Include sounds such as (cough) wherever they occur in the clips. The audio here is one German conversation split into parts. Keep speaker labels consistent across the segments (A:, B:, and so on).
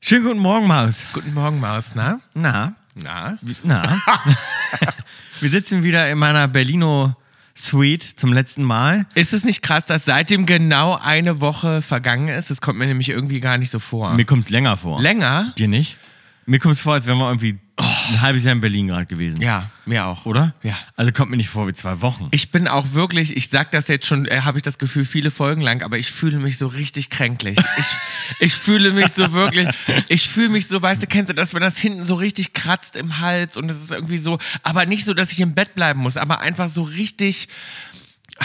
A: Schönen guten Morgen, Maus.
B: Guten Morgen, Maus, na?
A: Na,
B: Na?
A: (laughs) na. Wir sitzen wieder in meiner Berlino Suite zum letzten Mal.
B: Ist es nicht krass, dass seitdem genau eine Woche vergangen ist? Das kommt mir nämlich irgendwie gar nicht so vor.
A: Mir kommt es länger vor.
B: Länger?
A: Dir nicht? Mir kommt es vor, als wären wir irgendwie ein halbes Jahr in Berlin gerade gewesen.
B: Ja, mir auch.
A: Oder?
B: Ja.
A: Also kommt mir nicht vor wie zwei Wochen.
B: Ich bin auch wirklich, ich sag das jetzt schon, äh, habe ich das Gefühl, viele Folgen lang, aber ich fühle mich so richtig kränklich.
A: (laughs)
B: Ich, ich fühle mich so wirklich, ich fühle mich so, weißt du, kennst du das, wenn das hinten so richtig kratzt im Hals und es ist irgendwie so, aber nicht so, dass ich im Bett bleiben muss, aber einfach so richtig ah,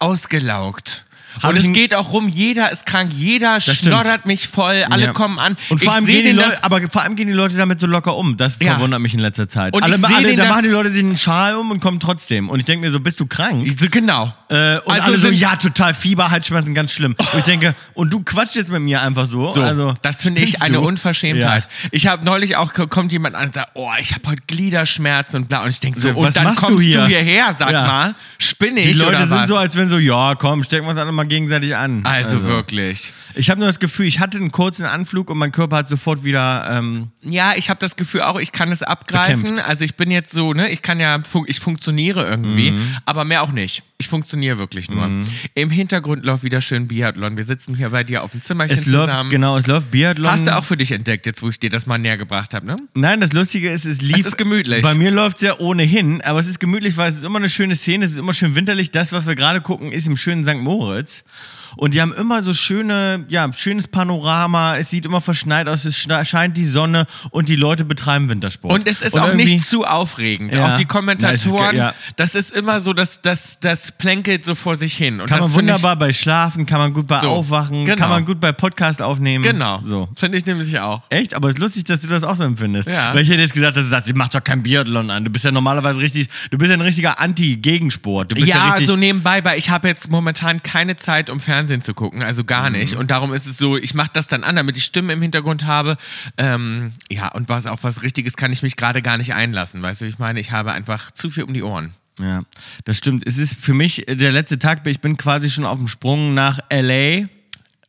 B: ausgelaugt.
A: Hab
B: und
A: ich
B: es
A: ein-
B: geht auch rum, jeder ist krank, jeder
A: stimmt.
B: schnoddert mich voll, alle
A: Ja.
B: kommen an.
A: Und vor
B: ich
A: allem
B: sehe
A: gehen die
B: denen
A: Leute,
B: das
A: aber vor allem gehen die Leute damit so locker um. Das
B: Ja.
A: verwundert mich in letzter Zeit.
B: Und
A: alle,
B: ich seh
A: alle,
B: denen
A: da
B: das-
A: machen die Leute sich einen Schal um und kommen trotzdem. Und ich denke mir so, bist du krank?
B: Ich- Genau.
A: Äh, und
B: Also
A: alle so,
B: sind-
A: ja, total Fieber, Halsschmerzen, ganz schlimm. Und ich denke, und du quatschst jetzt mit mir einfach so.
B: So,
A: also,
B: das finde ich
A: spinnst
B: eine
A: du?
B: Unverschämtheit.
A: Ja.
B: Ich habe neulich auch, ko- kommt jemand an und sagt, oh, ich habe heute Gliederschmerzen und bla. Und ich denke so,
A: So, was
B: und dann
A: machst du
B: kommst du,
A: hier?
B: hierher, sag
A: Ja.
B: mal, spinne
A: Die
B: ich
A: Leute
B: oder
A: sind
B: was?
A: so, als wenn so, ja, komm, stecken wir uns alle mal gegenseitig an.
B: also, wirklich.
A: Ich habe nur das Gefühl, ich hatte einen kurzen Anflug und mein Körper hat sofort wieder. Ähm,
B: Ja, ich habe das Gefühl auch, ich kann es abgreifen.
A: Bekämpft.
B: Also ich bin jetzt so, ne, ich kann ja, fun ich funktioniere irgendwie,
A: Mhm.
B: aber mehr auch nicht. Ich funktioniere wirklich nur. Im Hintergrund läuft wieder schön Biathlon. Wir sitzen hier bei dir auf dem Zimmerchen
A: es
B: zusammen.
A: läuft, genau, es läuft Biathlon.
B: Hast du auch für dich entdeckt, jetzt wo ich dir das mal näher gebracht habe, ne?
A: Nein, das Lustige ist, es lief.
B: Es ist gemütlich.
A: Bei mir läuft es ja ohnehin, aber es ist gemütlich, weil es ist immer eine schöne Szene, es ist immer schön winterlich. Das, was wir gerade gucken, ist im schönen St. Moritz. Und die haben immer so schöne, ja, schönes Panorama. Es sieht immer verschneit aus, es schne- scheint die Sonne und die Leute betreiben Wintersport.
B: Und es ist auch
A: irgendwie-
B: nicht zu aufregend.
A: Ja.
B: Auch die Kommentatoren,
A: Nein, es
B: das ist immer so, dass das, das plänkelt so vor sich hin. Und
A: Kann
B: das
A: man
B: finde
A: wunderbar bei schlafen, kann man gut bei
B: So,
A: aufwachen,
B: genau.
A: kann man gut bei Podcast aufnehmen.
B: Ich, genau.
A: So.
B: Finde ich nämlich auch.
A: Echt? Aber es ist lustig, dass du das auch so empfindest.
B: Ja.
A: Weil ich hätte jetzt gesagt, dass du sagst, sie macht doch kein Biathlon an. Du bist ja normalerweise richtig, du bist ja ein richtiger Anti-Gegensport. Du bist ja,
B: Ja,
A: richtig.
B: so nebenbei, weil ich habe jetzt momentan keine Zeit, um Fernsehen zu gucken, also gar
A: Mhm.
B: nicht. Und darum ist es so, ich mache das dann an, damit ich Stimmen im Hintergrund habe. Ähm, ja, und was auf was Richtiges kann ich mich gerade gar nicht einlassen. Weißt du, wie ich meine, ich habe einfach zu viel um die Ohren.
A: ja, das stimmt. Es ist für mich äh, der letzte Tag, ich bin quasi schon auf dem Sprung nach LA.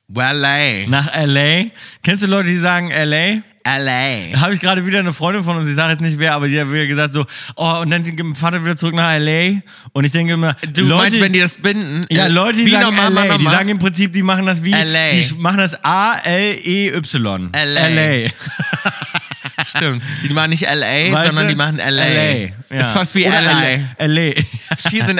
B: Well, ey.
A: Nach LA. Kennst du Leute, die sagen LA?
B: LA.
A: Da habe ich gerade wieder eine Freundin von uns, ich sage jetzt nicht wer, aber die hat wieder gesagt so, oh, und dann fahrt er wieder zurück nach LA. Und ich denke immer,
B: Du
A: Leute,
B: meinst, wenn die das binden?
A: Ja,
B: äh,
A: Leute, die
B: wie
A: sagen
B: normal,
A: LA,
B: Mama,
A: die sagen im Prinzip, die machen das wie,
B: LA.
A: die machen das E, A-L-E-Y.
B: LA. Stimmt. Die machen nicht LA,
A: Weißt
B: sondern
A: du?
B: die machen LA.
A: Ja.
B: Ist fast wie
A: Oder
B: LA.
A: LA.
B: She's an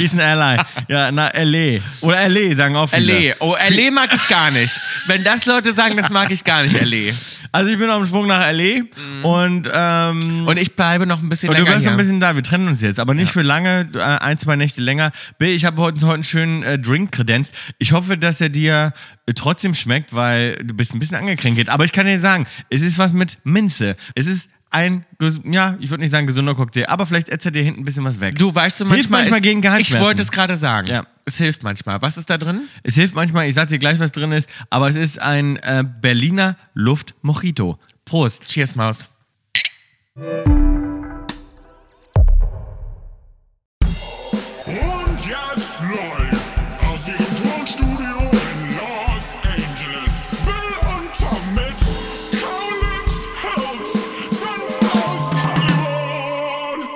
A: (laughs) She's an ally. Ja, na, LA. Oder LA sagen auch viele.
B: LA. Oh, LA mag ich gar nicht. Wenn das Leute sagen, das mag ich gar nicht, LA.
A: Also ich bin auf dem Sprung nach LA und, ähm,
B: Und ich bleibe noch ein bisschen
A: und du
B: Mhm. länger
A: bleibst noch
B: hier.
A: ein bisschen da. Wir trennen uns jetzt, aber nicht für lange, äh, ein, zwei Nächte länger. Bill, ich habe heute, heute einen schönen äh, Drink kredenzt. Ich hoffe, dass er dir äh, trotzdem schmeckt, weil du bist ein bisschen angekränkelt. Aber ich kann dir sagen, es ist was mit Minze. Es ist ein, ges- ja, ich würde nicht sagen gesunder Cocktail, aber vielleicht ätzt er dir hinten ein bisschen was weg.
B: du weißt du
A: Hilft
B: manchmal,
A: manchmal
B: ist,
A: gegen
B: Ich
A: Gehaltsschmerzen.
B: wollte es gerade sagen.
A: Ja.
B: Es hilft manchmal. Was ist da drin?
A: Es hilft manchmal, ich sag dir gleich, was drin ist, aber es ist ein äh, Berliner Luft Mojito. Prost.
B: Cheers, Maus.
C: Und jetzt läuft aus ihrem Tonstudio in Los Angeles Bill und Tom mit Kaulitz Hills, Senf aus Hollywood.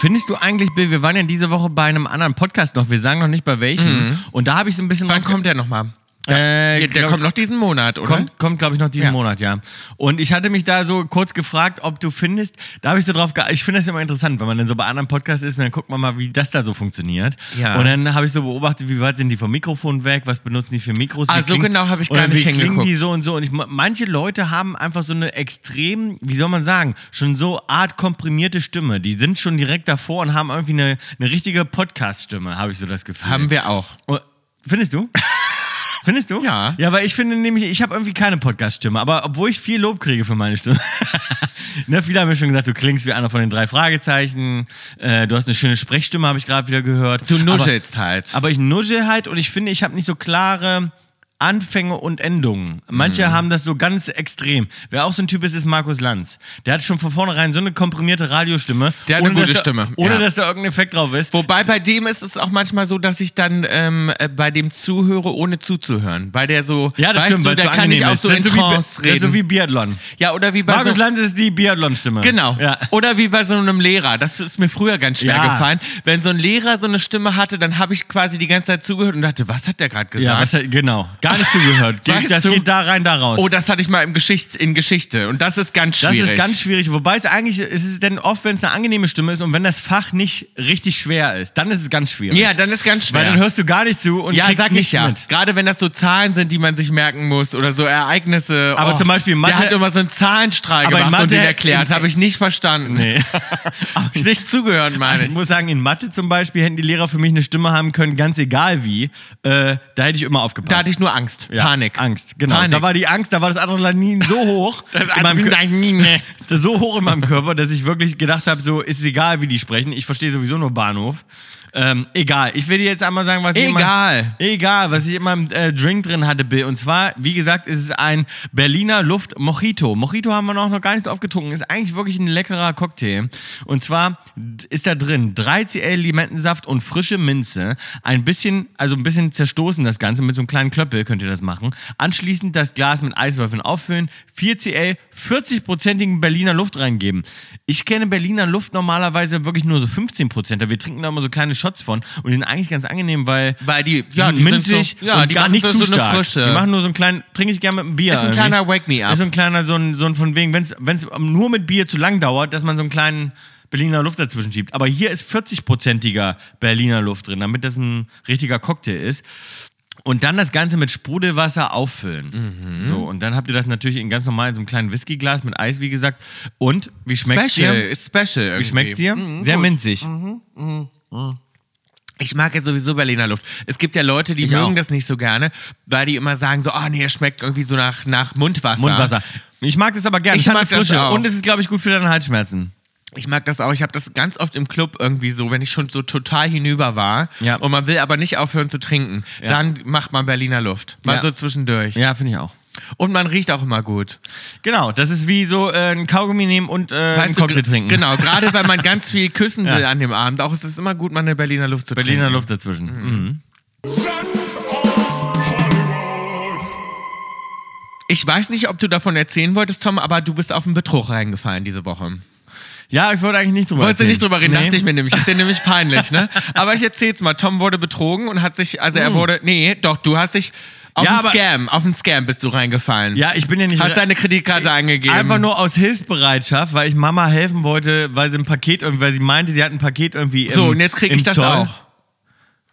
A: Findest du eigentlich, Bill, wir waren ja diese Woche bei einem anderen Podcast noch, wir sagen noch nicht bei welchem, und da habe ich so ein bisschen...
B: Mhm. Wann
A: drauf-
B: kommt der nochmal?
A: Äh,
B: Der, der
A: glaub-
B: kommt noch diesen Monat, oder?
A: Kommt, kommt glaube ich, noch diesen
B: ne? Ja.
A: Monat, ja. Und ich hatte mich da so kurz gefragt, ob du findest, da habe ich so drauf ge Ich finde das immer interessant, wenn man dann so bei anderen Podcasts ist und dann guckt man mal, wie das da so funktioniert.
B: Ja.
A: Und dann habe ich so beobachtet, wie weit sind die vom Mikrofon weg, was benutzen die für Mikros. wie
B: Ah, so
A: klingt-
B: genau habe ich
A: oder
B: gar nicht
A: wie klingen
B: hingeguckt.
A: die so und so. Und ich, manche Leute haben einfach so eine extrem, wie soll man sagen, schon so art komprimierte Stimme. Die sind schon direkt davor und haben irgendwie eine, eine richtige Podcast-Stimme, habe ich so das Gefühl.
B: Haben wir auch.
A: Oh, Findest
B: (laughs)
A: du? Findest du?
B: Ja.
A: Ja, weil ich finde nämlich, ich habe irgendwie keine Podcast-Stimme, aber obwohl ich viel Lob kriege für meine Stimme. (laughs) ne, viele haben mir schon gesagt, du klingst wie einer von den drei Fragezeichen, äh, du hast eine schöne Sprechstimme, habe ich gerade wieder gehört.
B: Du
A: Aber-
B: nuschelst halt.
A: aber ich nuschel halt und ich finde, ich habe nicht so klare Anfänge und Endungen. Manche
B: Mhm.
A: haben das so ganz extrem. Wer auch so ein Typ ist, ist Markus Lanz. Der hat schon von vornherein so eine komprimierte Radiostimme.
B: Der hat eine
A: ohne,
B: gute
A: dass da,
B: Stimme,
A: Ohne
B: ja.
A: dass da irgendein Effekt drauf ist.
B: Wobei bei dem ist es auch manchmal so, dass ich dann ähm, äh, bei dem zuhöre, ohne zuzuhören. Weil der so,
A: ja, das
B: weißt
A: stimmt,
B: du,
A: weil es
B: der
A: so
B: kann
A: angenehm
B: ich auch
A: ist.
B: so
A: das
B: in
A: ist so wie,
B: Trance
A: Das
B: reden.
A: ist so wie Biathlon.
B: ja, oder wie bei
A: Markus
B: so,
A: Lanz ist die Biathlon-Stimme.
B: Genau.
A: Ja.
B: Oder wie bei so einem Lehrer. Das ist mir früher ganz schwer
A: Ja.
B: gefallen. Wenn so ein Lehrer so eine Stimme hatte, dann habe ich quasi die ganze Zeit zugehört und dachte, was hat der gerade gesagt?
A: Ja, was, genau. Gar nicht zugehört.
B: (laughs)
A: Ge-
B: Weißt
A: das
B: du?
A: geht da rein, da raus.
B: oh, das hatte ich mal im Geschichts in Geschichte. Und das ist ganz
A: das
B: schwierig.
A: ist ganz schwierig. Wobei es eigentlich, es ist denn oft, wenn es eine angenehme Stimme ist und wenn das Fach nicht richtig schwer ist, dann ist es ganz schwierig.
B: Ja, dann ist ganz schwer.
A: Weil dann hörst du gar nicht zu und
B: ja,
A: kriegst
B: sag
A: nichts
B: ich ja.
A: mit.
B: Gerade wenn das so Zahlen sind, die man sich merken muss oder so Ereignisse. Oh,
A: Aber zum Beispiel in Mathe-
B: Der hat immer so einen Zahlenstrahl
A: Aber in
B: gemacht und den
A: Mathe-
B: erklärt.
A: in-
B: Habe ich nicht verstanden.
A: Nee. (laughs)
B: Habe ich nicht zugehört, meine
A: Ich
B: ich.
A: muss sagen, in Mathe zum Beispiel hätten die Lehrer für mich eine Stimme haben können, ganz egal wie. Äh, da hätte ich immer aufgepasst.
B: Da hatte ich nur Angst.
A: Ja,
B: Panik.
A: Angst, genau.
B: Panik.
A: Da war die Angst, da war das Adrenalin so hoch,
B: das
A: in meinem Kö- (laughs)
B: Adrenalin.
A: so hoch in meinem Körper, dass ich wirklich gedacht habe, so ist es egal, wie die sprechen. Ich verstehe sowieso nur Bahnhof. Ähm, egal. Ich will dir jetzt einmal sagen, was ich
B: Egal.
A: Immer, egal, was ich in meinem äh, Drink drin hatte, Bill. Und zwar, wie gesagt, ist es ein Berliner Luft Mojito. Mojito haben wir noch, noch gar nicht so oft getrunken. Ist eigentlich wirklich ein leckerer Cocktail. Und zwar d- ist da drin 3CL Limettensaft und frische Minze. Ein bisschen, also ein bisschen zerstoßen das Ganze. Mit so einem kleinen Klöppel könnt ihr das machen. Anschließend das Glas mit Eiswürfeln auffüllen. 4CL 40-prozentigen Berliner Luft reingeben. Ich kenne Berliner Luft normalerweise wirklich nur so 15 Prozent. Wir trinken da immer so kleine Shots von. Und die sind eigentlich ganz angenehm, weil
B: Weil die, ja,
A: sind
B: die
A: minzig
B: sind so, ja,
A: und
B: die
A: gar
B: machen
A: nicht
B: so,
A: zu
B: so eine
A: stark.
B: Frische.
A: Die machen nur so einen kleinen, trinke ich gerne mit einem Bier.
B: Ist ein
A: irgendwie.
B: kleiner Wake-me-up.
A: Ist so ein kleiner, so ein, so ein von wegen, wenn es nur mit Bier zu lang dauert, dass man so einen kleinen Berliner Luft dazwischen schiebt. Aber hier ist 40-prozentiger Berliner Luft drin, damit das ein richtiger Cocktail ist. Und dann das Ganze mit Sprudelwasser auffüllen.
B: Mhm.
A: So, und dann habt ihr das natürlich in ganz normal in so einem kleinen Whiskyglas mit Eis, wie gesagt. Und wie schmeckt's
B: Special, Mhm,
A: dir?
B: ist special. Irgendwie.
A: Wie schmeckt's dir? Sehr minzig.
B: Ich mag ja sowieso Berliner Luft. Es gibt ja Leute, die
A: Ich
B: mögen
A: auch.
B: das nicht so gerne, weil die immer sagen so, ah nee, es schmeckt irgendwie so nach, nach Mundwasser.
A: Mundwasser. Ich mag das aber gerne.
B: Ich
A: Es hat eine
B: mag das
A: Frische.
B: auch.
A: Und es ist, glaube ich, gut für deine Halsschmerzen.
B: Ich mag das auch. Ich habe das ganz oft im Club irgendwie so, wenn ich schon so total hinüber war
A: Ja.
B: und man will aber nicht aufhören zu trinken, dann macht man Berliner Luft. Mal
A: Ja.
B: so zwischendurch.
A: Ja, finde ich auch.
B: Und man riecht auch immer gut.
A: Genau, das ist wie so äh, ein Kaugummi nehmen und äh, einen
B: Weißt du,
A: Cocktail
B: gr-
A: trinken.
B: Genau, gerade weil man ganz
A: (laughs)
B: viel küssen
A: Ja.
B: will an dem Abend. Auch ist es immer gut, mal eine Berliner Luft zu
A: (laughs)
B: trinken.
A: Berliner Luft dazwischen. Mhm.
C: Senf aus Hollywood.
B: Ich weiß nicht, ob du davon erzählen wolltest, Tom, aber du bist auf einen Betrug reingefallen diese Woche.
A: Ja, ich wollte eigentlich nicht drüber
B: Wolltest du
A: erzählen.
B: nicht drüber reden,
A: Nee.
B: dachte ich mir nämlich. Ist dir nämlich
A: (laughs)
B: peinlich, ne? Aber ich erzähl's mal. Tom wurde betrogen und hat sich, also er wurde, nee, doch, du hast dich
A: Hm.
B: auf
A: Ja,
B: einen
A: aber-
B: Scam, auf einen Scam bist du reingefallen.
A: Ja, ich bin ja nicht...
B: Hast deine Kreditkarte eingegeben.
A: Einfach nur aus Hilfsbereitschaft, weil ich Mama helfen wollte, weil sie ein Paket irgendwie, weil sie meinte, sie hat ein Paket irgendwie im,
B: So, und jetzt krieg
A: im
B: ich das
A: Zoll.
B: auch.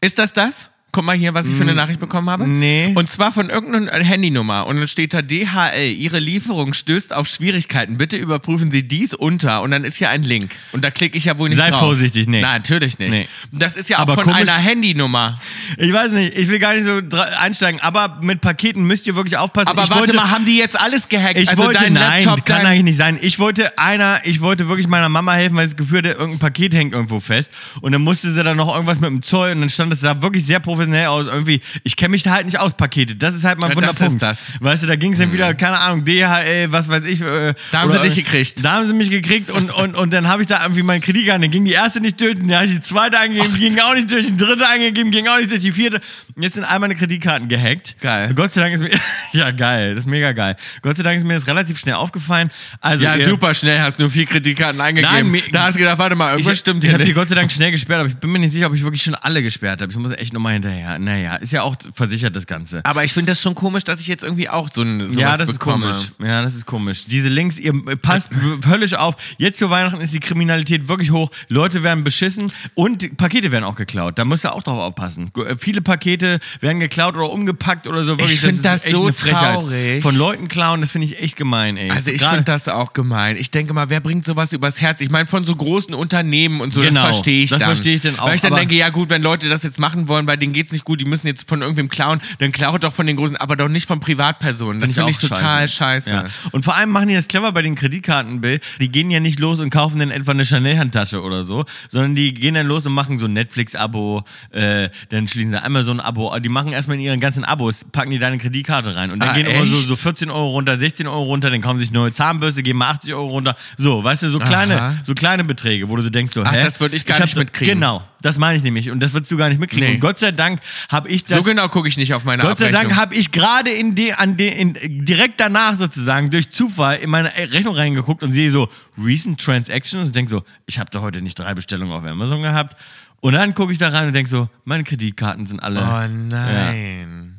B: Ist das das? Guck mal hier, was ich für eine Nachricht bekommen habe.
A: Hm. nee.
B: Und zwar von irgendeiner Handynummer. Und dann steht da DHL. Ihre Lieferung stößt auf Schwierigkeiten. Bitte überprüfen Sie dies unter. Und dann ist hier ein Link. Und da klicke ich ja wohl nicht
A: Sei
B: drauf.
A: vorsichtig, nee.
B: Nein, natürlich nicht.
A: Nee.
B: Das ist ja auch
A: Aber
B: von
A: komisch-
B: einer Handynummer.
A: Ich weiß nicht, ich will gar nicht so dra- einsteigen, aber mit Paketen müsst ihr wirklich aufpassen.
B: Aber
A: ich
B: warte
A: wollte,
B: mal, haben die jetzt alles gehackt?
A: Ich
B: also
A: wollte,
B: dein
A: nein,
B: Laptop,
A: kann
B: dein,
A: eigentlich nicht sein. Ich wollte einer, ich wollte wirklich meiner Mama helfen, weil sie das Gefühl hatte, irgendein Paket hängt irgendwo fest. Und dann musste sie dann noch irgendwas mit dem Zoll und dann stand das da wirklich sehr professionell aus. Irgendwie, ich kenne mich da halt nicht aus, Pakete. Das ist halt mein
B: Ja, das
A: Wunderpunkt.
B: ist das. Mhm.
A: Weißt du, da ging es dann wieder, keine Ahnung, DHL, was weiß ich. Äh,
B: Da haben sie
A: oder
B: dich
A: irgendwie-
B: gekriegt.
A: Da haben sie mich gekriegt und, und, und dann habe ich da irgendwie meinen Kredit gehabt. Dann ging die erste nicht durch, dann habe ich die zweite eingegeben, ging auch nicht durch, die dritte eingegeben, ging auch nicht durch, die vierte. Und jetzt sind all meine Kreditkarten gehackt.
B: Geil.
A: Gott sei Dank ist mir, (laughs) ja geil, das ist mega geil. Gott sei Dank ist mir das relativ schnell aufgefallen. Also,
B: Ja,
A: ihr-
B: super schnell hast nur vier Kreditkarten eingegeben.
A: Nein, mir-
B: da hast du gedacht, warte mal,
A: Ich,
B: irgendwas stimmt
A: ich
B: hier
A: habe die
B: nicht.
A: Gott sei Dank schnell gesperrt, aber ich bin mir nicht sicher, ob ich wirklich schon alle gesperrt habe. Ich muss echt nochmal hinterher. Naja, ist ja auch versichert das Ganze.
B: Aber ich finde das schon komisch, dass ich jetzt irgendwie auch so ein sowas
A: Ja, das ist
B: bekomme.
A: komisch. Ja, das ist komisch. Diese Links, ihr äh, passt w- (laughs) völlig auf. Jetzt zu Weihnachten ist die Kriminalität wirklich hoch. Leute werden beschissen und die Pakete werden auch geklaut. Da müsst ihr auch drauf aufpassen. Gu- äh, Viele Pakete werden geklaut oder umgepackt oder so. Wirklich,
B: find
A: ist
B: das
A: echt
B: so
A: eine Frechheit.
B: traurig.
A: Von Leuten klauen, das finde ich echt gemein, ey.
B: Also ich
A: Gerade-
B: finde das auch gemein. Ich denke mal, wer bringt sowas übers Herz? Ich meine, von so großen Unternehmen und so,
A: Genau,
B: das verstehe ich
A: das
B: dann.
A: verstehe ich dann auch,
B: Weil ich dann
A: aber-
B: denke, ja gut, wenn Leute das jetzt machen wollen, weil denen geht geht's nicht gut, die müssen jetzt von irgendwem klauen, dann klaut doch von den Großen, aber doch nicht von Privatpersonen. Das finde
A: auch
B: ich total scheiße.
A: Ja. Und vor allem machen die das clever bei den Kreditkarten, Bill. Die gehen ja nicht los und kaufen dann etwa eine Chanel-Handtasche oder so, sondern die gehen dann los und machen so ein Netflix-Abo, äh, dann schließen sie Amazon-Abo. Die machen erstmal in ihren ganzen Abos, packen die deine Kreditkarte rein. Und dann
B: Ah,
A: gehen immer so,
B: echt?
A: so 14 Euro runter, 16 Euro runter, dann kaufen sich neue Zahnbürste, geben mal 80 Euro runter. So, weißt du, so
B: Aha.
A: kleine, so kleine Beträge, wo du so denkst, so,
B: Ach,
A: hä?
B: das würd ich gar
A: hab
B: nicht
A: so-
B: mitkriegen.
A: Genau, das meine ich nämlich. Und das würdest du gar nicht mitkriegen.
B: Nee.
A: Und Gott sei Dank habe ich das.
B: so genau gucke ich nicht auf meine
A: Gott sei
B: Abrechnung.
A: Dank habe ich gerade in de, an de, in, direkt danach sozusagen durch Zufall in meine Rechnung reingeguckt und sehe so Recent Transactions und denke so, ich habe da heute nicht drei Bestellungen auf Amazon gehabt. Und dann gucke ich da rein und denke so, meine Kreditkarten sind alle.
B: oh nein.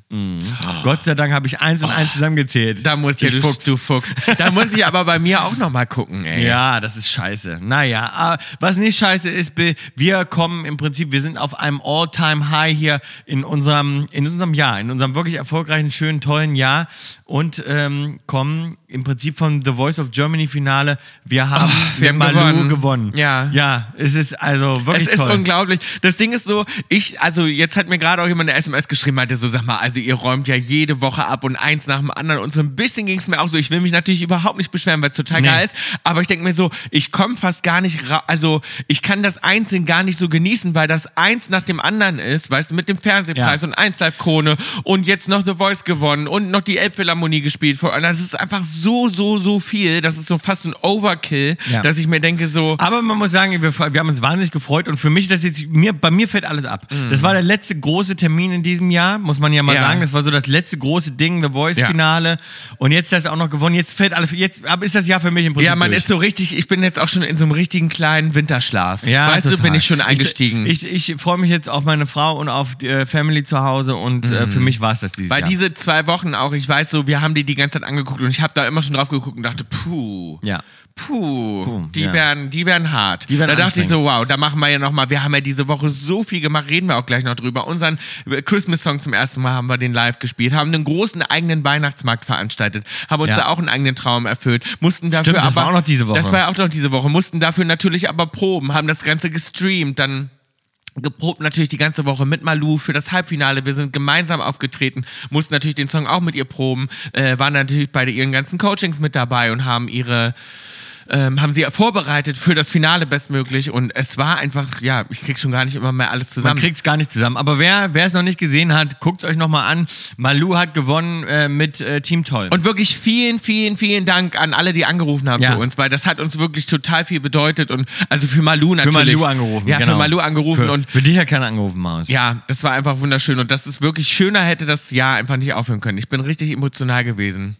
A: Gott sei Dank habe ich eins und eins zusammengezählt.
B: Oh, Da muss ich,
A: Du
B: Fuchs, du Fuchs. Da muss ich aber bei mir auch nochmal gucken, ey.
A: Ja, das ist scheiße. Naja, aber was nicht scheiße ist, Bill, wir kommen im Prinzip, wir sind auf einem All-Time-High hier in unserem, in unserem Jahr, in unserem wirklich erfolgreichen, schönen, tollen Jahr und ähm, kommen im Prinzip vom The Voice of Germany Finale. Wir haben,
B: Ah, wir
A: mit
B: haben gewonnen.
A: gewonnen.
B: Ja.
A: Ja, es ist also wirklich
B: Es ist
A: toll.
B: unglaublich. Das Ding ist so, ich, also jetzt hat mir gerade auch jemand eine SMS geschrieben, meinte so, sag mal, also ihr räumt ja jede Woche ab und eins nach dem anderen und so ein bisschen ging es mir auch so. Ich will mich natürlich überhaupt nicht beschweren, weil es total
A: Nee.
B: geil ist, aber ich denke mir so, ich komme fast gar nicht raus, also ich kann das Einzeln gar nicht so genießen, weil das eins nach dem anderen ist, weißt du, mit dem Fernsehpreis
A: Ja.
B: und 1 Live Krone und jetzt noch The Voice gewonnen und noch die Elbphilharmonie gespielt. vor- Und das ist einfach so, so, so viel, das ist so fast ein Overkill,
A: Ja.
B: dass ich mir denke so,
A: Aber man muss sagen, wir, wir haben uns wahnsinnig gefreut und für mich, das jetzt, mir, bei mir fällt alles ab. Das war der letzte große Termin in diesem Jahr, muss man ja mal
B: Mhm. Ja.
A: sagen. Das war so das letzte große Ding, The
B: Ja.
A: Voice-Finale. Und jetzt das auch noch gewonnen. Jetzt fällt alles, jetzt ab- ist das Jahr für mich im Prinzip.
B: Ja, man
A: durch.
B: ist so richtig, ich bin jetzt auch schon in so einem richtigen kleinen Winterschlaf.
A: Ja,
B: weißt du,
A: total.
B: bin ich schon eingestiegen.
A: Ich, ich, ich freue mich jetzt auf meine Frau und auf die äh, Family zu Hause und
B: Mhm.
A: äh, für mich war es das dieses
B: weil
A: Jahr.
B: diese zwei Wochen auch, ich weiß so, wir haben die die ganze Zeit angeguckt und ich habe da immer schon drauf geguckt und dachte, puh,
A: ja.
B: puh,
A: Puh,
B: die,
A: ja.
B: werden, die werden hart.
A: Die werden
B: da dachte ich so,
A: anstrengend.
B: wow, da machen wir ja nochmal, wir haben ja diese Woche so viel gemacht, reden wir auch gleich noch drüber. Unseren Christmas-Song zum ersten Mal haben wir den live gespielt, haben einen großen eigenen Weihnachtsmarkt veranstaltet, haben uns
A: Ja.
B: da auch einen eigenen Traum erfüllt, mussten dafür
A: Stimmt,
B: aber...
A: das war auch noch diese Woche.
B: Das war auch noch diese Woche, mussten dafür natürlich aber proben, haben das Ganze gestreamt, dann geprobt natürlich die ganze Woche mit Malou für das Halbfinale. Wir sind gemeinsam aufgetreten, mussten natürlich den Song auch mit ihr proben, äh, waren natürlich bei ihren ganzen Coachings mit dabei und haben ihre ähm, haben sie vorbereitet für das Finale bestmöglich und es war einfach, ja, ich krieg schon gar nicht immer mehr alles
A: Man
B: zusammen.
A: kriegt's gar nicht zusammen. Aber wer wer es noch nicht gesehen hat, guckt euch nochmal an. Malou hat gewonnen äh, mit äh, Team Toll.
B: Und wirklich vielen, vielen, vielen Dank an alle, die angerufen haben
A: Ja.
B: für uns, weil das hat uns wirklich total viel bedeutet und also für Malou
A: für
B: natürlich.
A: Malou angerufen.
B: Ja,
A: genau.
B: für Malou angerufen
A: für,
B: und
A: Für dich hat keiner angerufen, Maus.
B: ja, das war einfach wunderschön und das ist wirklich schöner hätte das Jahr einfach nicht aufhören können. Ich bin richtig emotional gewesen.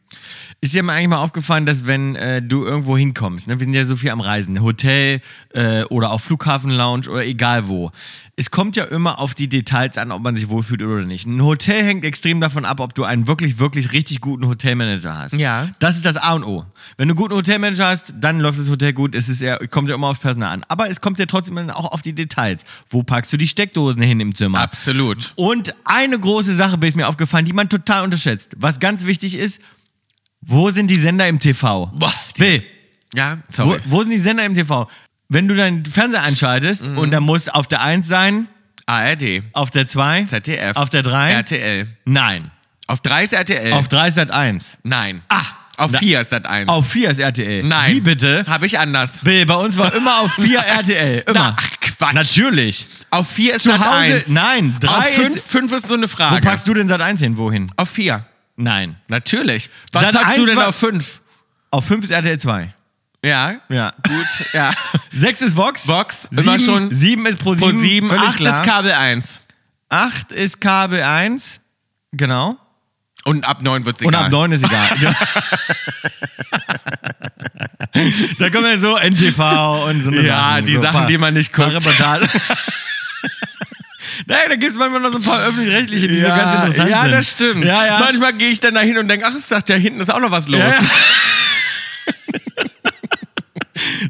A: Ist dir mal eigentlich mal aufgefallen, dass wenn äh, du irgendwo hinkommst, ne, wir sind ja so viel am Reisen, Hotel äh, oder auch Flughafenlounge oder egal wo, es kommt ja immer auf die Details an, ob man sich wohlfühlt oder nicht. Ein Hotel hängt extrem davon ab, ob du einen wirklich, wirklich richtig guten Hotelmanager hast.
B: Ja.
A: Das ist das A und O. Wenn du einen guten Hotelmanager hast, dann läuft das Hotel gut. Es ist ja, kommt ja immer aufs Personal an. Aber es kommt ja trotzdem dann auch auf die Details. Wo packst du die Steckdosen hin im Zimmer?
B: Absolut.
A: Und eine große Sache ist mir aufgefallen, die man total unterschätzt. Was ganz wichtig ist, wo sind die Sender im TV?
B: Boah, die-
A: Will,
B: Ja,
A: wo,
B: sorry.
A: wo sind die Sender im TV? Wenn du deinen Fernseher einschaltest
B: Mhm.
A: und da muss auf der 1 sein,
B: ARD,
A: auf der 2,
B: ZDF,
A: auf der 3,
B: RTL.
A: nein.
B: Auf 3 ist RTL.
A: Auf 3 ist Sat 1.
B: Nein.
A: Ah,
B: Auf
A: Na-
B: 4 ist das 1.
A: Auf 4 ist RTL.
B: Nein.
A: Wie bitte?
B: Habe ich anders.
A: Bill, bei uns war immer auf
B: (laughs)
A: 4 RTL. Immer.
B: Ach, Quatsch.
A: Natürlich.
B: Auf 4 ist
A: Zu
B: das
A: Hause-
B: 1.
A: nein, drei
B: Auf 5
A: ist-
B: ist, ist so eine
A: Wo
B: Frage.
A: packst du denn Sat 1 hin? Wohin?
B: auf 4.
A: Nein.
B: Natürlich. Was
A: Sat.
B: packst du
A: 1
B: denn
A: war-
B: auf 5?
A: Auf 5 ist RTL 2.
B: Ja.
A: Ja.
B: Gut,
A: (laughs)
B: ja.
A: Sechs ist Vox.
B: Vox,
A: sieben,
B: immer schon.
A: Sieben ist Pro
B: Pro
A: 7.
B: 7, 8 ist
A: Kabel.
B: Kabel 1.
A: Acht ist Kabel 1. Genau.
B: Und ab 9 wird es
A: Und
B: egal.
A: ab neun ist
B: (laughs)
A: egal. da kommen ja so NTV und so eine
B: Ja,
A: Sachen.
B: die
A: so ein
B: Sachen,
A: paar-
B: die man nicht
A: paar
B: guckt. (laughs)
A: Reportagen. Nein, da gibt es manchmal noch so ein paar öffentlich-rechtliche, die so ganz interessant
B: ja,
A: sind.
B: das stimmt.
A: Ja, ja.
B: Manchmal gehe ich dann da hin und denke, ach, ich dachte, ja, hinten ist auch noch was los.
A: Ja, ja. (laughs)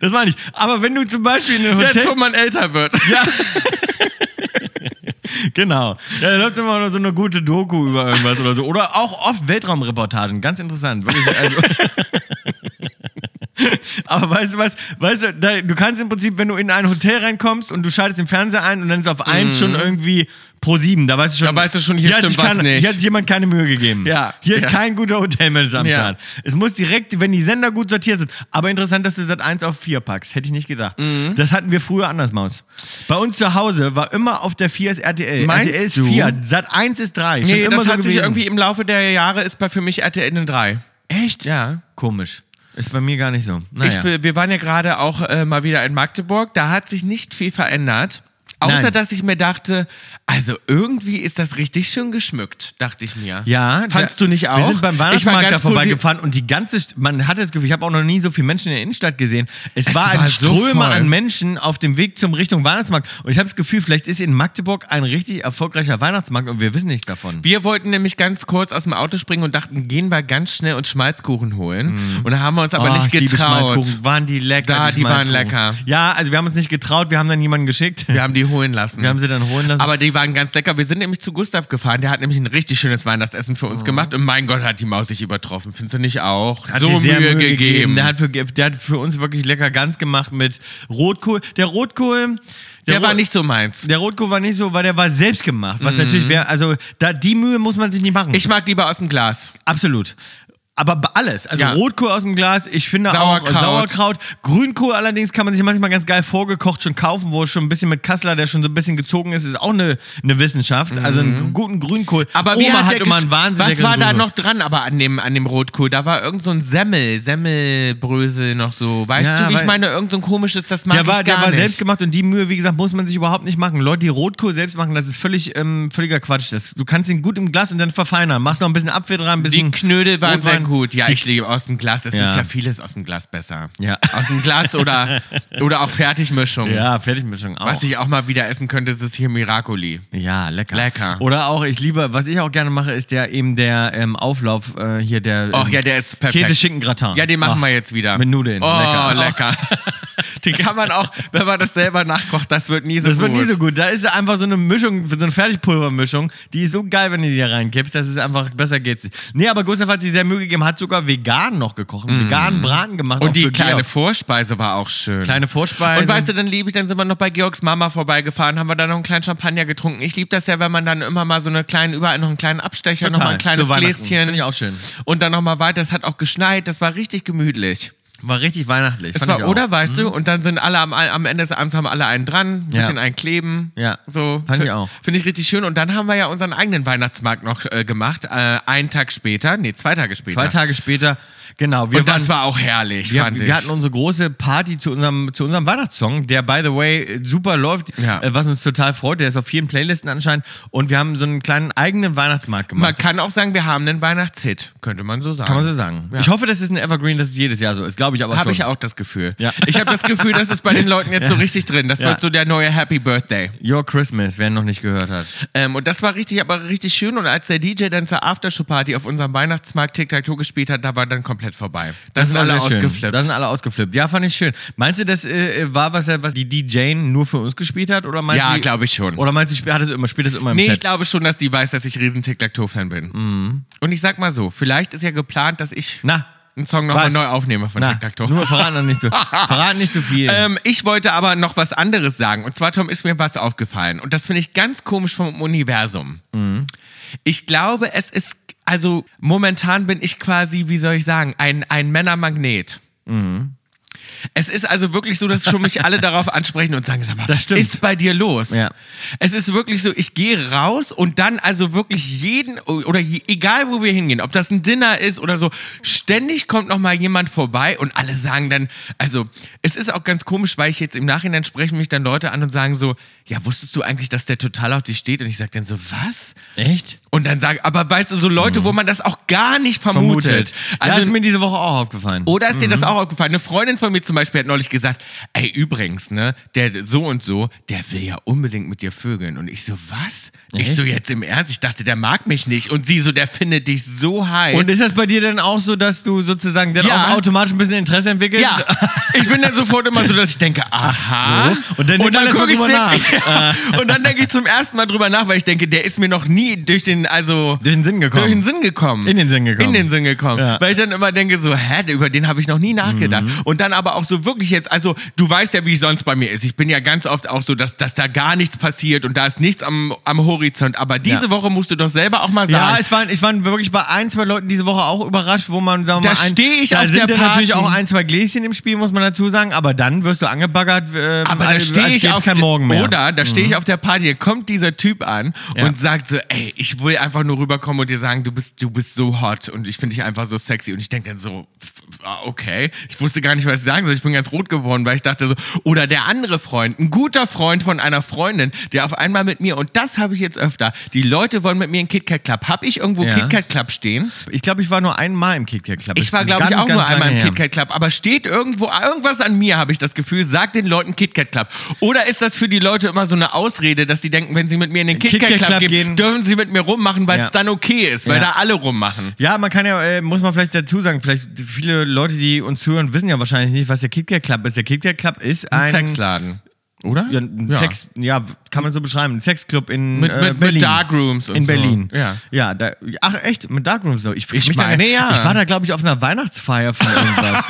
A: Das meine ich. Aber wenn du zum Beispiel in einem Hotel...
B: (laughs) Jetzt, wo man älter wird.
A: Ja. (laughs) genau. Ja, da läuft immer nur so eine gute Doku über irgendwas oder so. Oder auch oft Weltraumreportagen. Ganz interessant. Wirklich, also. (laughs) Aber weißt du was, weißt du, da, du kannst im Prinzip, wenn du in ein Hotel reinkommst und du schaltest den Fernseher ein und dann ist auf eins schon irgendwie Pro 7, da weißt du schon.
B: Mhm. Da weißt du schon, hier
A: hat
B: stimmt
A: sich
B: was
A: keiner-
B: nicht.
A: Hier hat sich jemand keine Mühe gegeben.
B: Ja,
A: Hier ist
B: ja.
A: kein guter Hotelmanager am
B: Ja.
A: Start. Es muss direkt, wenn die Sender gut sortiert sind. Aber interessant, dass du Sat 1 auf 4 packst. Hätte ich nicht gedacht.
B: Mhm.
A: Das hatten wir früher anders, Maus. Bei uns zu Hause war immer auf der 4 ist RTL.
B: Meinst
A: RTL ist
B: du?
A: 4, Sat 1 ist 3. Schon
B: Nee,
A: immer
B: das
A: so
B: hat sich
A: gewesen.
B: irgendwie im Laufe der Jahre ist bei für mich RTL eine 3.
A: Echt?
B: Ja.
A: Komisch. Ist bei mir gar nicht so. Naja.
B: Ich, bin- wir waren ja gerade auch äh, mal wieder in Magdeburg. Da hat sich nicht viel verändert. Außer,
A: Nein.
B: dass ich mir dachte, also irgendwie ist das richtig schön geschmückt, dachte ich mir.
A: Ja,
B: Fandst
A: da-
B: du nicht auch?
A: Wir sind beim
B: Ich war
A: Weihnachtsmarkt
B: ganz
A: da
B: positiv-
A: vorbeigefahren und die ganze, St- man hatte das Gefühl, ich habe auch noch nie so viele Menschen in der Innenstadt gesehen. Es,
B: Es
A: war ein
B: war so
A: Ströme
B: voll.
A: an Menschen auf dem Weg zum Richtung Weihnachtsmarkt. Und ich habe das Gefühl, vielleicht ist in Magdeburg ein richtig erfolgreicher Weihnachtsmarkt und wir wissen nichts davon.
B: Wir wollten nämlich ganz kurz aus dem Auto springen und dachten, gehen wir ganz schnell und Schmalzkuchen holen. Und da haben wir uns aber
A: Oh,
B: nicht
A: ich liebe
B: getraut.
A: Schmalzkuchen. Waren die lecker?
B: Da, die waren
A: Schmalzkuchen.
B: lecker.
A: Ja, also wir haben uns nicht getraut, wir haben dann jemanden geschickt.
B: Wir haben die holen lassen.
A: Wir haben sie dann holen lassen.
B: Aber die waren ganz lecker. Wir sind nämlich zu Gustav gefahren. Der hat nämlich ein richtig schönes Weihnachtsessen für uns gemacht. Und mein Gott, hat die Maus sich übertroffen. Findest du nicht auch?
A: (laughs) Oh. Hat
B: so
A: sich sehr
B: Mühe gegeben.
A: Der hat, für, der hat für uns wirklich lecker ganz gemacht mit Rotkohl. Der Rotkohl.
B: der war
A: Ro-
B: nicht so meins.
A: Der Rotkohl war nicht so, weil der war selbst gemacht. Was natürlich wäre, also da, die Mühe muss man sich nicht machen.
B: Mhm. Ich mag lieber aus dem Glas.
A: Absolut. Aber b- alles, also
B: Ja.
A: Rotkohl aus dem Glas, ich finde auch
B: Sauerkraut.
A: Sauerkraut. Grünkohl allerdings kann man sich manchmal ganz geil vorgekocht schon kaufen, wo es schon ein bisschen mit Kassler, der schon so ein bisschen gezogen ist, ist auch eine, eine Wissenschaft. Also einen guten Grünkohl.
B: Mhm. Aber wie
A: Oma hat
B: der
A: immer
B: gesch-
A: einen Wahnsinn.
B: Was war da noch dran, aber an dem, an dem Rotkohl? Da war irgend so ein Semmel, Semmelbrösel noch so. Weißt
A: Ja,
B: du, wie ich
A: weil-
B: meine? Irgend so ein komisches, das mag
A: Der war,
B: ich gar
A: der war
B: nicht.
A: selbst gemacht und die Mühe, wie gesagt, muss man sich überhaupt nicht machen. Leute, die Rotkohl selbst machen, das ist völlig, ähm, völliger Quatsch. Das, du kannst ihn gut im Glas und dann verfeinern. Machst noch ein bisschen Apfel dran, ein
B: Die
A: bisschen
B: Knödel waren sehr
A: Rotwein.
B: gut. Ja, ich liebe aus dem Glas. Es
A: Ja.
B: ist ja vieles aus dem Glas besser.
A: Ja.
B: Aus dem
A: (laughs)
B: Glas oder, oder auch Fertigmischung.
A: Ja, Fertigmischung auch.
B: Was ich auch mal wieder essen könnte, ist es hier Miracoli.
A: ja, lecker.
B: Lecker.
A: Oder auch, ich liebe, was ich auch gerne mache, ist der eben der ähm, Auflauf äh, hier, der
B: Och ja, der ist perfekt.
A: Käse-Schinken-Gratin.
B: Ja, den machen
A: Ach,
B: wir jetzt wieder.
A: Ah, Mit Nudeln.
B: Oh,
A: lecker.
B: (laughs) lecker.
A: Oh.
B: den kann man auch, wenn man das selber nachkocht, das wird nie so
A: Das
B: gut.
A: wird nie so gut. Da ist einfach so eine Mischung, so eine Fertigpulvermischung, die ist so geil, wenn du die da reinkippst, dass es einfach besser geht's nicht. Nee, aber Gustav hat sich sehr Mühe gegeben, hat sogar vegan noch gekocht, einen veganen Braten gemacht. auch
B: Mhm. Und die
A: für
B: kleine
A: Georg.
B: Vorspeise war auch schön.
A: kleine Vorspeise.
B: und weißt du, dann liebe ich, dann sind wir noch bei Georgs Mama vorbeigefahren, haben wir da noch einen kleinen Champagner getrunken. Ich liebe das ja, wenn man dann immer mal so eine kleine, überall noch einen kleinen Abstecher,
A: Total.
B: nochmal ein kleines
A: Zu Weihnachten.
B: Gläschen.
A: Finde ich auch schön.
B: Und dann nochmal weiter. Es hat auch geschneit, das war richtig gemütlich.
A: war richtig weihnachtlich.
B: Es
A: fand ich
B: war,
A: auch. Mhm.
B: oder, weißt du? Und dann sind alle am, am Ende des Abends haben alle einen dran, ein
A: Ja.
B: bisschen einen kleben.
A: Ja.
B: So.
A: Fand ich
B: Fi-
A: auch.
B: Finde ich richtig schön. Und dann haben wir ja unseren eigenen Weihnachtsmarkt noch äh, gemacht. Äh, einen Tag später, nee, zwei Tage später.
A: Zwei Tage später, genau. Wir
B: Und
A: waren,
B: das war auch herrlich,
A: wir,
B: fand ich.
A: wir hatten unsere große Party zu unserem, zu unserem Weihnachtssong, der, by the way, äh, super läuft,
B: Ja.
A: äh, was uns total freut. Der ist auf vielen Playlisten anscheinend. Und wir haben so einen kleinen eigenen Weihnachtsmarkt gemacht.
B: man kann auch sagen, wir haben einen Weihnachtshit, könnte man so sagen.
A: Kann man so sagen.
B: Ja.
A: Ich hoffe, das ist ein Evergreen, das ist jedes Jahr so ist. Glaube ich aber
B: Habe
A: schon.
B: ich auch das Gefühl.
A: Ja.
B: Ich habe das Gefühl, das ist bei den Leuten jetzt so richtig drin.
A: (laughs)
B: Das
A: Ja.
B: wird so der neue Happy Birthday.
A: Your Christmas, wer ihn noch nicht gehört hat.
B: Ähm, und das war richtig, aber richtig schön. Und als der DJ dann zur Aftershow-Party auf unserem Weihnachtsmarkt Tic-Tac-Toe gespielt hat, da war dann komplett vorbei. Da sind
A: war
B: alle
A: sehr schön.
B: ausgeflippt.
A: Das sind alle ausgeflippt. Ja, fand ich schön. Meinst du, das äh, war was, was die DJ nur für uns gespielt hat? Oder meinst
B: Ja,
A: du-
B: glaube ich schon.
A: Oder meinst du, spielt- hat es immer, spielt das immer im
B: Nee, ich
A: Set? Mhm.
B: glaube schon, dass die weiß, dass ich riesen Tic-Tac-Toe-Fan bin. Und ich sag mal so, vielleicht ist ja geplant, dass ich
A: Na,
B: einen Song nochmal
A: was?
B: neu aufnehme von
A: na,
B: Tic-Tac-Toe.
A: nur verraten noch nicht
B: (laughs)
A: so, verraten nicht zu viel.
B: Ähm, ich wollte aber noch was anderes sagen. Und zwar, Tom, ist mir was aufgefallen. Und das finde ich ganz komisch vom Universum.
A: Mhm.
B: Ich glaube, es ist, also momentan bin ich quasi, wie soll ich sagen, ein, ein Männermagnet.
A: Mhm.
B: Es ist also wirklich so, dass schon
A: (laughs)
B: mich alle darauf ansprechen und sagen, sag mal,
A: Das
B: was
A: stimmt.
B: ist bei dir los?
A: Ja.
B: Es ist wirklich so, ich gehe raus und dann also wirklich jeden oder je, egal wo wir hingehen, ob das ein Dinner ist oder so, ständig kommt noch mal jemand vorbei und alle sagen dann, also es ist auch ganz komisch, weil ich jetzt im Nachhinein sprechen mich dann Leute an und sagen so, ja, wusstest du eigentlich, dass der total auf dich steht? Und ich sage dann so, was?
A: Echt?
B: Und dann sage, aber weißt du, so Leute, wo man das auch gar nicht vermutet.
A: Mhm.
B: Also
A: Vermutet. das ist mir diese Woche auch aufgefallen.
B: Oder ist dir
A: Mhm.
B: das auch aufgefallen? Eine Freundin von mir zum Beispiel hat neulich gesagt, ey, übrigens, ne, der so und so, der will ja unbedingt mit dir vögeln. Und ich so, was? Ich so,
A: Echt?
B: jetzt im Ernst, ich dachte, der mag mich nicht. Und sie so, der findet dich so heiß.
A: Und ist das bei dir dann auch so, dass du sozusagen dann
B: Ja.
A: auch automatisch ein bisschen Interesse entwickelst?
B: ja, (laughs) ich bin dann sofort immer so, dass ich denke, aha.
A: so. Und dann denkt man erst mal
B: (laughs) guck ich
A: drüber
B: den- Ja. Und dann denke ich zum ersten Mal drüber nach, weil ich denke, der ist mir noch nie durch den den, also
A: (laughs) Durch den Sinn gekommen.
B: durch den Sinn gekommen.
A: In den Sinn gekommen.
B: In den Sinn gekommen.
A: Ja. Mhm.
B: Weil ich dann immer denke, so, hä, über den habe ich noch nie nachgedacht. Und dann aber auch so wirklich jetzt, also du weißt ja, wie es sonst bei mir ist. Ich bin ja ganz oft auch so, dass, dass da gar nichts passiert und da ist nichts am, am Horizont. Aber diese
A: Ja.
B: Woche musst du doch selber auch mal sagen.
A: Ja, ich war, ich war wirklich bei ein, zwei Leuten diese Woche auch überrascht, wo man, sagen wir
B: Da
A: mal, ein-
B: steh ich
A: da
B: auf
A: sind
B: der
A: dann natürlich
B: Party.
A: auch ein, zwei Gläschen im Spiel, muss man dazu sagen, aber dann wirst du angebaggert, äh,
B: aber da
A: als-
B: stehe
A: als
B: ich
A: gäb's
B: auf
A: kein
B: de-
A: Morgen mehr. Mhm.
B: Oder da stehe ich auf der Party, kommt dieser Typ an
A: Ja.
B: und sagt so, ey, ich will einfach nur rüberkommen und dir sagen, du bist, du bist so hot und ich finde dich einfach so sexy. Und ich denke dann so, pf, ah, okay. Ich wusste gar nicht, was ich sagen soll. Ich bin ganz rot geworden, weil ich dachte so, oder der andere Freund, ein guter Freund von einer Freundin, der auf einmal mit mir, und das habe ich jetzt öfter, die Leute wollen mit mir einen KitKat Club. Hab ich irgendwo
A: Ja.
B: KitKat Club stehen?
A: Ich glaube, ich war nur einmal im KitKat Club. Das
B: Ich war,
A: ist
B: glaube ich,
A: ganz,
B: auch
A: ganz
B: nur einmal
A: lange
B: im
A: her.
B: KitKat Club, aber steht irgendwo, ah, irgendwas an mir, habe ich das Gefühl, sagt den Leuten KitKat Club. Oder ist das für die Leute immer so eine Ausrede, dass sie denken, wenn sie mit mir in den KitKat Club,
A: KitKat Club
B: gehen,
A: gehen.
B: dürfen sie mit mir rummachen, weil es
A: Ja.
B: dann okay ist, weil
A: Ja.
B: da alle rummachen.
A: Ja, man kann ja, äh, muss man vielleicht dazu sagen, vielleicht viele Leute, die uns zuhören, wissen ja wahrscheinlich nicht, was der KitKat Club ist. Der KitKat Club ist ein,
B: Ein Sexladen, oder?
A: Ja, ein Sex, ja, kann man so beschreiben. Ein Sexclub in
B: Mit-
A: äh,
B: mit- mit
A: Berlin.
B: Darkrooms und
A: In
B: so.
A: Berlin.
B: Ja.
A: ja da, ach, echt? Mit Darkrooms so? Ich, frag
B: Ich
A: mich
B: meine,
A: da,
B: ja.
A: Ich war da, glaube ich, auf einer Weihnachtsfeier von
B: (laughs)
A: irgendwas.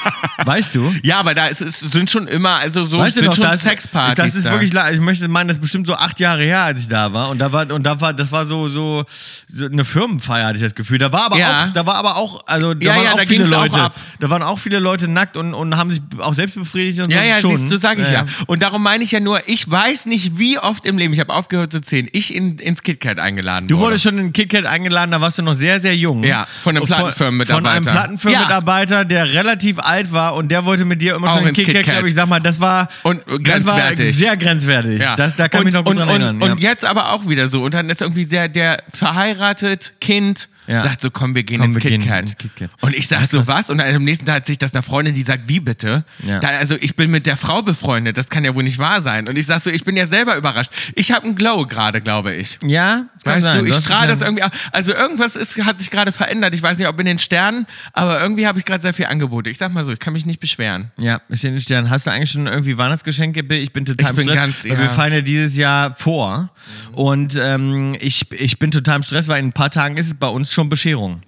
A: weißt du?
B: Ja, aber da ist, ist, sind schon immer, also so
A: Weißt du
B: sind
A: noch,
B: schon
A: das,
B: Sexpartys.
A: das ist
B: da.
A: wirklich, la- ich möchte meinen, das ist bestimmt so acht Jahre her, als ich da war. Und da war, und da war, das war so, so, so eine Firmenfeier, hatte ich das Gefühl. Da war aber
B: Ja.
A: auch, da war aber auch, also da
B: Ja,
A: waren
B: ja,
A: auch
B: da
A: viele
B: ging's auch
A: Leute.
B: ab.
A: Da waren auch viele Leute nackt und, und haben sich auch selbst befriedigt und
B: Ja,
A: so.
B: ja,
A: schon.
B: siehst du, sag ich ja, Und darum meine ich ja nur, ich weiß nicht, wie oft im Leben, ich habe aufgehört zu zählen, ich in, ins KitKat eingeladen
A: Du
B: wurde.
A: wurdest schon in KitKat eingeladen, da warst du noch sehr, sehr jung.
B: Ja, von einem Plattenfirmenmitarbeiter.
A: Von einem Plattenfirmenmitarbeiter, der relativ alt war und der wollte mit dir immer
B: Auch
A: schon in
B: ins
A: KitKat,
B: KitKat.
A: Club. Ich sag mal, das war,
B: Und
A: Das war
B: grenzwertig.
A: sehr grenzwertig. Das, da kann
B: und,
A: ich mich noch gut
B: und,
A: dran
B: und,
A: erinnern.
B: Und jetzt aber auch wieder so. Und dann ist irgendwie der, der verheiratet, Kind,
A: Ja.
B: sagt so, komm, wir gehen
A: Komm,
B: ins
A: wir gehen
B: KitKat.
A: ins Kit Kat.
B: Und ich sag so, was? Und dann am nächsten Tag hat sich das einer Freundin, die sagt, wie bitte?
A: Ja.
B: Da, also ich bin mit der Frau befreundet, das kann ja wohl nicht wahr sein. Und ich sag so, ich bin ja selber überrascht. Ich habe einen Glow gerade, glaube ich.
A: ja, ja das kann
B: Weißt
A: sein.
B: du, ich
A: hast
B: strahle das
A: schon-
B: irgendwie. au- Also irgendwas ist, hat sich gerade verändert. Ich weiß nicht, ob in den Sternen, aber irgendwie habe ich gerade sehr viel Angebote. Ich sag mal so, ich kann mich nicht beschweren.
A: Ja, steht in den Sternen. Hast du eigentlich schon irgendwie Weihnachtsgeschenke? Bill? Ich bin total
B: Ich bin
A: im Stress.
B: ganz-
A: weil
B: ja.
A: Wir feiern ja dieses Jahr vor. Und ähm, ich, ich bin total im Stress, weil in ein paar Tagen ist es bei uns schon Bescherung.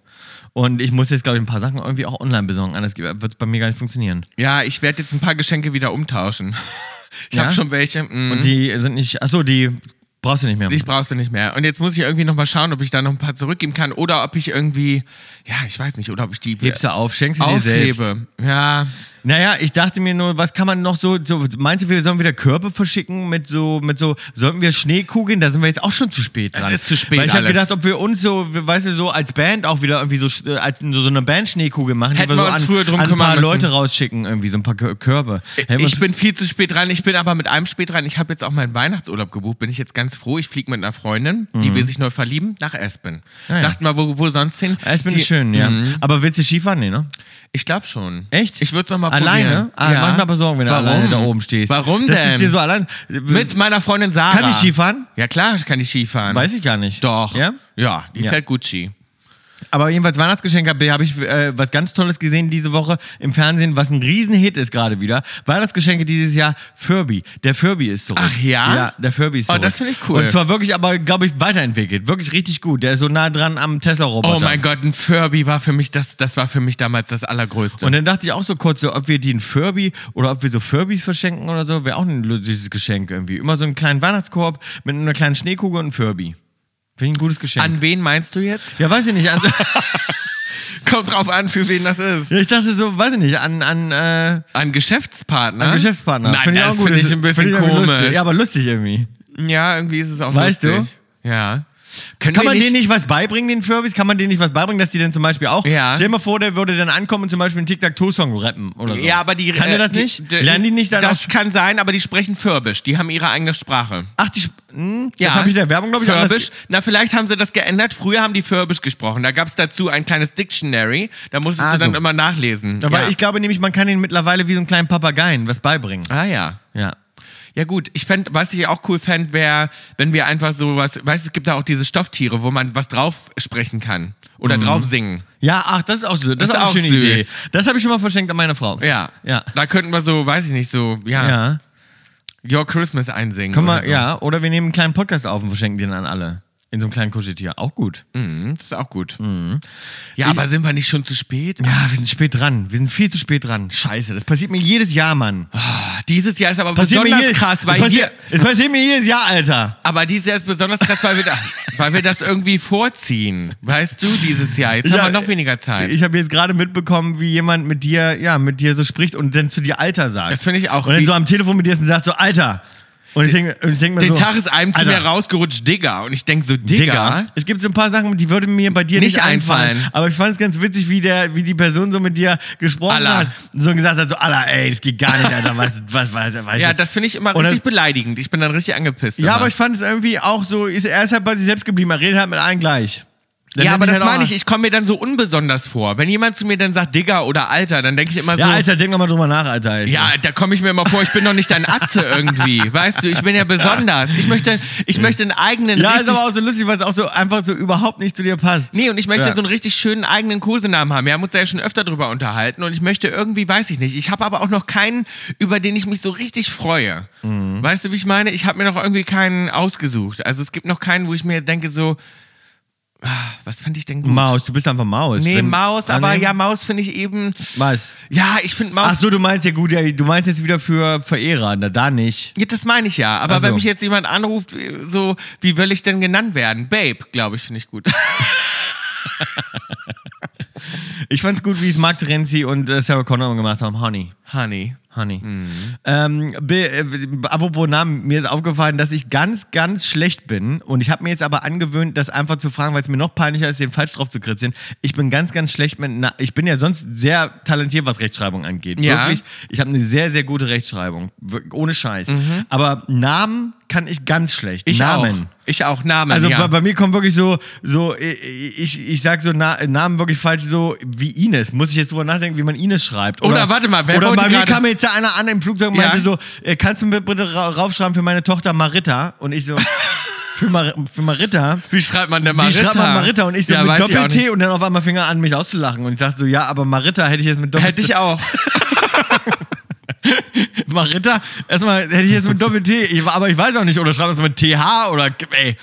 A: Und ich muss jetzt, glaube ich, ein paar Sachen irgendwie auch online besorgen. Anders wird es bei mir gar nicht funktionieren.
B: Ja, ich werde jetzt ein paar Geschenke wieder umtauschen. (laughs) Ich
A: Ja?
B: habe schon welche. mm.
A: Und die sind nicht. Achso, die brauchst du nicht mehr.
B: Ich brauch's nicht mehr. Und jetzt muss ich irgendwie nochmal schauen, ob ich da noch ein paar zurückgeben kann oder ob ich irgendwie, ja, ich weiß nicht, oder ob ich die
A: Hebst du auf, schenkst du dir selbst.
B: aufhebe. Ja,
A: Naja, ich dachte mir nur, was kann man noch so, so. Meinst du, wir sollen wieder Körbe verschicken mit so, mit so, sollten wir Schneekugeln? Da sind wir jetzt auch schon zu spät dran.
B: ist zu spät
A: Weil ich habe
B: alles.
A: gedacht, ob wir uns so, we- weißt du, so als Band auch wieder irgendwie so, sch- äh, als so eine Band-Schneekugel machen,
B: Hätten
A: die wir so
B: wir uns
A: an,
B: früher drum
A: an ein
B: kümmern
A: paar
B: müssen. Äh,
A: Leute rausschicken, irgendwie, so ein paar Kö- Körbe. Hätten wir uns-
B: ich bin viel zu spät dran. Ich bin aber mit einem spät dran. Ich habe jetzt auch meinen Weihnachtsurlaub gebucht. Bin ich jetzt ganz froh. Ich fliege mit einer Freundin, die will sich neu verlieben, nach Aspen.
A: Mhm. Ah, ja.
B: Dachten wir, wo, wo sonst hin?
A: Ja, es bin
B: Die-
A: ich schön, ja. Aber willst du Skifahren? Nee, ne?
B: Ich glaube schon.
A: Echt?
B: Ich würde es nochmal probieren.
A: Alleine? Ah,
B: Ja.
A: Mach mir aber Sorgen, wenn
B: Warum?
A: du alleine da oben stehst.
B: Warum
A: das
B: denn?
A: Das ist dir so allein.
B: mit meiner Freundin Sarah.
A: Kann ich Skifahren?
B: Ja klar, kann ich Skifahren.
A: Weiß ich gar nicht.
B: Doch.
A: Ja?
B: Ja, die
A: Ja.
B: fährt gut Ski.
A: Aber jedenfalls Weihnachtsgeschenke habe ich äh, was ganz Tolles gesehen diese Woche im Fernsehen, was ein Riesenhit ist gerade wieder. Weihnachtsgeschenke dieses Jahr, Furby. Der Furby ist zurück.
B: Ach ja?
A: Ja, der Furby ist
B: Oh,
A: zurück.
B: das finde ich cool.
A: Und zwar wirklich, aber glaube ich, weiterentwickelt. Wirklich richtig gut. Der ist so nah dran am Tesla-Roboter.
B: Oh mein Gott, ein Furby war für mich das, das war für mich damals das Allergrößte.
A: Und dann dachte ich auch so kurz, so, ob wir die einen Furby oder ob wir so Furbys verschenken oder so, wäre auch ein süßes Geschenk irgendwie. Immer so einen kleinen Weihnachtskorb mit einer kleinen Schneekugel und einem Furby. Finde ich ein gutes Geschenk.
B: an wen meinst
A: (laughs)
B: du jetzt?
A: ja, weiß ich
B: (laughs)
A: nicht. An,
B: Kommt drauf an, für wen das ist.
A: ich dachte so, weiß ich nicht, an, an äh,
B: An Geschäftspartner?
A: Ein Geschäftspartner.
B: Nein,
A: Find
B: das
A: gut.
B: finde ich ein
A: Das find
B: bisschen
A: ich irgendwie
B: komisch.
A: Lustig. Ja, aber lustig irgendwie.
B: Ja, irgendwie ist es auch
A: Weißt du?
B: lustig. Ja. Können
A: Kann
B: wir
A: man denen nicht was beibringen, den Furbys? Kann man denen nicht was beibringen, dass die dann zum Beispiel auch...
B: Ja.
A: Stell dir mal vor, der würde dann ankommen und zum Beispiel einen Tic-Tac-Toe-Song rappen oder so.
B: Ja, aber die äh,
A: Kann der das
B: die-
A: nicht? Lernen die nicht dann
B: Das
A: auch...
B: kann sein, aber die sprechen Fürbisch. Die haben ihre eigene Sprache.
A: Ach, die... Sp- Hm, Das habe ich in der Werbung, glaube ich, anders
B: Fürbisch. Na, vielleicht haben sie das geändert. Früher haben die Fürbisch gesprochen. Da gab es dazu ein kleines Dictionary. Da musstest
A: Ah,
B: du dann
A: so.
B: immer nachlesen.
A: Aber
B: ja.
A: ich glaube nämlich, man kann ihnen mittlerweile wie so einen kleinen Papageien was beibringen.
B: ah ja.
A: Ja.
B: Ja gut, ich fänd, was ich auch cool fänd, wäre, wenn wir einfach so was, weißt du, es gibt da auch diese Stofftiere, wo man was drauf sprechen kann oder
A: Mhm.
B: drauf singen.
A: Ja, ach, das ist auch so. Das,
B: Das
A: ist auch eine
B: ist
A: schöne
B: auch süß.
A: Idee. Das habe ich schon mal verschenkt an meine Frau.
B: Ja.
A: Ja.
B: Da könnten wir so, weiß ich nicht, so, ja,
A: Ja.
B: Your Christmas einsingen.
A: Können
B: oder
A: wir,
B: so.
A: ja, oder wir nehmen einen kleinen Podcast auf und verschenken den an alle. In so einem kleinen Kuscheltier. Auch gut.
B: Mhm, das ist auch gut. Ja, aber sind wir nicht schon zu spät?
A: Mhm. Ja, wir sind spät dran. Wir sind viel zu spät dran. Scheiße, das passiert mir jedes Jahr, Mann.
B: Ah, Dieses Jahr ist aber
A: Passiert mir
B: besonders
A: jedes-
B: krass, weil
A: es passiert,
B: hier,
A: es passiert mir jedes Jahr, Alter.
B: aber dieses Jahr ist besonders krass, weil
A: (laughs)
B: wir, da, weil wir das irgendwie vorziehen. Weißt du, dieses Jahr. Jetzt
A: Ja,
B: haben wir noch weniger Zeit.
A: Ich habe jetzt gerade mitbekommen, wie jemand mit dir, ja, mit dir so spricht und dann zu dir Alter sagt.
B: Das finde ich auch
A: Und dann
B: wie-
A: so am Telefon mit dir ist und sagt so, Alter. Und ich denke denk mir
B: Den
A: so.
B: Tag ist einem zu
A: Also, Alter,
B: mir rausgerutscht, Digga. Und ich denke so, Digga,
A: Digga. Es gibt so ein paar Sachen, die würden mir bei dir nicht,
B: Nicht einfallen.
A: Aber ich fand es ganz witzig, wie, der, wie die Person so mit dir gesprochen
B: Alla.
A: hat. Und so gesagt hat, so, Alla, ey, das geht gar nicht, Alter. Was, was, was, was,
B: Ja, das finde ich immer
A: Und
B: richtig
A: dann-
B: beleidigend. Ich bin dann richtig angepisst.
A: ja
B: immer.
A: aber ich fand es irgendwie auch so, ist, er ist halt bei sich selbst geblieben. Er redet halt mit allen gleich. Dann
B: ja,
A: denk
B: aber das
A: halt auch,
B: meine ich, ich komme mir dann so unbesonders vor. Wenn jemand zu mir dann sagt, Digga oder Alter, dann denke ich immer so,
A: Ja, Alter, denk nochmal drüber nach, Alter. Alter.
B: ja, da komme ich mir immer vor, ich bin doch nicht dein
A: (laughs)
B: Atze irgendwie. Weißt du, ich bin ja besonders. Ich möchte, ich möchte einen eigenen
A: Ja, ist
B: richtig
A: aber auch so lustig, weil es auch so einfach so überhaupt nicht zu dir passt.
B: Nee, und ich möchte
A: Ja.
B: so einen richtig schönen eigenen Kosenamen haben. Wir haben uns da ja schon öfter drüber unterhalten und ich möchte irgendwie, weiß ich nicht. Ich habe aber auch noch keinen, über den ich mich so richtig freue.
A: Mhm.
B: Weißt du, wie ich meine? Ich habe mir noch irgendwie keinen ausgesucht. Also es gibt noch keinen, wo ich mir denke so, ah, was fand ich denn gut?
A: Maus, du bist einfach Maus.
B: Nee,
A: Wenn- Ah,
B: Maus, aber
A: annehmen-
B: ja, Maus finde ich eben.
A: Was?
B: Ja, ich finde Maus.
A: Ach so, du meinst ja gut, ja, du meinst jetzt wieder für Verehrer, na da nicht.
B: Ja, das meine ich ja. Aber
A: Ach so.
B: wenn mich jetzt jemand anruft, äh, so, wie will ich denn genannt werden? Babe, glaube ich, finde ich gut. (laughs)
A: Ich fand's gut, wie es Mark Terenzi und äh, Sarah Connor gemacht haben. Honey.
B: Honey.
A: Honey.
B: Mhm.
A: Ähm, be, äh, be- apropos Namen, mir ist aufgefallen, dass ich ganz, ganz schlecht bin und ich habe mir jetzt aber angewöhnt, das einfach zu fragen, weil es mir noch peinlicher ist, den falsch drauf zu kritzeln. Ich bin ganz, ganz schlecht mit, Na ich bin ja sonst sehr talentiert, was Rechtschreibung angeht.
B: Ja.
A: Wirklich, ich habe eine sehr, sehr gute Rechtschreibung, Wir- ohne Scheiß. Aber Namen kann ich ganz schlecht.
B: Mhm. Ich
A: Namen.
B: auch. Ich auch, Namen.
A: Also
B: ja.
A: bei, bei mir kommt wirklich so, so äh, ich, ich, ich sag so Na Namen wirklich falsch, so wie Ines. Muss ich jetzt drüber nachdenken, wie man Ines schreibt?
B: Oder warte mal, wer
A: Oder
B: wollte
A: bei mir
B: gerade-
A: kam jetzt ja einer an im Flugzeug und
B: Ja.
A: meinte so, äh, kannst du mir bitte ra raufschreiben für meine Tochter Marita? Und
B: (laughs)
A: ich so, für, Mar für Marita?
B: wie schreibt man denn
A: Wie
B: Maritta?
A: schreibt man Marita? Und ich so
B: Ja,
A: mit
B: weiß ich auch
A: Doppel-T und dann auf einmal fing er an, mich auszulachen. Und ich dachte so, ja, aber Marita hätte ich jetzt mit
B: nicht. Hätte
A: Doppel-T.
B: ich auch.
A: (laughs) Marita, erstmal hätte ich jetzt mit Doppel-T, ich- aber ich weiß auch nicht, oder schreibt das mit TH oder, ey,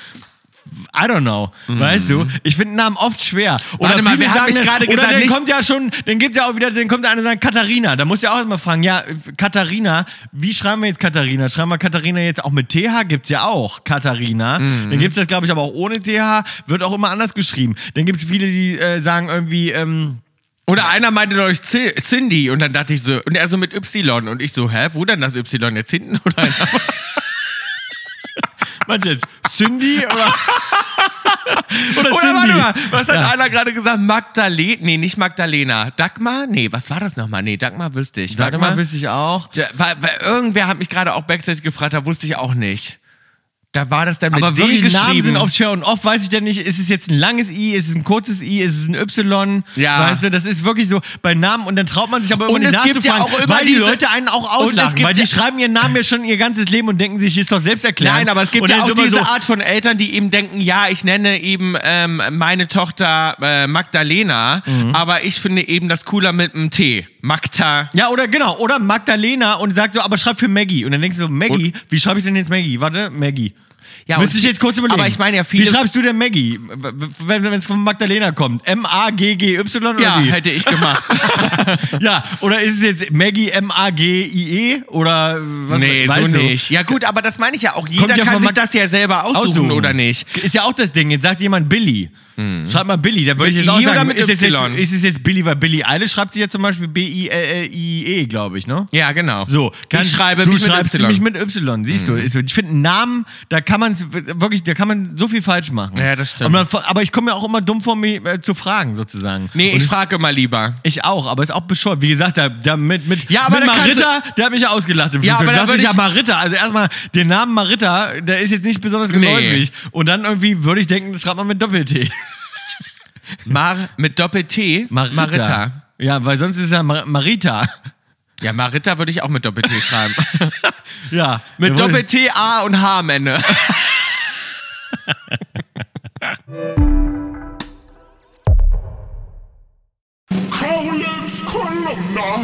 A: I don't know, weißt du? Ich finde Namen oft schwer. Oder
B: Mhm. Warte mal, wir haben mich
A: dann-
B: gerade
A: oder
B: gesagt,
A: dann
B: nicht-
A: kommt ja schon, dann gibt's ja auch wieder, dann kommt einer und sagt Katharina, da muss ja auch immer fragen, ja, Katharina, wie schreiben wir jetzt Katharina? Schreiben wir Katharina jetzt auch mit TH? Gibt's ja auch Katharina.
B: Mhm.
A: Dann gibt's das, glaube ich, aber auch ohne TH, wird auch immer anders geschrieben. Dann gibt's viele, die äh, sagen irgendwie, ähm,
B: Oder einer meinte neulich C- Cindy und dann dachte ich so, und er so mit Y und ich so, hä, wo denn das Y? Jetzt hinten oder?
A: was jetzt, Cindy oder... (laughs) Oder,
B: Oder
A: Cindy.
B: warte mal, was hat einer gerade gesagt? Magdalena, nee, nicht Magdalena. Dagmar? Nee, was war das nochmal? Nee, Dagmar wüsste ich.
A: Warte mal,
B: warte mal.
A: wüsste ich auch.
B: Da, weil, weil irgendwer hat mich gerade auch Backstage gefragt, da wusste ich auch nicht. Da war das dann mit
A: Aber
B: D
A: wirklich,
B: geschrieben.
A: Namen sind oft schwer und oft weiß ich dann nicht, ist es jetzt ein langes I, ist es ein kurzes I, ist es ein Y?
B: Ja.
A: Weißt du, das ist wirklich so bei Namen und dann traut man sich aber immer
B: Und
A: nicht
B: es gibt ja
A: nachzufragen,
B: auch immer
A: weil die
B: diese-
A: Leute einen auch
B: Und es
A: auslachen,
B: gibt
A: weil die
B: ja-
A: schreiben ihren Namen ja schon ihr ganzes Leben und denken sich, ist doch selbst erklärt.
B: Nein, aber es gibt
A: und
B: ja
A: dann
B: auch
A: ist immer
B: diese
A: so,
B: Art von Eltern, die eben denken, ja, ich nenne eben ähm, meine Tochter äh, Magdalena,
A: Mhm.
B: aber ich finde eben das cooler mit einem T. Magda.
A: Ja, oder genau, oder Magdalena und sagt so, aber schreib für Maggie. Und dann denkst du so, Maggie, wie schreibe ich denn jetzt Maggie? Warte, Maggie.
B: Ja,
A: Müsste
B: und-
A: ich jetzt kurz überlegen.
B: Aber ich meine ja
A: Wie
B: viele.
A: schreibst du denn Maggie, wenn es von Magdalena kommt? M-A-G-G-Y oder
B: Ja, halt.
A: wie?
B: hätte ich gemacht.
A: Ja, oder ist es jetzt Maggie M-A-G-I-E E oder (laughs) was
B: nee,
A: weißt
B: so
A: du?
B: nicht. Ja gut, aber das meine ich ja auch. Jeder
A: ja
B: kann
A: von Mag-
B: sich das ja selber aussuchen, oder nicht. Hm.
A: Ist ja auch das Ding. Jetzt sagt jemand Billy. Schreibt mal Billy. Da würde ich
B: Mit
A: jetzt auch
B: I oder
A: sagen,
B: mit
A: ist, es jetzt,
B: Y?
A: ist es jetzt Billy, weil Billy Eile schreibt sich ja zum Beispiel B-I-L-L-I-E, glaube ich, ne?
B: Ja, genau.
A: So, kann,
B: ich schreibe
A: du
B: mich
A: schreibst
B: mit Y. Mhm.
A: mich mit Y, siehst du. Ist so. Ich finde einen Namen, da kann man wirklich, da kann man so viel falsch machen.
B: Ja, das stimmt.
A: Und man, aber ich komme mir auch immer dumm vor, mir äh, zu fragen, sozusagen.
B: nee,
A: Und
B: ich frage immer lieber.
A: Ich auch, aber ist auch bescheuert. Wie gesagt, da, da mit, mit,
B: Ja, aber
A: mit
B: da kannst
A: Maritta, der hat mich ja ausgelacht im
B: Ja,
A: Flugzeug.
B: aber da
A: dachte
B: würd
A: ich, ja,
B: ich-
A: Maritta. Also erstmal, den Namen Maritta, der ist jetzt nicht besonders
B: Nee.
A: geläufig. Und dann irgendwie würde ich denken, das schreibt man mit Doppel-T.
B: Mar mit Doppel-T. Maritta.
A: Ja, weil sonst ist ja Mar Marita.
B: Ja, Maritta würde ich auch mit Doppel-T schreiben.
A: (laughs) Ja.
B: mit
A: Wir wollen-
B: Doppel-T, A und H am Ende.
C: Kaulitz Kolumna.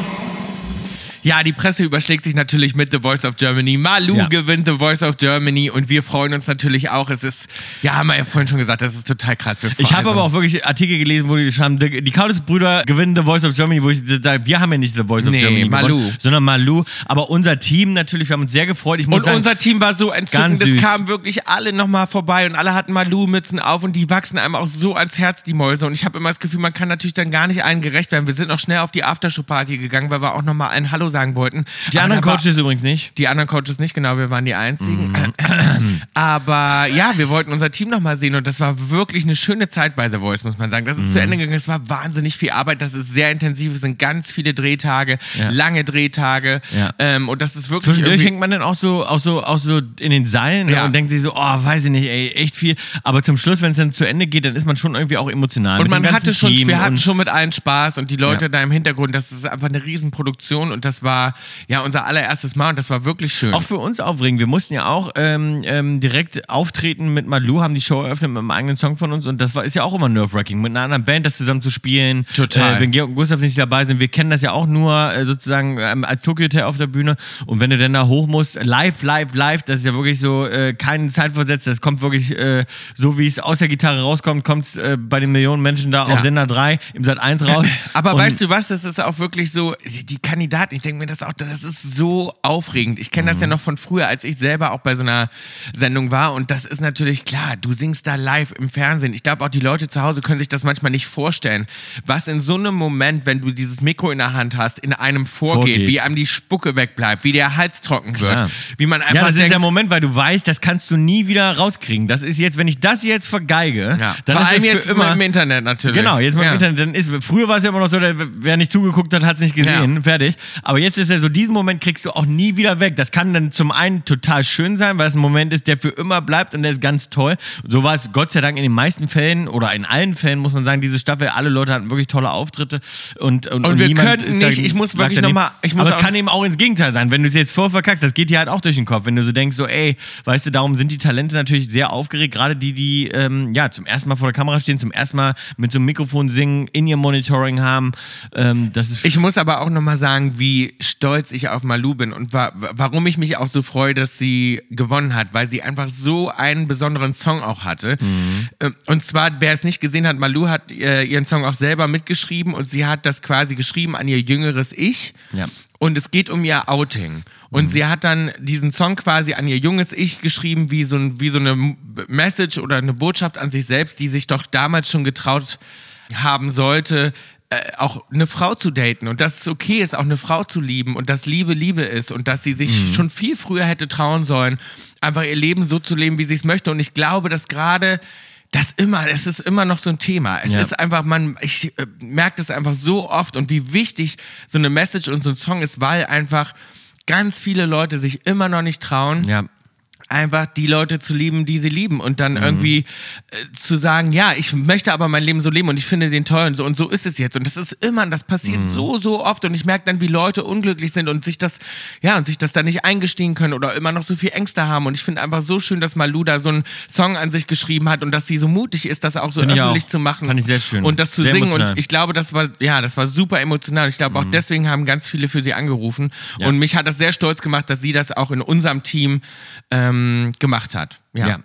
B: Ja, die Presse überschlägt sich natürlich mit The Voice of Germany. Malu
A: Ja.
B: gewinnt The Voice of Germany und wir freuen uns natürlich auch. Es ist, ja, haben wir ja vorhin schon gesagt, das ist total krass. Wir
A: Ich habe
B: also-
A: aber auch wirklich Artikel gelesen, wo die geschrieben haben, die die Kaulitz-Brüder gewinnen The Voice of Germany, wo ich sage, wir haben ja nicht The Voice of
B: Nee,
A: Germany
B: Malu.
A: gewonnen, sondern Malu. Aber unser Team natürlich, wir haben uns sehr gefreut. Ich muss
B: Und
A: sagen,
B: unser Team war so
A: Ganz
B: entzückend. Es
A: süß.
B: kamen wirklich alle nochmal vorbei und alle hatten Malu-Mützen auf und die wachsen einem auch so ans Herz, die Mäuse. Und ich habe immer das Gefühl, man kann natürlich dann gar nicht allen gerecht werden. Wir sind noch schnell auf die Aftershow-Party gegangen, weil wir auch nochmal ein Hallo sagen wollten.
A: die
B: Aber
A: anderen
B: da war-
A: Coaches übrigens nicht.
B: Die anderen Coaches nicht, genau, wir waren die einzigen.
A: Mhm.
B: (clears throat) Aber ja, wir wollten unser Team nochmal sehen und das war wirklich eine schöne Zeit bei The Voice, muss man sagen. Das ist
A: Mhm.
B: zu Ende gegangen, es war wahnsinnig viel Arbeit, das ist sehr intensiv, es sind ganz viele Drehtage,
A: Ja.
B: lange Drehtage
A: Ja.
B: ähm, und das ist wirklich
A: Zwischendurch
B: irgendwie-
A: hängt man dann auch so, auch so, auch so in den Seilen ne,
B: Ja.
A: und denkt sich so, oh, weiß ich nicht, ey, echt viel. Aber zum Schluss, wenn es dann zu Ende geht, dann ist man schon irgendwie auch emotional.
B: Und
A: mit dem
B: man
A: ganzen
B: hatte schon,
A: Team
B: wir hatten
A: und-
B: schon mit allen Spaß und die Leute
A: Ja.
B: da im Hintergrund, das ist einfach eine Riesenproduktion und das war ja unser allererstes Mal und das war wirklich schön.
A: Auch für uns aufregend. Wir mussten ja auch ähm, ähm, direkt auftreten mit Malou, haben die Show eröffnet mit einem eigenen Song von uns und das war, ist ja auch immer nerve-wracking, mit einer anderen Band das zusammen zu spielen.
B: Total.
A: Äh, wenn Georg und Gustav nicht dabei sind, wir kennen das ja auch nur äh, sozusagen ähm, als Tokyo Hotel auf der Bühne und wenn du dann da hoch musst, live, live, live, das ist ja wirklich so äh, kein Zeitversetzt, das kommt wirklich äh, so, wie es aus der Gitarre rauskommt, kommt es äh, bei den Millionen Menschen da
B: Ja.
A: auf Sender 3 im Sat 1 raus.
B: (laughs) Aber
A: Und-
B: weißt du was, das ist auch wirklich so, die, die Kandidaten, ich denke mir das auch, das ist so aufregend. Ich kenne das
A: Mhm.
B: ja noch von früher, als ich selber auch bei so einer Sendung war und das ist natürlich klar, du singst da live im Fernsehen. Ich glaube auch die Leute zu Hause können sich das manchmal nicht vorstellen, was in so einem Moment, wenn du dieses Mikro in der Hand hast, in einem vorgeht,
A: Vorgeht.
B: wie einem die Spucke wegbleibt, wie der Hals trocken
A: Klar.
B: wird, wie man einfach
A: Ja, das
B: denkt,
A: ist der Moment, weil du weißt, das kannst du nie wieder rauskriegen. Das ist jetzt, wenn ich das jetzt vergeige,
B: Ja.
A: dann
B: Vor
A: ist
B: allem
A: das
B: jetzt
A: für immer.
B: im Internet natürlich.
A: Genau, jetzt mal
B: ja.
A: im Internet. Dann ist, früher war es ja immer noch so, der, wer nicht zugeguckt hat, hat es nicht gesehen, fertig. Aber jetzt ist ja so, diesen Moment kriegst du auch nie wieder weg. Das kann dann zum einen total schön sein, weil es ein Moment ist, der für immer bleibt und der ist ganz toll. So war es Gott sei Dank in den meisten Fällen oder in allen Fällen, muss man sagen, diese Staffel, alle Leute hatten wirklich tolle Auftritte und, und,
B: wir
A: niemand
B: könnten
A: ist da-
B: nicht- ich muss
A: lag
B: wirklich
A: daneben.
B: noch mal- ich muss
A: Aber es
B: auch-
A: kann eben auch ins Gegenteil sein, wenn du es jetzt voll verkackst, das geht dir halt auch durch den Kopf, wenn du so denkst, so ey, weißt du, darum sind die Talente natürlich sehr aufgeregt, gerade die, die ähm, ja zum ersten Mal vor der Kamera stehen, zum ersten Mal mit so einem Mikrofon singen, in ihr Monitoring haben, ähm, das ist
B: Ich muss aber auch nochmal sagen, wie stolz ich auf Malu bin und wa warum ich mich auch so freue, dass sie gewonnen hat, weil sie einfach so einen besonderen Song auch hatte. Ähm, Und zwar, wer es nicht gesehen hat, Malu hat äh, ihren Song auch selber mitgeschrieben und sie hat das quasi geschrieben an ihr jüngeres Ich.
A: Ja.
B: Und es geht um ihr Outing. Und sie hat dann diesen Song quasi an ihr junges Ich geschrieben, wie so, ein, wie so eine M- Message oder eine Botschaft an sich selbst, die sich doch damals schon getraut haben sollte, äh, auch eine Frau zu daten und dass es okay ist, auch eine Frau zu lieben und dass Liebe Liebe ist und dass sie sich schon viel früher hätte trauen sollen, einfach ihr Leben so zu leben, wie sie es möchte. Und ich glaube, dass gerade das immer, es ist immer noch so ein Thema. Es
A: Ja.
B: ist einfach, man, ich äh, merke das einfach so oft und wie wichtig so eine Message und so ein Song ist, weil einfach ganz viele Leute sich immer noch nicht trauen
A: ja
B: einfach die Leute zu lieben, die sie lieben und dann
A: Mhm.
B: irgendwie äh, zu sagen, ja, ich möchte aber mein Leben so leben und ich finde den toll und so, und so ist es jetzt und das ist immer, das passiert
A: Mhm.
B: so so oft und ich merke dann, wie Leute unglücklich sind und sich das ja und sich das dann nicht eingestehen können oder immer noch so viel Ängste haben und ich finde einfach so schön, dass Malou da so einen Song an sich geschrieben hat und dass sie so mutig ist, das auch so
A: Finde ich
B: öffentlich
A: auch.
B: zu machen
A: Fand ich sehr schön.
B: und das zu
A: Sehr
B: singen und
A: emotional.
B: ich glaube, das war ja, das war super emotional. Ich glaube auch deswegen haben ganz viele für sie angerufen und mich hat das sehr stolz gemacht, dass sie das auch in unserem Team ähm, gemacht hat. Ja.
A: ja.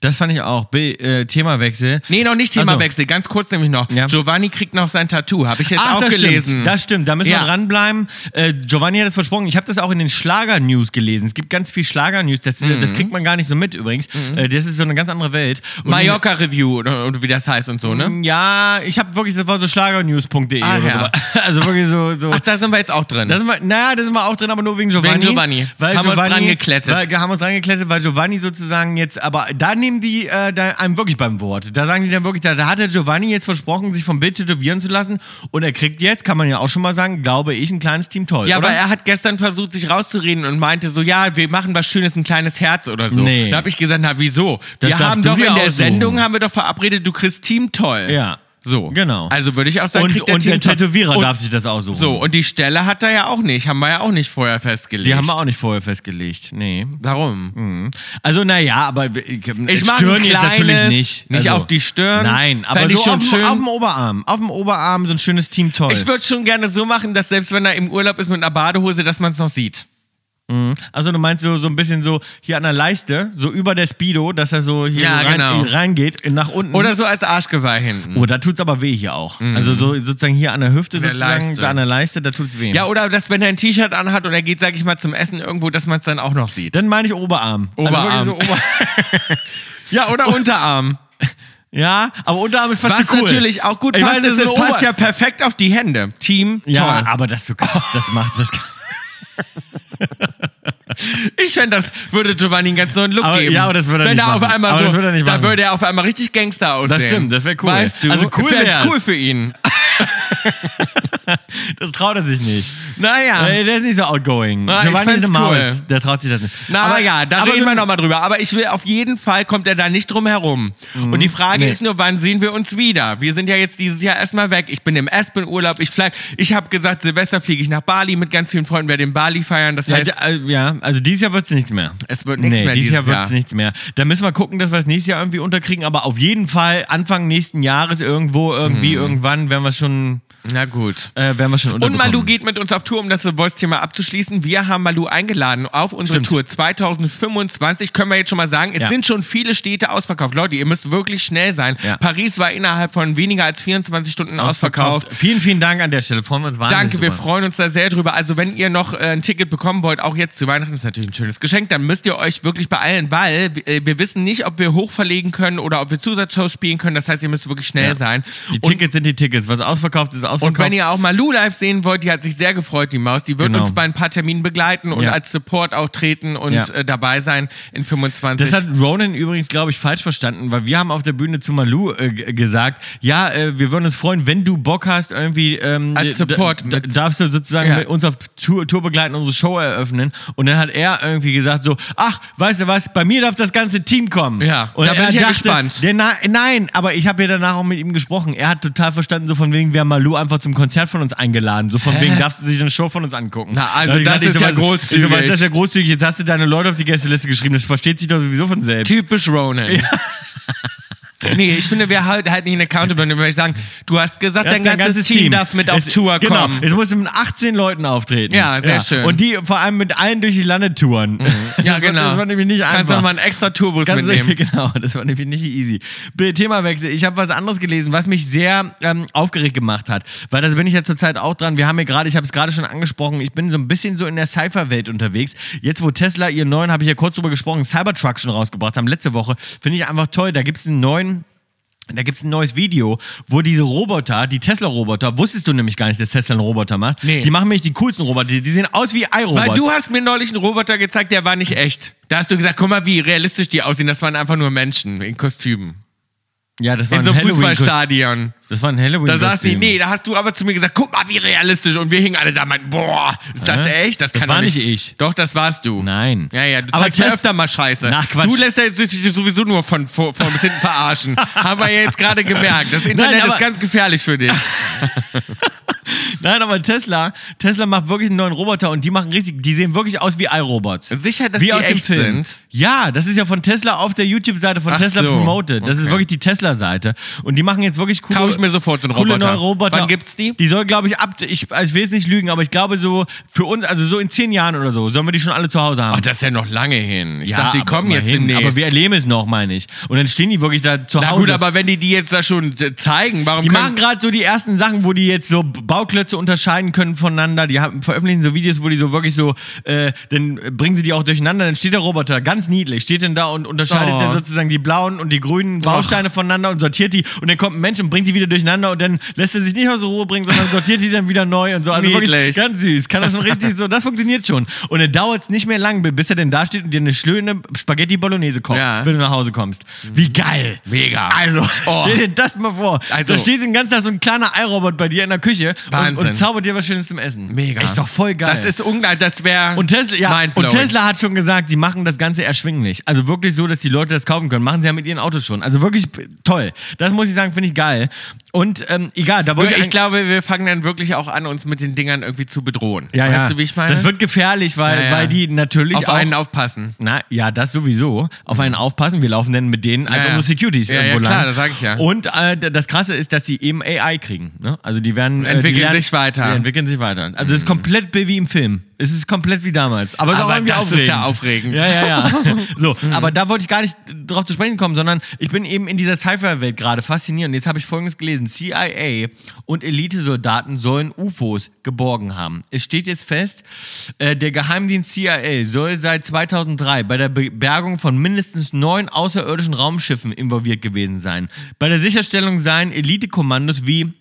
A: Das fand ich auch. Bill, äh, Themawechsel.
B: Nee, noch nicht
A: Ach so.
B: Themawechsel, ganz kurz nämlich noch.
A: Ja.
B: Giovanni kriegt noch sein Tattoo, habe ich jetzt auch
A: das
B: gelesen.
A: Stimmt. Das stimmt, da müssen
B: Ja.
A: wir dranbleiben. Äh, Giovanni hat es versprochen. Ich habe das auch in den Schlager-News gelesen. Es gibt ganz viel Schlager-News. Das,
B: Mhm.
A: das kriegt man gar nicht so mit übrigens. Äh, das ist so eine ganz andere Welt. Und-
B: Mallorca Review oder, oder wie das heißt und so, ne?
A: Ja, ich habe wirklich, das war so schlagernews.de.
B: Ah,
A: oder
B: ja.
A: so. (laughs) Also wirklich so. so.
B: Ach, da sind wir jetzt auch drin.
A: Da sind wir, naja, da sind wir auch drin, aber nur wegen Giovanni.
B: Wegen Giovanni.
A: Weil
B: Haben wir uns
A: Giovanni
B: dran geklettet.
A: Weil, haben uns dran geklettet, weil Giovanni sozusagen jetzt, aber da nehmen die äh, da einem wirklich beim Wort. Da sagen die dann wirklich, da, da hat der Giovanni jetzt versprochen, sich vom Bild tätowieren zu lassen und er kriegt jetzt, kann man ja auch schon mal sagen, glaube ich, ein kleines Team toll.
B: ja,
A: oder?
B: aber er hat gestern versucht, sich rauszureden und meinte so, ja, wir machen was Schönes, ein kleines Herz oder so.
A: Nee.
B: Da habe ich gesagt, na wieso?
A: Das
B: wir
A: darfst
B: haben
A: du
B: doch
A: dir
B: in der
A: aussuchen.
B: Sendung haben wir doch verabredet, du kriegst Team toll.
A: Ja.
B: So.
A: Genau.
B: Also würde ich auch sagen,
A: und
B: kriegt
A: der, und der
B: Teamchef-
A: Tätowierer
B: und,
A: darf sich das aussuchen.
B: So, und die Stelle hat er ja auch nicht. Haben wir ja auch nicht vorher festgelegt.
A: die haben wir auch nicht vorher festgelegt. Nee.
B: Darum.
A: Also, naja, aber ich,
B: Ich mach ein
A: Stirn jetzt
B: kleines,
A: natürlich nicht.
B: nicht
A: also,
B: auf die Stirn.
A: Nein, aber
B: Fänd
A: so
B: ich schon
A: auf,
B: schön.
A: Dem, auf dem Oberarm. Auf dem Oberarm so ein schönes Team toll.
B: Ich würde schon gerne so machen, dass selbst wenn er im Urlaub ist mit einer Badehose, dass man es noch sieht.
A: Also du meinst so, so ein bisschen so hier an der Leiste, so über der Speedo, dass er so hier
B: Ja,
A: so rein,
B: genau.
A: reingeht, nach unten.
B: Oder so als Arschgeweih hinten.
A: oh, da tut's aber weh hier auch. Also so sozusagen hier an der Hüfte,
B: der
A: sozusagen
B: Leiste.
A: da an der Leiste, da tut's weh.
B: Ja, oder dass, wenn er ein T-Shirt anhat und er geht, sag ich mal, zum Essen irgendwo, dass man es dann auch noch sieht.
A: Dann meine ich Oberarm. Also
B: Oberarm.
A: wirklich so Ober
B: Ja, oder
A: (laughs)
B: Unterarm.
A: ja, aber Unterarm ist fast
B: Was
A: zu cool.
B: natürlich auch gut
A: Ich
B: passt,
A: weiß, es ist
B: ist, es
A: ein
B: passt
A: Ober-
B: ja perfekt auf die Hände. Team,
A: ja,
B: toll.
A: aber das ist so krass, das macht das. (laughs)
B: Ich fände, das würde Giovanni einen ganz neuen Look
A: Aber-
B: geben.
A: ja, aber das würde er
B: Wenn
A: nicht
B: auf
A: machen.
B: einmal
A: Aber
B: so,
A: das würde er nicht
B: Da
A: machen.
B: würde er auf einmal richtig Gangster aussehen.
A: stimmt, das wär cool.
B: Weißt du?
A: Also cool
B: Wär's
A: wär's.
B: cool
A: (laughs)
B: für ihn.
A: Das traut er sich nicht.
B: Naja.
A: Äh, Der ist nicht so outgoing.
B: Ah, ich
A: Giovanni ist eine
B: find's
A: Maus,
B: cool.
A: der traut sich das nicht.
B: Na aber, ja, da reden
A: so-
B: wir nochmal drüber. Aber ich will, auf jeden Fall kommt er da nicht drum herum. Und die Frage
A: Mhm. Nee.
B: ist nur, wann sehen wir uns wieder? Wir sind ja jetzt dieses Jahr erstmal weg. Ich bin im Aspen-Urlaub. Ich, flieg- ich habe gesagt, Silvester fliege ich nach Bali mit ganz vielen Freunden, werde in Bali feiern. Das
A: Ja,
B: heißt,
A: d- äh, ja, also dieses Jahr wird es nichts mehr.
B: Es wird nichts mehr
A: Dieses
B: dieses
A: Jahr wird es
B: Jahr.
A: nichts mehr. Da müssen wir gucken, dass wir es nächstes Jahr irgendwie unterkriegen, aber auf jeden Fall Anfang nächsten Jahres irgendwo, irgendwie, irgendwann werden wir schon,
B: na gut.
A: äh, werden wir schon
B: Hm. Und
A: unterbekommen.
B: Malu geht mit uns auf Tour, um das Voice-Thema abzuschließen. Wir haben Malu eingeladen auf unsere
A: Stimmt.
B: Tour 2025. Können wir jetzt schon mal sagen, es
A: Ja.
B: sind schon viele Städte ausverkauft. Leute, ihr müsst wirklich schnell sein.
A: Ja.
B: Paris war innerhalb von weniger als 24 Stunden ausverkauft.
A: Vielen, vielen Dank an der Stelle. Freuen wir uns wahnsinnig.
B: Danke, wir
A: drüber.
B: freuen uns da sehr drüber. Also, wenn ihr noch äh, ein Ticket bekommen wollt, auch jetzt zu Weihnachten, ist natürlich ein schönes Geschenk, dann müsst ihr euch wirklich beeilen, weil äh, wir wissen nicht, ob wir hochverlegen können oder ob wir Zusatzshows spielen können. Das heißt, ihr müsst wirklich schnell
A: Ja.
B: sein.
A: Die
B: Und
A: Tickets sind die Tickets. Was ausverkauft ist, ausverkauft.
B: und wenn ihr auch mal Lou live sehen wollt, die hat sich sehr gefreut, die Maus. Die wird
A: Genau.
B: uns bei ein paar Terminen begleiten und
A: Ja.
B: als Support auch treten und
A: Ja.
B: äh, dabei sein in 25.
A: Das hat Ronan übrigens, glaube ich, falsch verstanden, weil wir haben auf der Bühne zu Malu äh, g- gesagt, ja, äh, wir würden uns freuen, wenn du Bock hast, irgendwie ähm,
B: Als
A: d-
B: Support
A: d-
B: mit-
A: darfst du sozusagen
B: Ja.
A: mit uns auf Tour, Tour begleiten, unsere Show eröffnen. Und dann hat er irgendwie gesagt so, ach, weißt du was, bei mir darf das ganze Team kommen.
B: Ja,
A: Und
B: da bin
A: aber
B: ich
A: er
B: ja
A: dachte,
B: gespannt.
A: Der, na, nein, aber ich habe ja danach auch mit ihm gesprochen. Er hat total verstanden, so von wegen, wir haben Malu einfach zum Konzert von uns eingeladen. So von wegen, darfst du sich eine Show von uns angucken.
B: Na,
A: Da
B: also
A: hab ich
B: das
A: gesagt, ich
B: ist
A: so,
B: ja
A: was- Ich so, was, das ist ja großzügig. Jetzt hast du deine Leute auf die Gästeliste geschrieben. Das versteht sich doch sowieso von selbst.
B: Typisch Ronan. (laughs) Nee, ich finde, wir halten halt nicht in Accountable. Dann würde ich sagen, du hast gesagt, dein, ganzes, Team, darf mit auf
A: es,
B: Tour
A: genau,
B: kommen.
A: Es muss mit 18 Leuten auftreten.
B: Ja, sehr schön.
A: Und die vor allem mit allen durch die Lande touren. (laughs)
B: Ja,
A: das
B: genau.
A: War, das war nämlich nicht
B: Kannst du
A: einfach.
B: nochmal einen extra Tourbus
A: Kannst du- (laughs)
B: mitnehmen.
A: genau, das war nämlich nicht easy. Bill, Themawechsel. Ich habe was anderes gelesen, was mich sehr ähm, aufgeregt gemacht hat. Weil da bin ich ja zurzeit auch dran. Wir haben hier gerade, ich habe es gerade schon angesprochen, ich bin so ein bisschen so in der Cypher-Welt unterwegs. Jetzt, wo Tesla ihren neuen, habe ich ja kurz drüber gesprochen, Cybertruck schon rausgebracht haben, letzte Woche, finde ich einfach toll. Da gibt es einen neuen. Da gibt es ein neues Video, wo diese Roboter, die Tesla-Roboter, wusstest du nämlich gar nicht, dass Tesla einen Roboter macht.
B: Nee.
A: Die machen nämlich die coolsten Roboter. Die, die sehen aus wie iRobots.
B: Weil du halt hast mir neulich einen Roboter gezeigt, der war nicht echt. Da hast du gesagt, guck mal, wie realistisch die aussehen. Das waren einfach nur Menschen in Kostümen.
A: ja, das war
B: In
A: ein
B: so einem
A: Halloween-Kostüm.
B: Fußballstadion.
A: Das war ein halloween
B: Da saß die, nee, da hast du aber zu mir gesagt, guck mal, wie realistisch. Und wir hingen alle da und meinten, boah, ist das
A: Hä?
B: echt? Das,
A: Das
B: kann
A: war
B: doch nicht
A: nicht ich.
B: Doch, das warst du.
A: Nein.
B: Ja, ja, du
A: Aber
B: zeigst ja
A: Tes-
B: öfter mal Scheiße.
A: Na, Quatsch.
B: Du lässt ja jetzt dich sowieso nur von vor- vorn bis
A: (laughs)
B: hinten verarschen. Haben wir ja jetzt gerade gemerkt. Das Internet
A: aber-
B: ist ganz
A: (laughs)
B: gefährlich für dich.
A: Nein, aber Tesla, Tesla macht wirklich einen neuen Roboter und die machen richtig, die sehen wirklich aus wie iRobots.
B: Sicher, dass
A: wie
B: die
A: aus
B: echt
A: dem Film.
B: sind?
A: Ja, das ist ja von Tesla auf der YouTube-Seite von
B: Ach
A: Tesla
B: so,
A: promoted. Das ist
B: okay.
A: wirklich die Tesla-Seite. Und die machen jetzt wirklich coole.
B: Kaufe ich mir sofort so einen
A: coole
B: Roboter.
A: neue Roboter.
B: Wann gibt's die?
A: Die soll, glaube ich, ab. Ich, also ich will jetzt nicht lügen, aber ich glaube so für uns, also so in zehn Jahren oder so, sollen wir die schon alle zu Hause haben.
B: Ach, das ist ja noch lange hin. Ich
A: Ja,
B: dachte, die
A: aber
B: kommen jetzt
A: immerhin.
B: demnächst.
A: Aber wir erleben es noch, meine ich. Und dann stehen die wirklich da zu
B: Na
A: Hause.
B: gut, aber wenn die die jetzt da schon äh, zeigen, warum
A: Die
B: können-
A: machen gerade so die ersten Sachen, wo die jetzt so Bauklötze unterscheiden können voneinander. Die haben, veröffentlichen so Videos, wo die so wirklich so, äh, dann bringen sie die auch durcheinander. Dann steht der Roboter ganz niedlich, steht denn da und unterscheidet
B: Oh.
A: dann sozusagen die blauen und die grünen Bausteine voneinander und sortiert die. Und dann kommt ein Mensch und bringt die wieder durcheinander und dann lässt er sich nicht aus der Ruhe bringen, sondern sortiert die dann wieder neu und so. Also wirklich
B: Niedlich.
A: ganz süß. Kann das schon richtig so, das funktioniert schon. Und dann dauert es nicht mehr lang, bis er denn da steht und dir eine schöne Spaghetti Bolognese kocht,
B: Ja.
A: wenn du nach Hause kommst. Wie geil.
B: Mega.
A: Also,
B: Oh.
A: (laughs) stell dir das mal vor.
B: Also-
A: Da steht den ganzen Tag so ein kleiner iRobot bei dir in der Küche und,
B: Wahnsinn.
A: und zauber dir was Schönes zum Essen.
B: Mega.
A: Ist doch voll geil.
B: Das ist unglaublich. Das wäre.
A: und Tesla, ja, und
B: mindblowing.
A: Tesla hat schon gesagt, sie machen das Ganze erschwinglich. Also wirklich so, dass die Leute das kaufen können. Machen sie ja mit ihren Autos schon. Also wirklich p- toll. Das muss ich sagen, finde ich geil. Und ähm, egal, da
B: Nur
A: wollte
B: Ich
A: eigentlich-
B: glaube, wir fangen dann wirklich auch an, uns mit den Dingern irgendwie zu bedrohen.
A: ja,
B: weißt
A: ja.
B: du, wie ich meine?
A: Das wird gefährlich, weil,
B: Ja, ja.
A: weil die natürlich
B: auf
A: auch,
B: einen aufpassen.
A: Na ja, das sowieso. Auf einen aufpassen. Wir laufen dann mit denen als
B: Mhm. Ja, ja.
A: unsere Securities
B: Ja, ja,
A: irgendwo
B: klar,
A: lang.
B: das sag ich ja.
A: Und äh, d- das Krasse ist, dass sie eben AI kriegen. Ne? Also die werden äh,
B: Entwickeln
A: die lernen-
B: sich weiter. Mhm.
A: Die entwickeln sich weiter. Also es ist komplett wie im Film. Es ist komplett wie damals. Aber, es ist auch
B: Aber
A: irgendwie
B: das
A: aufregend.
B: ist ja aufregend. Mhm.
A: Ja, ja, ja.
B: (laughs)
A: So, aber da wollte ich gar nicht drauf zu sprechen kommen, sondern ich bin eben in dieser Cypher-Welt gerade fasziniert. Und jetzt habe ich Folgendes gelesen. CIA und Elitesoldaten sollen UFOs geborgen haben. Es steht jetzt fest, äh, der Geheimdienst CIA soll seit 2003 bei der Bergung von mindestens neun außerirdischen Raumschiffen involviert gewesen sein. Bei der Sicherstellung seien Elitekommandos wie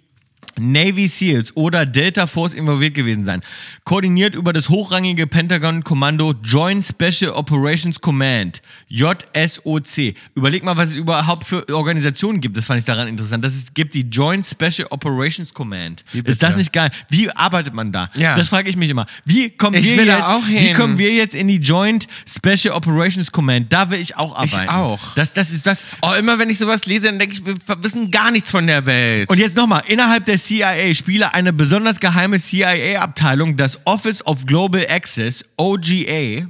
A: Navy SEALs oder Delta Force involviert gewesen sein. Koordiniert über das hochrangige Pentagon-Kommando Joint Special Operations Command, JSOC. Überleg mal, was es überhaupt für Organisationen gibt. Das fand ich daran interessant. Das es gibt die Joint Special Operations Command. Ist das
B: bitte?
A: nicht geil? Wie arbeitet man da?
B: Ja.
A: Das frage ich mich immer. Wie kommen,
B: Ich
A: wir
B: will da
A: jetzt,
B: auch
A: wie
B: hin.
A: kommen wir jetzt in die Joint Special Operations Command? Da will ich auch
B: Ich
A: arbeiten.
B: auch.
A: Das, das ist das.
B: Oh, immer wenn ich sowas lese, dann denke ich, wir wissen gar nichts von der Welt.
A: Und jetzt nochmal, innerhalb der CIA spiele eine besonders geheime CIA-Abteilung, das Office of Global Access, OGA,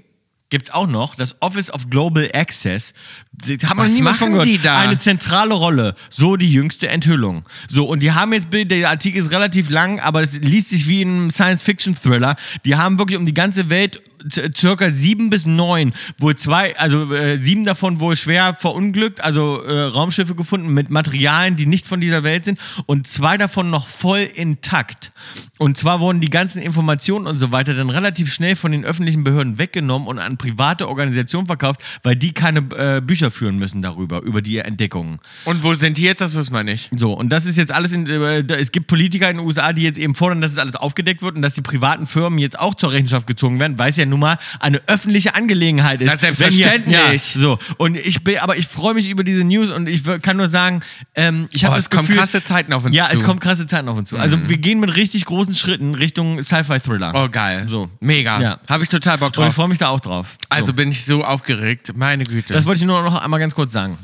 A: gibt's auch noch, das Office of Global Access. Die- Haben wir
B: Was
A: noch nie was von
B: machen
A: gehört.
B: die da?
A: Eine zentrale Rolle, so die jüngste Enthüllung. So, und die haben jetzt, Bild- der Artikel ist relativ lang, aber es liest sich wie in einem Science-Fiction-Thriller. Die haben wirklich um die ganze Welt z- circa sieben bis neun, wohl zwei, also äh, sieben davon wohl schwer verunglückt, also äh, Raumschiffe gefunden mit Materialien, die nicht von dieser Welt sind und zwei davon noch voll intakt. Und zwar wurden die ganzen Informationen und so weiter dann relativ schnell von den öffentlichen Behörden weggenommen und an private Organisationen verkauft, weil die keine äh, Bücher führen müssen darüber, über die Entdeckungen.
B: Und wo sind die jetzt? Das wissen wir nicht.
A: So, und das ist jetzt alles in, äh, da- es gibt Politiker in den USA, die jetzt eben fordern, dass es alles aufgedeckt wird und dass die privaten Firmen jetzt auch zur Rechenschaft gezogen werden, weil es ja nun mal eine öffentliche Angelegenheit ist.
B: Na, selbstverständlich.
A: Wenn ihr- ja, so, und ich bin, aber ich freue mich über diese News und ich w- kann nur sagen, ähm, ich habe
B: Oh,
A: das
B: es kommen
A: Gefühl,
B: krasse Zeiten auf uns
A: ja,
B: zu. Mhm.
A: es kommen krasse Zeiten auf uns zu. Also wir gehen mit richtig großen Schritten Richtung Sci-Fi-Thriller.
B: Oh, geil.
A: So.
B: Mega.
A: Ja.
B: Habe ich total Bock
A: Und ich
B: drauf.
A: freue mich da auch drauf.
B: Also
A: so.
B: bin ich so aufgeregt. Meine Güte.
A: das wollte ich nur noch einmal ganz kurz sagen.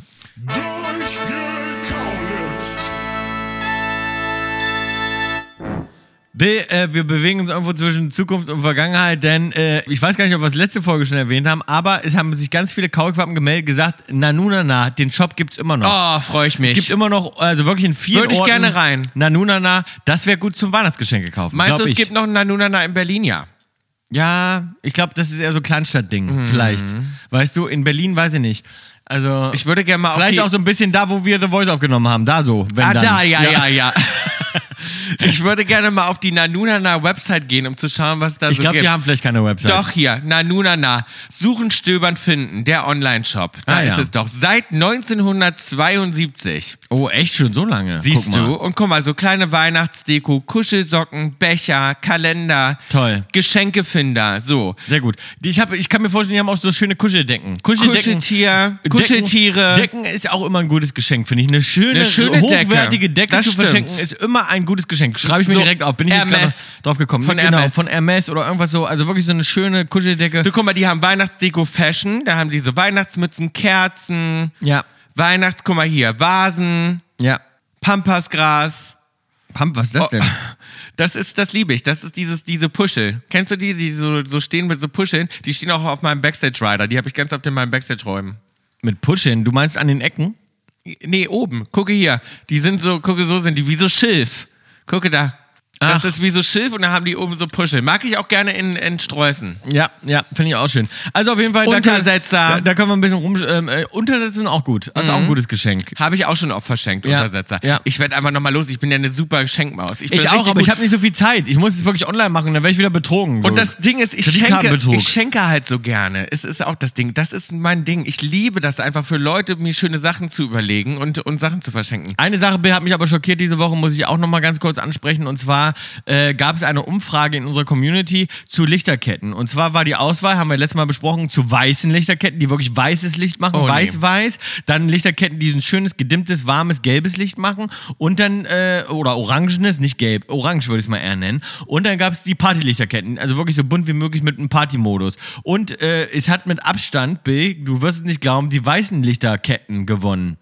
C: Durchgekauletzt.
A: Bill, äh, wir bewegen uns irgendwo zwischen Zukunft und Vergangenheit, denn äh, ich weiß gar nicht, ob wir es letzte Folge schon erwähnt haben, aber es haben sich ganz viele Kaulquappen gemeldet, gesagt, Nanunana, den Shop gibt's immer noch.
B: oh, freue ich mich.
A: Gibt immer noch, also wirklich in vielen
B: Würde ich
A: Orten.
B: gerne rein.
A: Nanunana, das wäre gut zum Weihnachtsgeschenke kaufen.
B: Meinst
A: glaub
B: du, es
A: ich.
B: gibt noch einen Nanunana in Berlin? Ja.
A: Ja, ich glaube, das ist eher so
B: Mhm.
A: Kleinstadtding, vielleicht. Weißt du, in Berlin weiß ich nicht. Also
B: Ich würde gerne mal auf
A: vielleicht
B: die
A: auch so ein bisschen da, wo wir The Voice aufgenommen haben, da so. Wenn
B: Ah,
A: dann.
B: da, ja, ja, ja. (laughs) ich würde gerne mal auf die Nanunana-Website gehen, um zu schauen, was da
A: Ich
B: so
A: glaube,
B: gibt.
A: die haben vielleicht keine Website.
B: Doch hier, Nanunana. Suchen, stöbern, finden. Der Online-Shop. Da
A: Ah,
B: ist
A: ja.
B: es doch. Seit 1972.
A: Oh, echt schon so lange.
B: Siehst
A: Guck mal.
B: du? Und guck mal, so kleine Weihnachtsdeko, Kuschelsocken, Becher, Kalender.
A: Toll.
B: Geschenkefinder. So.
A: Sehr gut. Die- Ich, hab, ich kann mir vorstellen, die haben auch so schöne Kuscheldecken. Kuscheldecken.
B: Kuscheltier,
A: Decken-
B: Kuscheltiere.
A: Decken ist auch immer ein gutes Geschenk, finde ich. Eine schöne,
B: Eine schöne
A: hochwertige Decke
B: Decke. Das
A: zu
B: stimmt.
A: verschenken ist immer ein gutes Geschenk. Schreibe ich mir
B: So,
A: direkt auf. Bin ich jetzt
B: Hermes.
A: gerade drauf gekommen.
B: Von
A: genau,
B: Hermes.
A: von Hermes oder irgendwas so. Also wirklich so eine schöne Kuscheldecke.
B: So, guck mal, die haben Weihnachtsdeko Fashion, da haben die so Weihnachtsmützen, Kerzen,
A: Ja,
B: Weihnachts, guck mal hier, Vasen,
A: ja.
B: Pampasgras.
A: Pump, was ist das denn?
B: Das ist, das liebe ich. Das ist dieses, diese Puschel. Kennst du die, die so, so stehen mit so Puscheln? Die stehen auch auf meinem Backstage-Rider. Die habe ich ganz oft in meinen Backstage-Räumen.
A: Mit Puscheln. Du meinst an den Ecken?
B: Nee, oben. Gucke hier. Die sind so, gucke, so sind die, wie so Schilf. Gucke da.
A: Ach.
B: Das ist wie so Schilf und da haben die oben so Puschel. Mag ich auch gerne in, in Sträußen.
A: Ja, ja, finde ich auch schön. Also auf jeden Fall. Da
B: Untersetzer.
A: können, da, da können wir ein bisschen rum. Ähm, äh, Untersetzer sind auch gut. Das ist auch ein gutes Geschenk.
B: Habe ich auch schon oft verschenkt,
A: Ja,
B: Untersetzer.
A: ja.
B: Ich werde einfach nochmal los. Ich bin ja eine super Geschenkmaus. bin
A: Ich auch,
B: richtig
A: aber
B: gut.
A: ich habe nicht so viel Zeit. Ich muss es wirklich online machen, dann werde ich wieder betrogen.
B: Und
A: So.
B: das Ding ist, ich schenke,
A: Kreditkartenbetrug.
B: ich schenke halt so gerne. Es ist auch das Ding. Das ist mein Ding. Ich liebe das einfach für Leute, mir schöne Sachen zu überlegen und, und Sachen zu verschenken.
A: Eine Sache Bill, hat mich aber schockiert diese Woche, muss ich auch nochmal ganz kurz ansprechen. Und zwar zwar äh, gab es eine Umfrage in unserer Community zu Lichterketten. Und zwar war die Auswahl, haben wir letztes Mal besprochen, zu weißen Lichterketten, die wirklich weißes Licht machen,
B: Oh, nee.
A: weiß-weiß. Dann Lichterketten, die ein schönes, gedimmtes, warmes, gelbes Licht machen. Und dann, äh, oder orangenes, nicht gelb, orange würde ich es mal eher nennen. Und dann gab es die Partylichterketten, also wirklich so bunt wie möglich mit einem Partymodus. Und äh, es hat mit Abstand, Bill, du wirst es nicht glauben, die weißen Lichterketten gewonnen.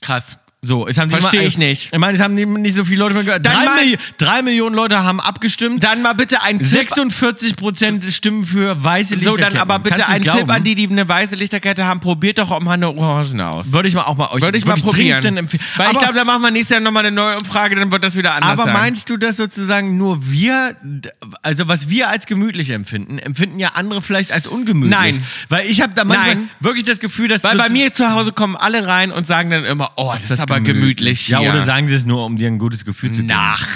B: Krass.
A: So, es haben die
B: Versteh
A: mal-
B: ich nicht.
A: Ich meine, es haben die- nicht so viele Leute mehr gehört.
B: Dann
A: Drei,
B: mal-
A: Milli drei Millionen Leute haben abgestimmt.
B: Dann mal bitte ein Tipp.
A: 46 Prozent stimmen für weiße
B: So,
A: Lichterketten.
B: dann aber bitte
A: Kannst du's
B: ein
A: glauben?
B: Tipp an die, die eine weiße Lichterkette haben. Probiert doch auch mal eine Orangen aus.
A: Würde ich mal auch mal euch
B: Würde ich mal
A: wirklich dringendsten
B: probieren.
A: empfehlen.
B: Weil ich
A: Aber-
B: glaube, da machen wir nächstes Jahr nochmal eine neue Umfrage, dann wird das wieder anders
A: Aber
B: sein.
A: meinst du, dass sozusagen nur wir, d- also was wir als gemütlich empfinden, empfinden ja andere vielleicht als ungemütlich?
B: Nein.
A: Weil ich habe da manchmal
B: Nein.
A: wirklich das Gefühl, dass...
B: Weil bei
A: sozu-
B: mir zu Hause kommen alle rein und sagen dann immer, oh, das, ist aber gemütlich.
A: Ja,
B: hier.
A: oder sagen sie es nur, um dir ein gutes Gefühl zu geben.
B: Nach.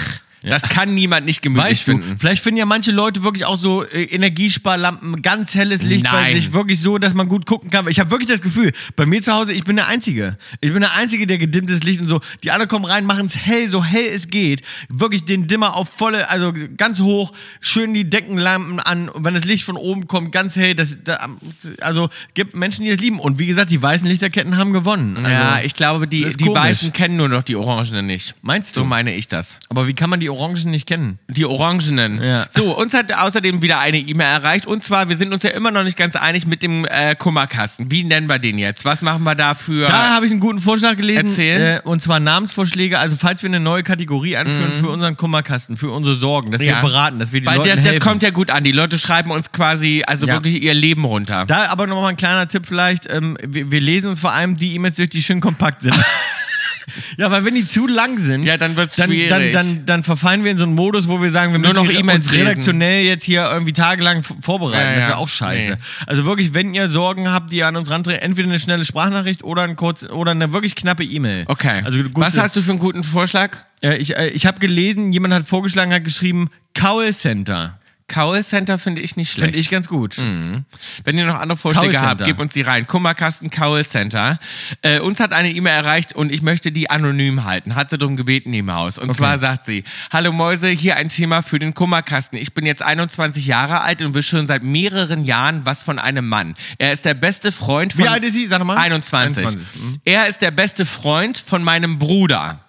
B: Das kann niemand nicht gemütlich
A: Weißt du,
B: finden.
A: vielleicht finden ja manche Leute wirklich auch so äh, Energiesparlampen, ganz helles Licht bei
B: Nein.
A: sich, wirklich so, dass man gut gucken kann. Ich habe wirklich das Gefühl, bei mir zu Hause, ich bin der Einzige. Ich bin der Einzige, der gedimmtes Licht und so. Die anderen kommen rein, machen es hell, so hell es geht. Wirklich den Dimmer auf volle, also ganz hoch, schön die Deckenlampen an. Und wenn das Licht von oben kommt, ganz hell. Das, da, also gibt Menschen, die es lieben. Und wie gesagt, die weißen Lichterketten haben gewonnen. Also,
B: ja, ich glaube, die,
A: das ist
B: die
A: komisch.
B: Weißen kennen nur noch die Orangenen nicht.
A: Meinst du?
B: So meine ich das.
A: Aber wie kann man die Orangen nicht kennen?
B: Die Orangenen.
A: Ja.
B: So, uns hat außerdem wieder eine E-Mail erreicht. Und zwar, wir sind uns ja immer noch nicht ganz einig mit dem äh, Kummerkasten. Wie nennen wir den jetzt? Was machen wir dafür?
A: Da habe ich einen guten Vorschlag gelesen.
B: Erzähl.
A: Äh, und zwar Namensvorschläge. Also, falls wir eine neue Kategorie einführen für unseren Kummerkasten, für unsere Sorgen, dass
B: Mhm. Ja.
A: wir beraten, dass wir die
B: Weil
A: Leuten
B: das, das
A: helfen.
B: kommt ja gut an. Die Leute schreiben uns quasi, also
A: Ja.
B: wirklich ihr Leben runter.
A: da aber nochmal ein kleiner Tipp vielleicht. Ähm, wir, wir lesen uns vor allem die E-Mails durch, die schön kompakt
B: (laughs)
A: sind. ja, weil wenn die zu lang sind,
B: Ja, dann wird's
A: dann,
B: schwierig.
A: dann, dann, dann verfallen wir in so einen Modus, wo wir sagen, wir
B: Nur
A: müssen
B: noch
A: jetzt
B: E-Mails
A: uns
B: lesen.
A: redaktionell jetzt hier irgendwie tagelang v- vorbereiten.
B: Ja,
A: das
B: ja.
A: wäre auch scheiße.
B: Nee.
A: Also wirklich, wenn ihr Sorgen habt, die ihr an uns rantreten, entweder eine schnelle Sprachnachricht oder, ein kurz, oder eine wirklich knappe E-Mail.
B: okay.
A: Also gut,
B: Was hast du für einen guten Vorschlag?
A: Äh, ich äh, ich habe gelesen, jemand hat vorgeschlagen, hat geschrieben, Cowl Center.
B: Cowell Center finde ich nicht schlecht.
A: Finde ich ganz gut.
B: Hm, Wenn ihr noch andere Vorschläge
A: Call
B: habt,
A: Center.
B: gebt uns die rein. Kummerkasten Call Center. Äh, uns hat eine E-Mail erreicht und ich möchte die anonym halten. Hat sie darum gebeten im Haus. Und zwar sagt sie, Hallo Mäuse, hier ein Thema für den Kummerkasten. Ich bin jetzt 21 Jahre alt und will schon seit mehreren Jahren was von einem Mann. Er ist der beste Freund von...
A: Wie alt ist sie? Sag noch mal. mhm.
B: 21.
A: 21,
B: Er ist der beste Freund von meinem Bruder.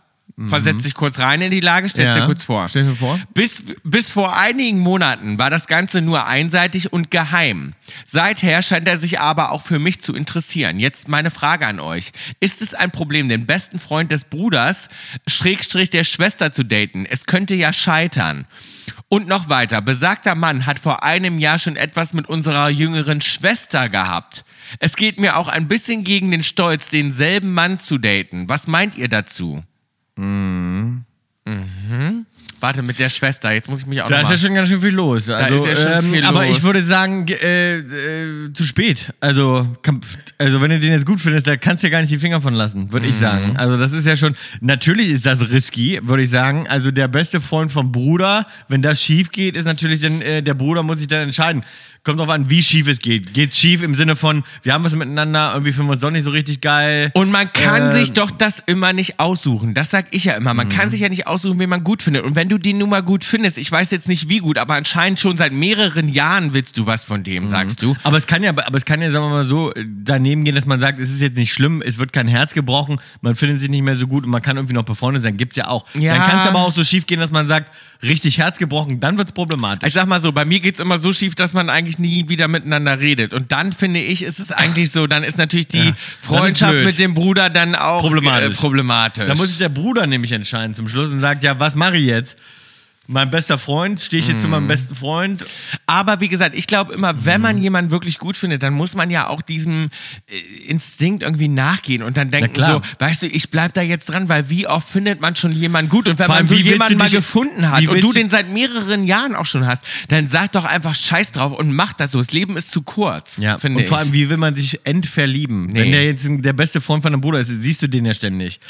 B: Versetzt sich kurz rein in die Lage, stellt
A: Mhm. Ja.
B: dir kurz vor.
A: Stell's dir vor.
B: Bis, bis vor einigen Monaten war das Ganze nur einseitig und geheim. Seither scheint er sich aber auch für mich zu interessieren. Jetzt meine Frage an euch. Ist es ein Problem, den besten Freund des Bruders, Schrägstrich der Schwester zu daten? Es könnte ja scheitern. Und noch weiter. Besagter Mann hat vor einem Jahr schon etwas mit unserer jüngeren Schwester gehabt. Es geht mir auch ein bisschen gegen den Stolz, denselben Mann zu daten. Was meint ihr dazu? Warte, mit der Schwester. Jetzt muss ich mich auch
A: Da
B: noch
A: ist
B: mal-
A: ja schon ganz schön viel los. Also,
B: ist ja schon
A: ähm,
B: viel
A: aber
B: los.
A: ich würde sagen, ge- äh, äh, zu spät. Also, kann, also, wenn du den jetzt gut findest, da kannst du ja gar nicht die Finger von lassen,
B: Mhm.
A: würde ich sagen. Also, das ist ja schon, natürlich ist das risky, würde ich sagen. Also, der beste Freund vom Bruder, wenn das schief geht, ist natürlich dann, äh, der Bruder muss sich dann entscheiden. Kommt drauf an, wie schief es geht. Geht schief im Sinne von, wir haben was miteinander, irgendwie finden wir uns doch nicht so richtig geil.
B: Und man kann
A: Ähm. Mhm.
B: sich doch das immer nicht aussuchen. Das sag ich ja immer. Man kann sich ja nicht aussuchen, wen man gut findet. Und wenn du den nun mal gut findest, ich weiß jetzt nicht wie gut, aber anscheinend schon seit mehreren Jahren willst du was von
A: Mhm.
B: dem, sagst du.
A: Aber es kann ja, aber es kann ja, sagen wir mal so, daneben gehen, dass man sagt, es ist jetzt nicht schlimm, es wird kein Herz gebrochen, man findet sich nicht mehr so gut und man kann irgendwie noch befreundet sein, gibt's ja auch.
B: Ja.
A: Dann kann es aber auch so schief gehen, dass man sagt, richtig Herz gebrochen, dann wird's problematisch.
B: Ich sag mal so, bei mir geht's immer so schief, dass man eigentlich nie wieder miteinander redet. Und dann finde ich, ist es eigentlich so, dann ist natürlich die Freundschaft
A: blöd.
B: mit dem Bruder dann auch
A: Problematisch.
B: Äh, problematisch.
A: da muss sich der Bruder nämlich entscheiden zum Schluss und sagt, ja, was mache ich jetzt? Mein bester Freund, stehe ich jetzt zu
B: Mhm.
A: meinem besten Freund?
B: Aber wie gesagt, ich glaube immer, wenn
A: Mhm.
B: man jemanden wirklich gut findet, dann muss man ja auch diesem äh, Instinkt irgendwie nachgehen und dann denken so,
A: klar.
B: weißt du, ich bleib da jetzt dran, weil wie oft findet man schon jemanden gut und wenn
A: Vor
B: man
A: allem,
B: so
A: wie willst
B: jemanden
A: du
B: mal
A: dich-
B: gefunden
A: wie
B: hat und
A: willst
B: du
A: du-
B: den seit mehreren Jahren auch schon hast, dann sag doch einfach Scheiß drauf und mach das so. Das Leben ist zu kurz,
A: Ja,
B: finde
A: und
B: ich.
A: vor allem, wie will man sich entverlieben?
B: Nee.
A: Wenn der jetzt der beste Freund von deinem Bruder ist, siehst du den ja ständig.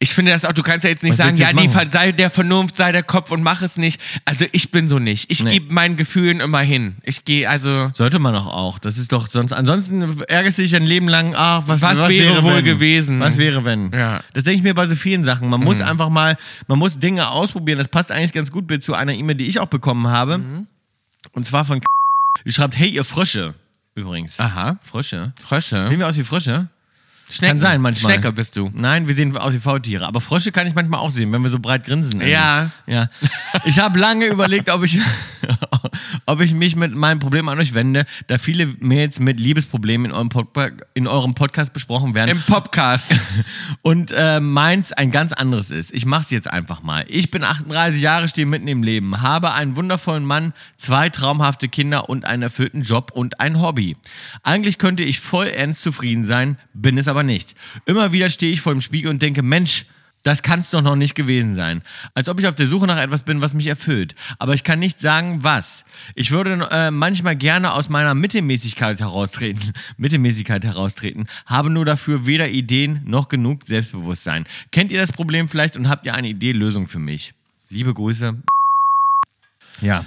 B: Ich finde das auch, du kannst ja jetzt nicht
A: Was
B: sagen,
A: willst du
B: ja,
A: jetzt
B: die,
A: machen?
B: Ver- sei der Vernunft, sei der Kopf und mach es nicht. Also ich bin so nicht. Ich
A: Nee.
B: gebe meinen Gefühlen immer hin. Ich gehe, also,
A: Sollte man doch auch. Das ist doch sonst. Ansonsten ärgerst du dich ein Leben lang. Ach, was,
B: Was wäre wohl gewesen?
A: Was wäre wenn?
B: Ja. Mhm.
A: Das denke ich mir bei so vielen Sachen. Man muss einfach mal, man muss Dinge ausprobieren. Das passt eigentlich ganz gut zu einer E-Mail, die ich auch bekommen habe.
B: Mhm.
A: Und zwar von. Die schreibt, hey ihr Frösche. Übrigens.
B: aha,
A: Frösche.
B: Frösche.
A: Sehen wir aus wie Frösche?
B: Schnecke.
A: Kann sein manchmal.
B: Schnecke Hm? bist du.
A: Nein, wir sehen aus wie Faultiere. Aber Frösche kann ich manchmal auch sehen, wenn wir so breit grinsen.
B: Ja.
A: Ja. Ich habe lange überlegt, ob ich, (laughs) ob ich mich mit meinem Problem an euch wende, da viele Mails mit Liebesproblemen in eurem, Pod in eurem Podcast besprochen werden.
B: Im Podcast.
A: (laughs) Und äh, meins ein ganz anderes ist. Ich mach's jetzt einfach mal. Ich bin 38 Jahre, stehe mitten im Leben, habe einen wundervollen Mann, zwei traumhafte Kinder und einen erfüllten Job und ein Hobby. Eigentlich könnte ich vollends zufrieden sein, bin es aber nicht. Immer wieder stehe ich vor dem Spiegel und denke, Mensch, das kann es doch noch nicht gewesen sein. Als ob ich auf der Suche nach etwas bin, was mich erfüllt. Aber ich kann nicht sagen, was. Ich würde äh, manchmal gerne aus meiner Mittelmäßigkeit heraustreten, (laughs) Mittelmäßigkeit heraustreten, habe nur dafür weder Ideen noch genug Selbstbewusstsein. Kennt ihr das Problem vielleicht und habt ihr eine Idee, Lösung für mich? Liebe Grüße. Ja.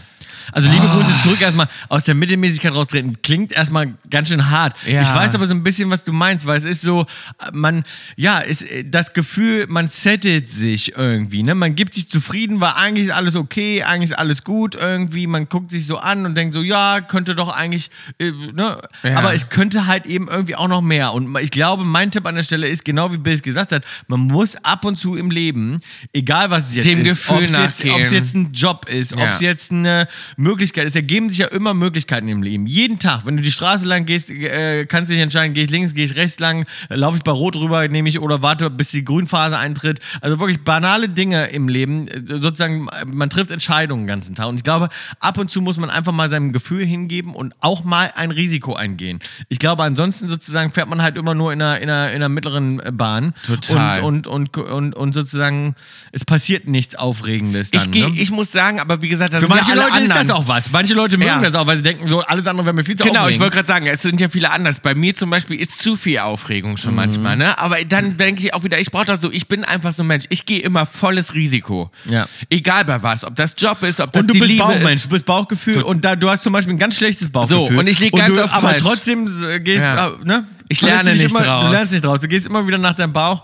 A: Also liebe
B: Ah.
A: Grüße zurück erstmal aus der Mittelmäßigkeit raustreten. Klingt erstmal ganz schön hart.
B: Ja.
A: Ich weiß aber so ein bisschen, was du meinst, weil es ist so, man, ja, ist äh, das Gefühl, man settelt sich irgendwie, ne? Man gibt sich zufrieden, weil eigentlich ist alles okay, eigentlich ist alles gut irgendwie. Man guckt sich so an und denkt so, ja, könnte doch eigentlich, äh, ne?
B: Ja.
A: Aber es könnte halt eben irgendwie auch noch mehr. Und ich glaube, mein Tipp an der Stelle ist, genau wie Bill es gesagt hat, man muss ab und zu im Leben, egal was es jetzt
B: Dem
A: ist, ob's
B: Gefühl
A: jetzt,
B: nachgehen.
A: ob's jetzt jetzt ein Job ist,
B: Ja.
A: ob es jetzt eine Möglichkeit ist. Ergeben sich ja immer Möglichkeiten im Leben. Jeden Tag, wenn du die Straße lang gehst, äh, kannst du dich entscheiden, gehe ich links, gehe ich rechts lang, äh, laufe ich bei Rot rüber, nehme ich oder warte, bis die Grünphase eintritt. Also wirklich banale Dinge im Leben. äh, Sozusagen, äh, man trifft Entscheidungen den ganzen Tag. Und ich glaube, ab und zu muss man einfach mal seinem Gefühl hingeben und auch mal ein Risiko eingehen. Ich glaube, ansonsten sozusagen fährt man halt immer nur in einer, in einer, in einer mittleren äh, Bahn.
B: Total.
A: Und, und, und, und, und sozusagen, es passiert nichts Aufregendes dann.
B: ich, geh,
A: ne?
B: ich muss sagen, aber wie gesagt, das
A: Für
B: sind
A: manche
B: ja alle
A: Leute ist
B: anderen.
A: das auch was. Manche Leute mögen
B: Ja.
A: das auch, weil sie denken, so alles andere wäre mir viel zu
B: Genau, ich
A: aufregend.
B: wollte gerade sagen, es sind ja viele anders. Bei mir zum Beispiel ist zu viel Aufregung
A: Mhm.
B: schon manchmal, ne? Aber dann denke ich auch wieder, ich brauche das so, ich bin einfach so ein Mensch. Ich gehe immer volles Risiko.
A: Ja.
B: Egal bei was, ob das Job ist, ob das
A: und du
B: die
A: bist
B: Liebe
A: Bauchmensch,
B: ist.
A: du bist Bauchgefühl und da, du hast zum Beispiel ein ganz schlechtes Bauchgefühl.
B: und ich lieg ganz
A: du,
B: oft
A: Aber
B: falsch.
A: trotzdem äh, geht,
B: Ja.
A: äh, ne?
B: Ich
A: Du lässt
B: lerne
A: dich
B: nicht
A: immer,
B: draus.
A: Du lernst nicht draus. Du gehst immer wieder nach deinem Bauch,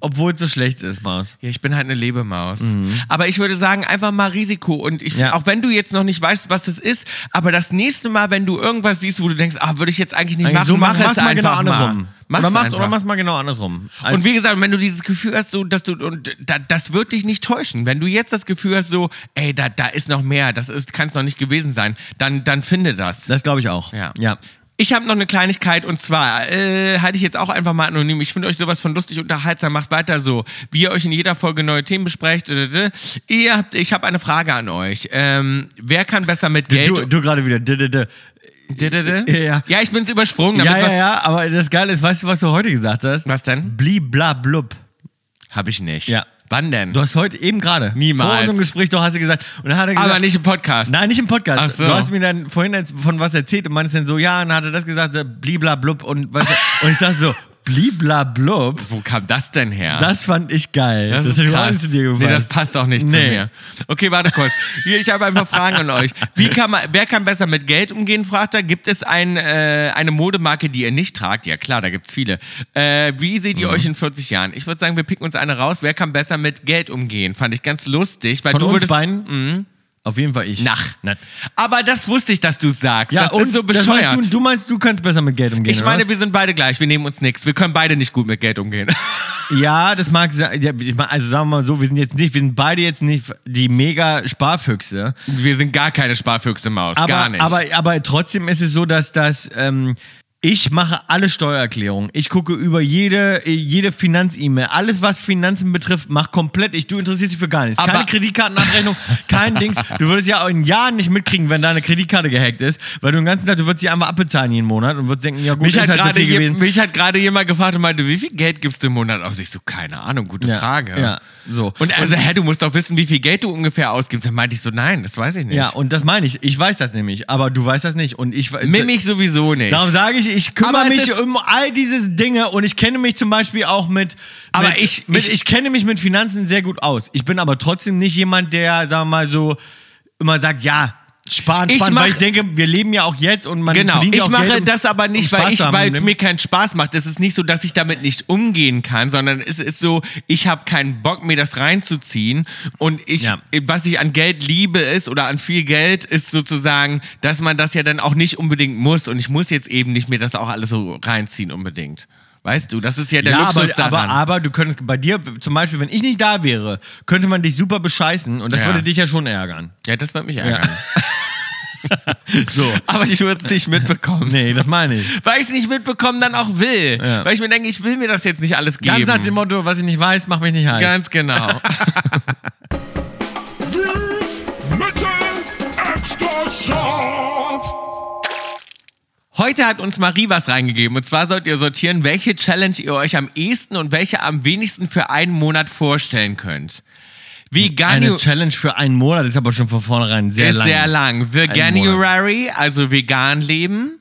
A: obwohl es so schlecht ist, Maus.
B: Ja, ich bin halt eine Lebemaus. Aber ich würde sagen, einfach mal Risiko. Und ich,
A: Mhm. Ja.
B: auch wenn du jetzt noch nicht weißt, was es ist, aber das nächste Mal, wenn du irgendwas siehst, wo du denkst, ah, würde ich jetzt eigentlich nicht
A: Eigentlich
B: machen,
A: so,
B: mach, es
A: mal genau
B: einfach
A: andersrum.
B: mal. Mach's
A: oder, mach's,
B: einfach.
A: oder mach's mal genau andersrum. Als-
B: Und wie gesagt, wenn du dieses Gefühl hast, so, dass du, und da, das wird dich nicht täuschen. Wenn du jetzt das Gefühl hast, so, ey, da, da ist noch mehr, das kann es noch nicht gewesen sein, dann, dann finde das.
A: das glaube ich auch.
B: Ja.
A: ja.
B: Ich habe noch eine Kleinigkeit und zwar äh, halte ich jetzt auch einfach mal anonym. Ich finde euch sowas von lustig unterhaltsam. Macht weiter so, wie ihr euch in jeder Folge neue Themen besprecht. äh, äh, äh. Ihr habt, ich habe eine Frage an euch. Ähm, wer kann besser mit Geld?
A: Du, du gerade wieder. D -d -d.
B: Äh, äh, äh?
A: Ja, ja.
B: ja, ich bin es übersprungen.
A: Ja,
B: Damit
A: ja,
B: was,
A: ja, aber das Geile ist, weißt du, was du heute gesagt hast?
B: was denn?
A: Bli, bla, blub.
B: Habe ich nicht.
A: Ja.
B: Wann denn?
A: Du hast heute eben gerade.
B: Niemals.
A: Vor unserem Gespräch doch hast du gesagt. Und dann hat er gesagt.
B: Aber nicht im Podcast.
A: Nein, nicht im Podcast.
B: Ach so.
A: Du hast mir dann vorhin jetzt von was erzählt und meinst dann so, ja, und dann hat er das gesagt, so, bliblablub und was,
B: (laughs)
A: und ich dachte so, bliblablub,
B: Wo kam das denn her?
A: das fand ich geil.
B: Das,
A: hat
B: ist
A: mir
B: krass.
A: alles zu dir gefallen.
B: nee, das passt auch nicht
A: Nee.
B: zu mir. Okay, warte kurz. Hier, Ich habe einfach Fragen an euch. Wie kann man, wer kann besser mit Geld umgehen, fragt er. Gibt es ein, äh, eine Modemarke, die ihr nicht tragt? Ja klar, da gibt es viele. Äh, wie seht
A: Mhm.
B: ihr euch in 40 Jahren? Ich würde sagen, wir picken uns eine raus. Wer kann besser mit Geld umgehen? Fand ich ganz lustig. Weil
A: Von
B: du
A: uns
B: würdest, Mhm.
A: beiden? Auf jeden Fall ich.
B: Nach.
A: Na,
B: aber das wusste ich, dass du sagst.
A: ja,
B: das
A: und
B: ist so
A: das
B: bescheuert.
A: meinst du, du meinst, du kannst besser mit Geld umgehen.
B: ich
A: oder
B: meine,
A: was?
B: wir sind beide gleich. Wir nehmen uns nichts. Wir können beide nicht gut mit Geld umgehen. (laughs)
A: ja, das mag sein. Ja, ich mein, also sagen wir mal so, wir sind jetzt nicht, wir sind beide jetzt nicht die mega Sparfüchse.
B: Wir sind gar keine Sparfüchse Maus.
A: aber,
B: gar nicht.
A: Aber, aber trotzdem ist es so, dass das. Ähm, ich mache alle Steuererklärungen. Ich gucke über jede, jede Finanz-E-Mail. Alles, was Finanzen betrifft, mach komplett ich. Du interessierst dich für gar nichts.
B: Aber-
A: Keine Kreditkartenabrechnung, kein
B: (laughs)
A: Dings. Du würdest ja auch in Jahren nicht mitkriegen, wenn deine Kreditkarte gehackt ist, weil du den ganzen Tag, du würdest sie einfach abbezahlen jeden Monat und würdest denken, ja gut,
B: Mich
A: ist
B: hat,
A: halt so
B: gerade
A: viel
B: je,
A: gewesen.
B: mich hat gerade jemand gefragt und meinte, wie viel Geld gibst du im Monat aus? Ich so, keine Ahnung, gute
A: Ja,
B: Frage.
A: ja, so.
B: Und also, hä, du musst doch wissen, wie viel Geld du ungefähr ausgibst. Dann meinte ich so, nein, das weiß ich nicht.
A: Ja, und das meine ich. Ich weiß das nämlich, aber du weißt das nicht. Und ich
B: Nimm ich sowieso nicht.
A: Darum sage ich, ich ich kümmere
B: Aber es
A: mich
B: ist-
A: um all diese Dinge und ich kenne mich zum Beispiel auch mit.
B: Aber
A: mit,
B: ich-
A: mit,
B: ich-
A: ich, kenne mich mit Finanzen sehr gut aus. Ich bin aber trotzdem nicht jemand, der, sagen wir mal so, immer sagt, ja. Sparen,
B: Ich
A: sparen,
B: mach-
A: weil ich denke, wir leben ja auch jetzt und man
B: Genau,
A: verdient ja
B: ich
A: auch
B: mache
A: Geld, um,
B: das aber
A: um
B: nicht, weil
A: Spaß
B: ich,
A: zu haben im
B: weil es
A: Leben.
B: mir keinen Spaß macht. Es ist nicht so, dass ich damit nicht umgehen kann, sondern es ist so, ich habe keinen Bock, mir das reinzuziehen. Und ich,
A: Ja.
B: was ich an Geld liebe ist oder an viel Geld, ist sozusagen, dass man das ja dann auch nicht unbedingt muss. Und ich muss jetzt eben nicht mir das auch alles so reinziehen unbedingt. Weißt du, das ist ja der
A: Ja, aber,
B: Luxus
A: aber,
B: daran.
A: aber du könntest bei dir, zum Beispiel, wenn ich nicht da wäre, könnte man dich super bescheißen und das
B: Ja.
A: würde dich ja schon ärgern.
B: ja, das wird mich ärgern.
A: (laughs) So.
B: Aber ich würde es nicht mitbekommen.
A: Nee, das meine ich.
B: Weil ich es nicht mitbekommen dann auch will.
A: Ja.
B: Weil ich mir denke, ich will mir das jetzt nicht alles geben.
A: Ganz nach dem Motto, was ich nicht weiß, macht mich nicht heiß.
B: Ganz genau.
C: Süß, mittel, extra scharf.
B: (laughs) Heute hat uns Marie was reingegeben und zwar sollt ihr sortieren, welche Challenge ihr euch am ehesten und welche am wenigsten für einen Monat vorstellen könnt.
A: Eine
B: Veganuary
A: Challenge für einen Monat ist aber schon von vornherein sehr
B: ist
A: lang.
B: sehr lang. Veganuary, also vegan leben.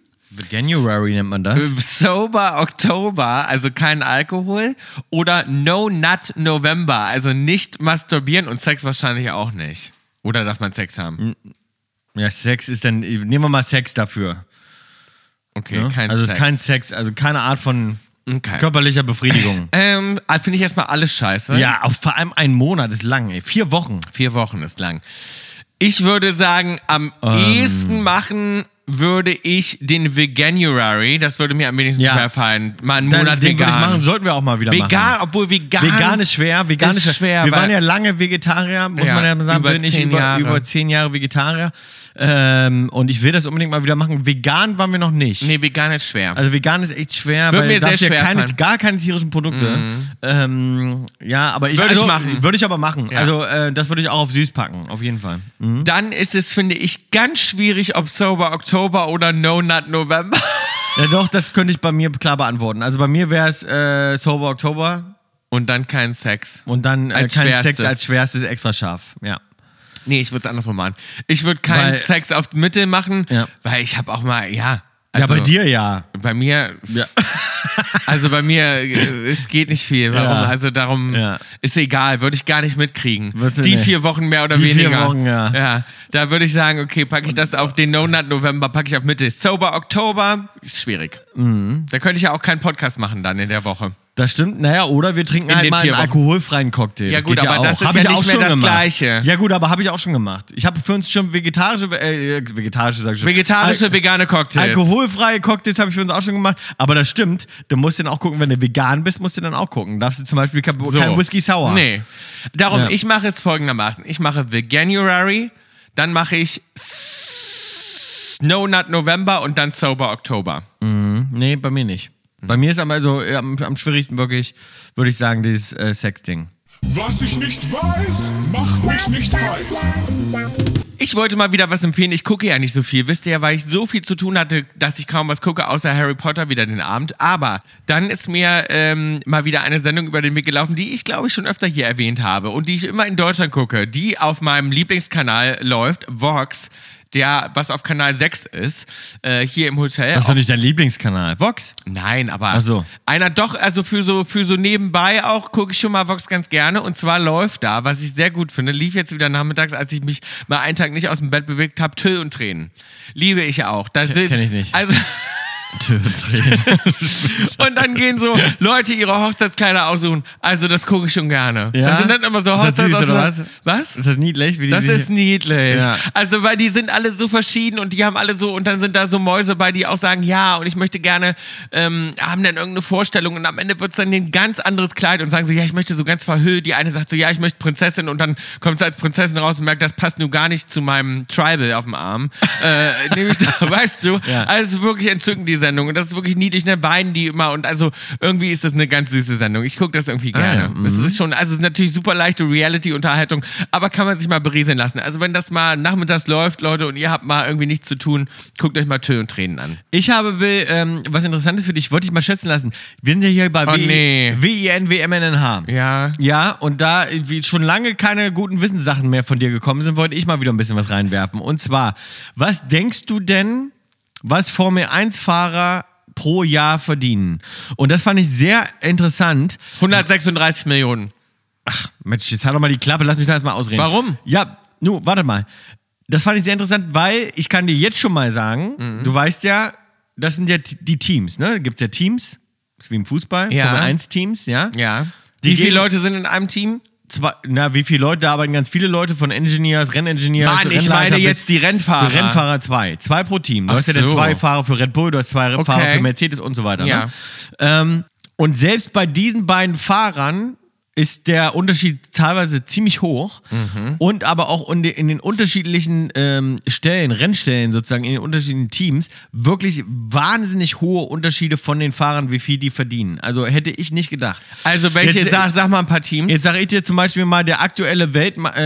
A: January nennt man das.
B: Sober Oktober, also kein Alkohol. Oder No Nut November, also nicht masturbieren und Sex wahrscheinlich auch nicht. Oder darf man Sex haben?
A: Ja, Sex ist dann, nehmen wir mal Sex dafür.
B: Okay,
A: Ne?
B: kein
A: also es
B: Sex.
A: ist kein Sex, also keine Art von
B: Okay.
A: körperlicher
B: (laughs)
A: Befriedigung.
B: ähm, Finde ich erstmal alles scheiße.
A: ja, auf, vor allem ein Monat ist lang, ey. Vier Wochen.
B: Vier Wochen ist lang. Ich würde sagen, am
A: Ähm.
B: ehesten machen würde ich den Veganuary. Das würde mir am wenigsten
A: Ja.
B: schwerfallen. Mal einen
A: Dann-
B: Monat
A: den würde
B: vegan.
A: ich machen, sollten wir auch mal wieder machen.
B: vegan, obwohl vegan.
A: Vegan ist schwer, vegan
B: Ist
A: ist
B: schwer,
A: schwer. Wir
B: weil-
A: waren ja lange Vegetarier, muss
B: Ja,
A: man ja sagen,
B: über
A: bin ich
B: zehn
A: über,
B: Jahre.
A: über zehn Jahre Vegetarier. Ähm, und ich will das unbedingt mal wieder machen. Vegan waren wir noch nicht.
B: Nee, vegan ist schwer.
A: Also vegan ist echt schwer,
B: Wird
A: weil
B: mir
A: du darfst
B: sehr
A: ja
B: schwer
A: keine,
B: fallen. Mhm.
A: gar keine tierischen Produkte. Ähm, ja, aber ich
B: Würde ich
A: also,
B: machen.
A: Würde ich aber machen. Also äh, das würde ich auch auf süß packen, auf jeden Fall. Mhm.
B: Dann ist es, finde ich, ganz schwierig, ob Sober Oktober oder No Nut November. (laughs)
A: Ja, doch, das könnte ich bei mir klar beantworten. Also bei mir wäre es äh, Sober Oktober
B: Und dann kein Sex.
A: und dann äh,
B: Als
A: kein Sex
B: schwerstes.
A: als schwerstes extra scharf. Ja.
B: Nee, ich würde es andersrum machen. Ich würde keinen
A: Weil-
B: Sex auf Mitte machen,
A: Ja.
B: weil ich habe auch mal, ja.
A: Ja,
B: also-
A: bei dir ja.
B: Bei mir, (laughs) also bei mir, äh, es geht nicht viel. Warum?
A: Ja.
B: Also darum
A: Ja.
B: ist egal, würde ich gar nicht mitkriegen.
A: Würdest du
B: Die
A: nicht.
B: vier Wochen mehr oder
A: Die vier
B: weniger.
A: Wochen, ja.
B: Da würde ich sagen, okay, packe ich das auf den No Nut November, packe ich auf Mitte. Sober Oktober ist schwierig.
A: Mhm.
B: Da könnte ich ja auch keinen Podcast machen dann in der Woche.
A: Das stimmt. Naja, oder wir trinken
B: In den
A: halt mal
B: vier
A: einen
B: Wochen.
A: alkoholfreien Cocktail.
B: Ja,
A: das
B: gut,
A: geht
B: aber
A: ja
B: das
A: auch.
B: ist
A: Hab
B: ja
A: ich
B: nicht
A: auch
B: mehr
A: schon
B: das
A: gemacht.
B: Gleiche.
A: Ja gut, aber habe ich auch schon gemacht. Ich habe für uns schon vegetarische, äh, vegetarische sag ich schon.
B: Vegetarische, vegane Cocktails.
A: Alkoholfreie Cocktails habe ich für uns auch schon gemacht, aber das stimmt. Du musst dann auch gucken, wenn du vegan bist, musst du dann auch gucken. Darfst du zum Beispiel kein,
B: So.
A: kein Whisky Sour.
B: Nee. Darum,
A: Ja.
B: ich mache es folgendermaßen. Ich mache Veganuary, dann mache ich No Nut November und dann Sober Oktober.
A: Nee, bei mir nicht. Bei mir ist aber so äh, am, am schwierigsten wirklich, würde ich sagen, dieses äh, Sex-Ding.
C: Was ich nicht weiß, macht mich nicht heiß.
B: Ich wollte mal wieder was empfehlen. Ich gucke ja nicht so viel. Wisst ihr ja, weil ich so viel zu tun hatte, dass ich kaum was gucke, außer Harry Potter wieder den Abend. Aber dann ist mir ähm, mal wieder eine Sendung über den Weg gelaufen, die ich glaube ich schon öfter hier erwähnt habe und die ich immer in Deutschland gucke, die auf meinem Lieblingskanal läuft, Vox, der was auf Kanal 6 ist, äh, hier im Hotel.
A: Das ist doch nicht dein Lieblingskanal. Vox?
B: Nein, aber
A: Ach so.
B: einer doch, also für so, für so nebenbei auch, gucke ich schon mal Vox ganz gerne. Und zwar läuft da, was ich sehr gut finde, lief jetzt wieder nachmittags, als ich mich mal einen Tag nicht aus dem Bett bewegt habe, Till und Tränen. Liebe ich ja auch. Da sind-
A: kenn ich nicht. (laughs)
B: Also,
A: Tö, Tränen.
B: und dann gehen so Leute ihre Hochzeitskleider aussuchen. Also das gucke ich schon gerne.
A: Ja?
B: Das sind dann immer so
A: Ist das süß,
B: Hochzeits
A: oder
B: Was?
A: ist (laughs) das niedlich? Wie die
B: Das
A: sich-
B: ist niedlich.
A: Ja.
B: Also, weil die sind alle so verschieden und die haben alle so, und dann sind da so Mäuse bei, die auch sagen, ja, und ich möchte gerne, ähm, haben dann irgendeine Vorstellung und am Ende wird es dann ein ganz anderes Kleid und sagen so, ja, ich möchte so ganz verhüllt. Die eine sagt so, ja, ich möchte Prinzessin und dann kommt sie als Prinzessin raus und merkt, das passt nur gar nicht zu meinem Tribal auf dem Arm. äh, (laughs) nehme ich da, weißt du?
A: Ja.
B: Also, es ist wirklich entzückend, die Sendung. Und das ist wirklich niedlich, ne? Weinen die immer und also irgendwie ist das eine ganz süße Sendung. Ich gucke das irgendwie gerne.
A: Ah, ja, Mhm.
B: Das ist schon, also es ist natürlich super leichte Reality-Unterhaltung, aber kann man sich mal berieseln lassen. Also wenn das mal nachmittags läuft, Leute, und ihr habt mal irgendwie nichts zu tun, guckt euch mal Tö und Tränen an.
A: Ich habe, Bill, ähm, was Interessantes für dich, wollte ich mal schätzen lassen. Wir sind ja hier bei
B: Oh,
A: W-
B: nee.
A: W-I-N-W-M-N-N-H.
B: Ja.
A: Ja, und da äh, wie schon lange keine guten Wissenssachen mehr von dir gekommen sind, wollte ich mal wieder ein bisschen was reinwerfen. Und zwar, was denkst du denn, was Formel-1-Fahrer pro Jahr verdienen. Und das fand ich sehr interessant.
B: 136 Millionen.
A: Mensch, jetzt halt doch mal die Klappe, lass mich da erstmal ausreden.
B: Warum?
A: Ja, nu, warte mal. Das fand ich sehr interessant, weil ich kann dir jetzt schon mal
B: Mhm.
A: sagen, du weißt ja, das sind ja t- die Teams, ne? Da gibt's ja Teams, ist wie im Fußball,
B: Ja.
A: Formel 1 Teams, ja?
B: Ja.
A: Die
B: Wie viele
A: gehen-
B: Leute sind in einem Team?
A: Zwar, na, wie viele Leute, da arbeiten ganz viele Leute von Engineers, Rennengineers,
B: Mann, ich
A: Rennleiter
B: meine
A: bis-
B: jetzt die Rennfahrer.
A: Für Rennfahrer zwei. Zwei pro Team. Du
B: Ach
A: hast ja dann
B: so.
A: zwei Fahrer für Red Bull, du hast zwei Fahrer für Mercedes und so weiter.
B: Ja.
A: Ne? Ähm, und selbst bei diesen beiden Fahrern ist der Unterschied teilweise ziemlich hoch
B: Mhm.
A: und aber auch in, de, in den unterschiedlichen ähm, Stellen, Rennstellen sozusagen, in den unterschiedlichen Teams wirklich wahnsinnig hohe Unterschiede von den Fahrern, wie viel die verdienen. Also hätte ich nicht gedacht.
B: Also welche,
A: Jetzt-
B: sag, sag mal ein paar Teams.
A: Jetzt sage ich dir zum Beispiel mal, der aktuelle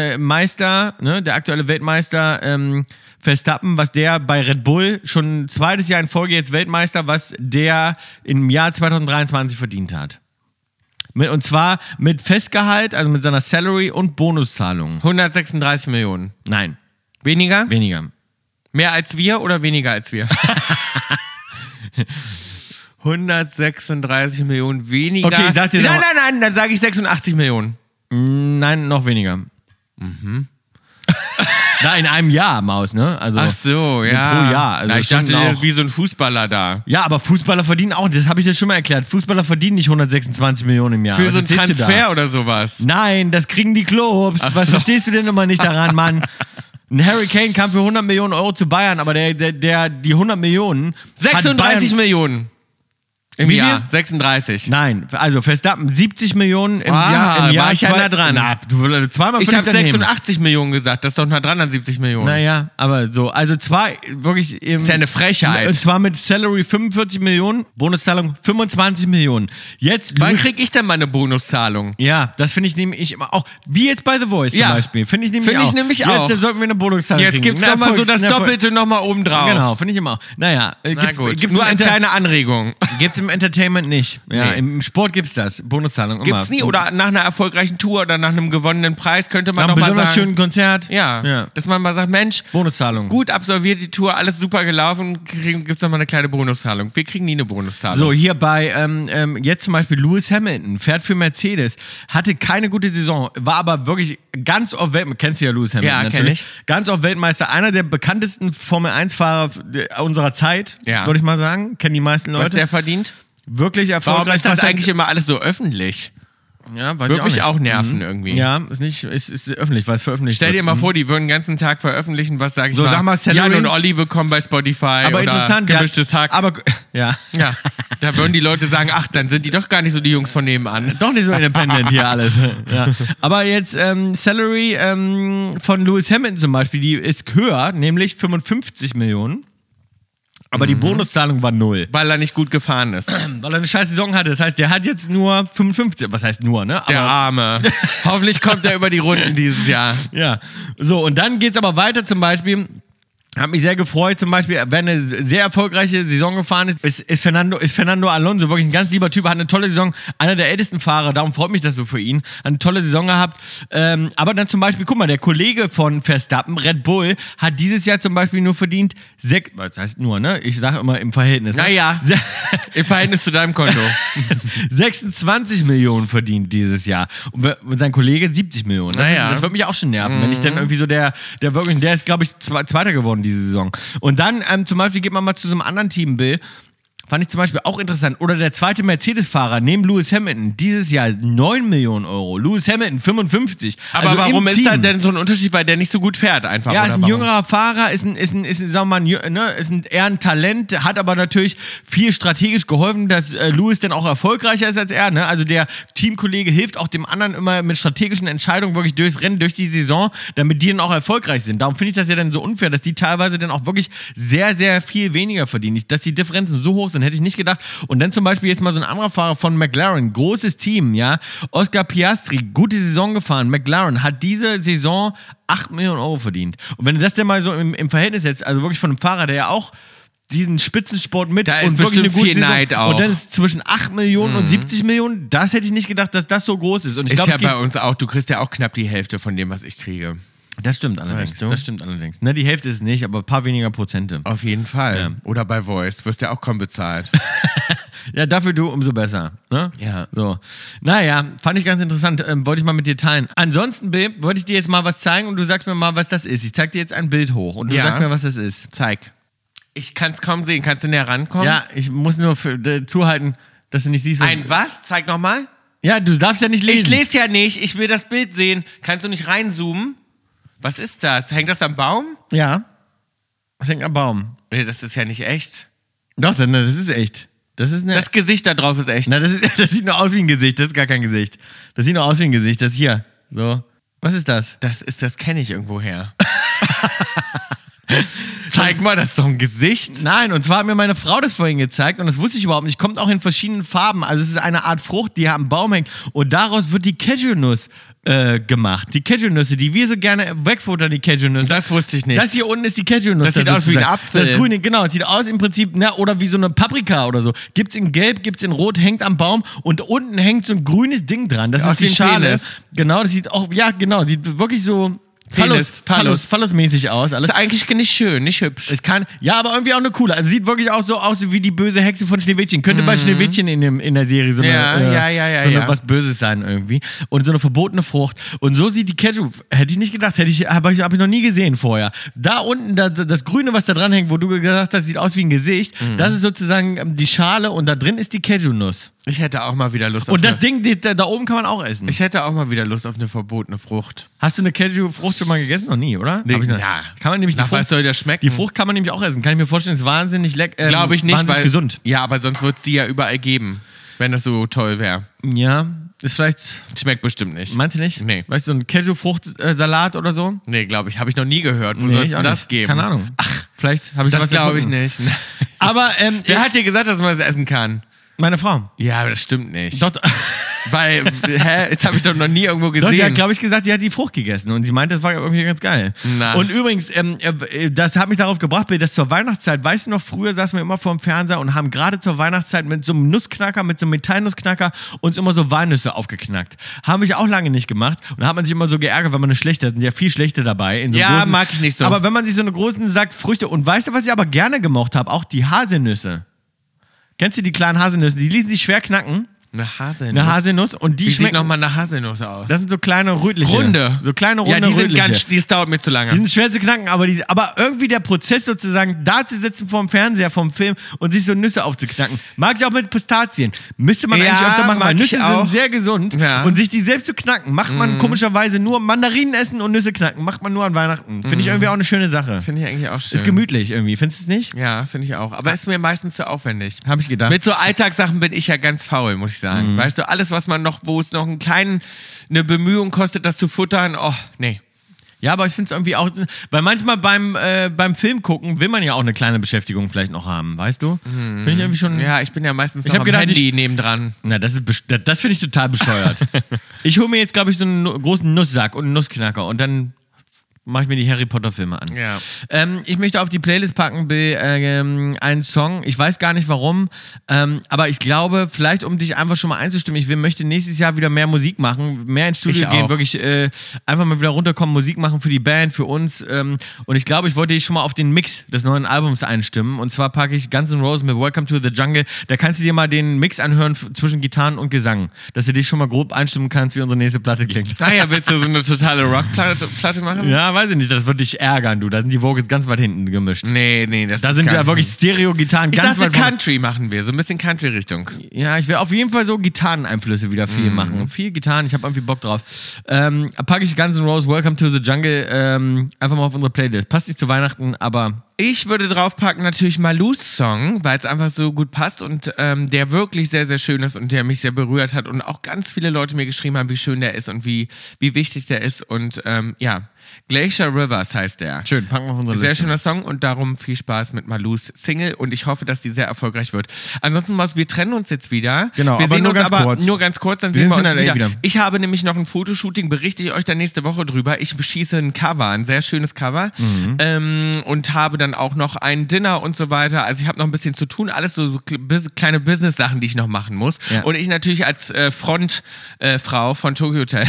A: Weltmeister, ne, der aktuelle Weltmeister ähm, Verstappen, was der bei Red Bull schon ein zweites Jahr in Folge jetzt Weltmeister, was der im Jahr 2023 verdient hat. Mit, und zwar mit Festgehalt, also mit seiner Salary und Bonuszahlungen.
B: 136 Millionen.
A: Nein,
B: Weniger?
A: weniger.
B: Mehr als wir oder weniger als
A: (laughs)
B: wir? 136 Millionen weniger.
A: Okay, ich sag dir
B: nein,
A: noch-
B: nein, nein, dann sage ich 86 Millionen.
A: Nein, noch weniger. Mhm. (laughs) Na, in einem Jahr, Maus, ne? Also,
B: Ach so, ja.
A: pro Jahr, also
B: Na, ich
A: schon
B: dachte, der
A: auch-
B: ist wie so ein Fußballer da.
A: Ja, aber Fußballer verdienen auch, das habe ich dir schon mal erklärt. Fußballer verdienen nicht 126 Millionen im Jahr.
B: Für
A: Was
B: so einen
A: erzählst du da?
B: Transfer oder sowas.
A: Nein, das kriegen die Clubs. Was
B: so.
A: verstehst du denn immer nicht daran, Mann? Ein Harry Kane kam für 100 Millionen Euro zu Bayern, aber der, der, der die 100 Millionen. hat
B: 36
A: Bayern,
B: Millionen. Im
A: Wie
B: Jahr.
A: viel?
B: 36.
A: Nein, also Verstappen 70 Millionen im
B: Ah,
A: Jahr.
B: war
A: Im Jahr
B: ich ja
A: zwei-
B: nah dran.
A: Na, du zweimal
B: ich
A: fünf
B: habe
A: daneben.
B: 86 Millionen gesagt. Das ist doch nur 370 Millionen.
A: Naja, aber so. Also zwei, wirklich. Im,
B: Ist ja eine Frechheit.
A: Und zwar mit Salary 45 Millionen, Bonuszahlung 25 Millionen. Jetzt
B: Wann
A: Lewis-
B: krieg ich denn meine Bonuszahlung?
A: Ja, das finde ich nämlich immer auch. Wie jetzt bei The Voice
B: Ja.
A: zum Beispiel. Finde ich nämlich
B: Find ich
A: auch.
B: nämlich
A: jetzt
B: auch.
A: äh, sollten wir eine Bonuszahl
B: Jetzt
A: kriegen.
B: gibt's
A: Na,
B: doch mal so
A: Volks-
B: das
A: na, Volks-
B: Doppelte nochmal oben drauf.
A: Genau, finde ich immer auch. Naja, äh,
B: Na
A: gibt's,
B: gut.
A: gibt's
B: Nur
A: im
B: eine
A: Inter-
B: kleine Anregung.
A: Gibt's im Entertainment nicht. Ja,
B: Nee.
A: im Sport gibt's das. Bonuszahlung immer.
B: Gibt's nie oder nach einer erfolgreichen Tour oder nach einem gewonnenen Preis könnte
A: Nach
B: man
A: einem
B: nochmal
A: besonders
B: sagen.
A: schönen Konzert.
B: ja, dass man mal sagt, Mensch,
A: Bonuszahlung.
B: gut absolviert die Tour, alles super gelaufen, kriegen, gibt's noch mal eine kleine Bonuszahlung. Wir kriegen nie eine Bonuszahlung.
A: So, hier bei, ähm, ähm, jetzt zum Beispiel Lewis Hamilton, fährt für Mercedes, hatte keine gute Saison, war aber wirklich ganz oft Weltmeister. Kennst du ja Lewis Hamilton
B: Ja, kenn
A: natürlich. Ganz oft Weltmeister, einer der bekanntesten Formel-1-Fahrer der- unserer Zeit,
B: Ja.
A: würde ich mal sagen. Kennen die meisten
B: Was
A: Leute.
B: der verdient?
A: wirklich erfolgreich.
B: Warum ist das
A: was er-
B: eigentlich immer alles so öffentlich?
A: ja, weiß
B: Wirklich
A: ich auch,
B: auch,
A: nicht. Mhm.
B: nerven irgendwie.
A: Ja, ist nicht, ist, ist öffentlich, weil es veröffentlicht
B: Stell dir
A: wird.
B: mal vor, die würden den ganzen Tag veröffentlichen, was sag ich
A: So,
B: mal,
A: sag mal, Salary.
B: Jan und Olli bekommen bei Spotify
A: aber
B: oder
A: interessant, ja.
B: gemischtes Hack.
A: Aber, (laughs) ja.
B: ja, da würden die Leute sagen, ach, dann sind die doch gar nicht so die Jungs von nebenan.
A: Doch nicht so independent hier alles. Ja. Aber jetzt ähm, Salary ähm, von Lewis Hamilton zum Beispiel, die ist höher, nämlich 55 Millionen. Aber die Bonuszahlung war null.
B: Weil er nicht gut gefahren ist.
A: Weil er eine scheiß Saison hatte. Das heißt, der hat jetzt nur 55, was heißt nur, ne? Aber, (laughs)
B: Der Arme. Hoffentlich kommt er über die Runden dieses Jahr.
A: Ja. So, und dann geht's aber weiter zum Beispiel. Hat mich sehr gefreut, zum Beispiel, wenn eine sehr erfolgreiche Saison gefahren ist, ist, ist, Fernando, ist Fernando Alonso wirklich ein ganz lieber Typ, hat eine tolle Saison, einer der ältesten Fahrer, darum freut mich das so für ihn, hat eine tolle Saison gehabt. Ähm, aber dann zum Beispiel, guck mal, der Kollege von Verstappen, Red Bull, hat dieses Jahr zum Beispiel nur verdient, sechs, was heißt nur, ne? Ich sage immer im Verhältnis. Ne?
B: Naja.
A: Se-
B: Im Verhältnis zu deinem Konto.
A: 26 Millionen verdient dieses Jahr. Und we- und sein Kollege 70 Millionen. Das,
B: Naja.
A: ist, das wird mich auch schon nerven, wenn ich dann
B: Mhm.
A: irgendwie so der, der wirklich, der ist, glaube ich, Zwe- Zweiter geworden diese Saison. Und dann ähm, zum Beispiel geht man mal zu so einem anderen Team, Bill. Fand ich zum Beispiel auch interessant. Oder der zweite Mercedes-Fahrer neben Lewis Hamilton, dieses Jahr 9 Millionen Euro. Lewis Hamilton 55.
B: Aber
A: Also im
B: warum ist
A: Team.
B: da denn so ein Unterschied, weil der nicht so gut fährt einfach?
A: Ja,
B: oder
A: ist ein
B: warum?
A: jüngerer Fahrer, ist ein, ist ein, ist ein, sagen wir mal, ein, jü- ne, ist ein, eher ein Talent, hat aber natürlich viel strategisch geholfen, dass äh, Lewis dann auch erfolgreicher ist als er. Ne? Also der Teamkollege hilft auch dem anderen immer mit strategischen Entscheidungen wirklich durchs Rennen, durch die Saison, damit die dann auch erfolgreich sind. Darum finde ich das ja dann so unfair, dass die teilweise dann auch wirklich sehr, sehr viel weniger verdienen. Ich- Dass die Differenzen so hoch sind, hätte ich nicht gedacht. Und dann zum Beispiel jetzt mal so ein anderer Fahrer von McLaren, großes Team, ja. Oscar Piastri, gute Saison gefahren. McLaren hat diese Saison 8 Millionen Euro verdient. Und wenn du das denn mal so im, im Verhältnis setzt, also wirklich von einem Fahrer, der ja auch diesen Spitzensport mit
B: Da ist
A: und wirklich eine
B: bestimmt
A: gute
B: viel
A: Saison.
B: Neid auch. Mhm.
A: Und dann ist zwischen 8 Millionen und 70 Millionen, das hätte ich nicht gedacht, dass das so groß ist. Und ich
B: Ist
A: glaube,
B: ja
A: es geht
B: bei uns auch, du kriegst ja auch knapp die Hälfte von dem, was ich kriege.
A: Das stimmt allerdings.
B: Weißt du?
A: Das stimmt allerdings. Ne, die Hälfte ist nicht, aber ein paar weniger Prozente.
B: Auf jeden Fall.
A: Ja.
B: Oder bei Voice. Wirst ja auch kaum bezahlt.
A: Ja, dafür du umso besser. Ne?
B: Ja.
A: So. Naja, fand ich ganz interessant. Ähm, wollte ich mal mit dir teilen. Ansonsten, Bill, wollte ich dir jetzt mal was zeigen und du sagst mir mal, was das ist. Ich zeig dir jetzt ein Bild hoch und du
B: Ja.
A: sagst mir, was das ist.
B: Zeig. Ich kann es kaum sehen. Kannst du näher rankommen?
A: Ja, ich muss nur für, d- zuhalten, dass du nicht siehst. dass-
B: Ein was? Zeig nochmal.
A: ja, du darfst ja nicht lesen.
B: Ich lese ja nicht. Ich will das Bild sehen. Kannst du nicht reinzoomen? Was ist das? Hängt das am Baum?
A: Ja. Das hängt am Baum.
B: Nee, das ist ja nicht echt.
A: Doch, dann, das ist echt. Das ist eine.
B: Das Gesicht da drauf ist echt.
A: na, das, ist, (laughs) das sieht nur aus wie ein Gesicht. Das ist gar kein Gesicht. Das sieht nur aus wie ein Gesicht. Das hier. So. Was ist das?
B: Das ist, das kenne ich irgendwoher. (laughs) Zeig mal, das ist doch ein Gesicht.
A: Nein, und zwar hat mir meine Frau das vorhin gezeigt und das wusste ich überhaupt nicht. Kommt auch in verschiedenen Farben. Also es ist eine Art Frucht, die am Baum hängt und daraus wird die Cashewnuss äh, gemacht. Die Cashewnüsse, die wir so gerne wegfuttern, die Cashewnüsse.
B: Das wusste ich nicht.
A: Das hier unten ist die Cashewnuss.
B: Das sieht
A: da
B: aus wie ein
A: sozusagen.
B: Apfel.
A: Das grüne, genau. Das sieht aus im Prinzip, na, oder wie so eine Paprika oder so. Gibt's in gelb, gibt's in rot, hängt am Baum und unten hängt so ein grünes Ding dran. Das
B: Aus
A: ist die
B: dem
A: Schale.
B: Penis.
A: Genau, das sieht auch, ja, genau, sieht wirklich so Phallus,
B: Penis,
A: Phallus,
B: Phallus.
A: Phallus-mäßig aus. Alles.
B: ist eigentlich nicht schön, nicht hübsch.
A: Es kann, ja, aber irgendwie auch eine coole. Also sieht wirklich auch so aus wie die böse Hexe von Schneewittchen. Könnte bei Schneewittchen in, dem, in der Serie so, eine,
B: Mhm. Ja,
A: äh,
B: ja, ja, ja,
A: so eine
B: ja.
A: was Böses sein irgendwie. Und so eine verbotene Frucht. Und so sieht die Cashew, hätte ich nicht gedacht, hätte ich, habe ich, hab ich noch nie gesehen vorher. Da unten, da, das Grüne, was da dran hängt, wo du gesagt hast, sieht aus wie ein Gesicht.
B: Mhm.
A: Das ist sozusagen ähm, die Schale und da drin ist die Cashewnuss.
B: Ich hätte auch mal wieder Lust auf
A: Und das
B: eine,
A: Ding, die, da, da oben kann man auch essen.
B: Ich hätte auch mal wieder Lust auf eine verbotene Frucht.
A: hast du eine Cashew-Frucht schon mal gegessen? Noch nie, oder?
B: Nee,
A: Hab ich noch-
B: na.
A: Kann man nämlich die
B: Nach was
A: Frucht,
B: soll das schmecken?
A: die Frucht kann man nämlich auch essen. Kann ich mir vorstellen, ist wahnsinnig lecker. Ähm,
B: Glaube ich nicht,
A: wahnsinnig
B: weil
A: gesund.
B: Ja, aber sonst wird es die ja überall geben, wenn das so toll wäre.
A: Ja, ist vielleicht,
B: Schmeckt bestimmt nicht.
A: meinst du nicht?
B: Nee.
A: Weißt du, so ein Cashew-Fruchtsalat oder so?
B: nee, glaube ich, habe ich noch nie gehört. Wo
A: Nee,
B: soll
A: ich
B: es
A: auch
B: das
A: nicht.
B: geben?
A: Keine Ahnung. Ach, vielleicht habe ich
B: Das
A: was
B: glaube ich
A: gefunden.
B: nicht. (laughs)
A: Aber ähm, ich,
B: Wer hat dir gesagt, dass man das essen kann?
A: meine Frau.
B: Ja, aber das stimmt nicht.
A: Dort,
B: (laughs) Weil, hä? Jetzt habe ich doch noch nie irgendwo gesehen.
A: dort sie hat, glaube ich, gesagt, sie hat die Frucht gegessen und sie meinte, das war irgendwie ganz geil.
B: Na.
A: Und übrigens, ähm, äh, das hat mich darauf gebracht, Bill, dass zur Weihnachtszeit, weißt du noch, früher saßen wir immer vorm Fernseher und haben gerade zur Weihnachtszeit mit so einem Nussknacker, mit so einem Metallnussknacker uns immer so Walnüsse aufgeknackt. Haben ich auch lange nicht gemacht und da hat man sich immer so geärgert, wenn man eine schlechte, da sind ja viel schlechte dabei. In so
B: Ja,
A: großen,
B: mag ich nicht so.
A: Aber wenn man sich so einen großen Sack Früchte und weißt du, was ich aber gerne gemocht habe? Auch die Haselnüsse. Kennst du die kleinen Haselnüsse? Die ließen sich schwer knacken.
B: eine Haselnuss.
A: Eine Haselnuss und die
B: Wie sieht
A: schmecken.
B: nochmal eine Haselnuss aus?
A: Das sind so kleine rötliche.
B: Runde.
A: So kleine runde
B: Ja, die sind
A: rötliche.
B: ganz, die das dauert mir zu lange.
A: die sind schwer zu knacken, aber, die, aber irgendwie der Prozess sozusagen, da zu sitzen vorm Fernseher, vom Film und sich so Nüsse aufzuknacken. Mag ich auch mit Pistazien. Müsste man
B: Ja,
A: eigentlich öfter machen, weil
B: mag ich
A: Nüsse
B: auch.
A: sind sehr gesund.
B: Ja.
A: Und sich die selbst zu knacken, macht man komischerweise nur Mandarinen essen und Nüsse knacken. Macht man nur an Weihnachten. Finde ich irgendwie auch eine schöne Sache.
B: Finde ich eigentlich auch schön.
A: Ist Ah. gemütlich irgendwie. Findest du es nicht?
B: Ja, finde ich auch. Aber ist mir meistens zu aufwendig.
A: Hab ich gedacht.
B: Mit so Alltagssachen bin ich ja ganz faul, muss
A: Mhm.
B: ich sagen. Weißt du, alles, was man noch, wo es noch einen kleinen, eine Bemühung kostet, das zu futtern, oh, nee.
A: Ja, aber ich finde es irgendwie auch, weil manchmal beim, äh, beim Film gucken will man ja auch eine kleine Beschäftigung vielleicht noch haben, weißt du? Finde ich irgendwie schon.
B: Ja, ich bin ja meistens
A: Mhm. Ich
B: noch
A: hab
B: am
A: gedacht,
B: Handy nebendran.
A: Na, das, ist best- das- das finde ich total bescheuert. ich hole mir jetzt, glaube ich, so einen nu- großen Nusssack und einen Nussknacker und dann mache ich mir die Harry Potter-Filme an.
B: Ja.
A: Ähm, ich möchte auf die Playlist packen, Bill, äh, ähm, einen Song. Ich weiß gar nicht warum, ähm, aber ich glaube, vielleicht um dich einfach schon mal einzustimmen, ich will, möchte nächstes Jahr wieder mehr Musik machen, mehr ins Studio
B: Ich
A: gehen,
B: Mhm. auch.
A: wirklich äh, einfach mal wieder runterkommen, Musik machen für die Band, für uns. Ähm, und ich glaube, ich wollte dich schon mal auf den Mix des neuen Albums einstimmen. Und zwar packe ich Guns N' Roses mit Welcome to the Jungle. Da kannst du dir mal den Mix anhören f- zwischen Gitarren und Gesang, dass du dich schon mal grob einstimmen kannst, wie unsere nächste Platte klingt.
B: Naja, willst du so eine totale Rockplatte Platte machen?
A: (laughs) Ja, weiß ich nicht, das wird dich ärgern, du. Da sind die Vocals ganz weit hinten gemischt.
B: Nee, nee, das
A: Da
B: ist
A: sind
B: gar
A: ja
B: Hm, nicht-
A: wirklich Stereo-Gitarren
B: Ich
A: ganz
B: dachte,
A: weit vorne.
B: Country machen wir, so ein bisschen Country-Richtung.
A: Ja, ich will auf jeden Fall so Gitarreneinflüsse wieder viel machen. Viel Gitarren, ich habe irgendwie Bock drauf. Ähm, packe ich Guns N' Roses, Welcome to the Jungle, ähm, einfach mal auf unsere Playlist. Passt nicht zu Weihnachten, aber
B: Ich würde draufpacken natürlich Malus Song, weil es einfach so gut passt und ähm, der wirklich sehr, sehr schön ist und der mich sehr berührt hat und auch ganz viele Leute mir geschrieben haben, wie schön der ist und wie, wie wichtig der ist und ähm, ja, Glacier Rivers heißt der.
A: schön, packen wir auf unsere
B: Sehr
A: Liste.
B: schöner Song und darum viel Spaß mit Malus Single und ich hoffe, dass die sehr erfolgreich wird. Ansonsten, Maus, wir trennen uns jetzt wieder.
A: Genau,
B: wir
A: aber
B: sehen
A: nur
B: uns
A: ganz
B: aber
A: kurz.
B: nur ganz kurz, dann
A: Wir
B: sehen wir
A: sehen
B: uns
A: uns in
B: wieder.
A: LA wieder.
B: Ich habe nämlich noch ein Fotoshooting,
A: Mhm.
B: berichte ich euch dann nächste Woche drüber. Ich schieße ein Cover, ein sehr schönes Cover ähm, und habe dann dann auch noch ein Dinner und so weiter. Also ich habe noch ein bisschen zu tun, alles so kle- bis- kleine Business-Sachen, die ich noch machen muss.
A: Ja.
B: Und ich natürlich als äh, Frontfrau äh, Frau von Tokyo Hotel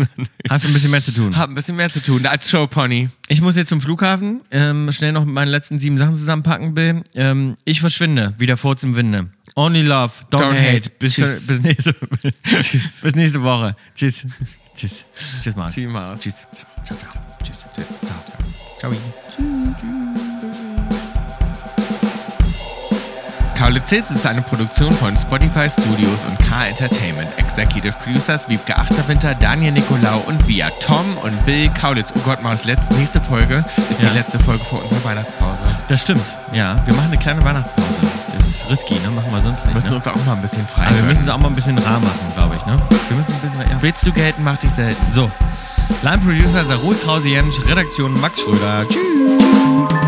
B: (laughs)
A: Hast ein bisschen mehr zu tun.
B: habe ein bisschen mehr zu tun als Showpony.
A: Ich muss jetzt zum Flughafen, ähm, schnell noch meine letzten sieben Sachen zusammenpacken, Bill. Ähm, ich verschwinde, wieder furz im Winde. Only love, don't,
B: Don't
A: hate.
B: hate.
A: Bis, (laughs)
B: Tschüss.
A: bis, nächste, bis nächste Woche. Tschüss. Tschüss. Tschüss, Mann.
B: Sieh mal.
A: Tschüss. Ciao, ciao. Tschüss. Tschüss. Ciao, ciao.
B: Ciao. Kaulitz ist eine Produktion von Spotify Studios und K Entertainment. Executive Producers Wiebke Achterwinter, Daniel Nicolau und wir, Tom und Bill Kaulitz. Oh Gott, Maus, letzte, nächste Folge ist
A: Ja.
B: die letzte Folge vor unserer Weihnachtspause.
A: Das stimmt. Ja, wir machen eine kleine Weihnachtspause. Ist risky, ne? Machen wir sonst
B: Wir
A: nicht.
B: müssen
A: Ne?
B: uns auch mal ein bisschen frei
A: Aber wir müssen es
B: gönnen.
A: auch mal ein bisschen rar machen, glaube ich, ne? Wir müssen ein bisschen eher.
B: Willst du gelten, mach dich selten.
A: So. Line Producer Sarul Krause-Jensch, Redaktion Max Schröder. Tschüss.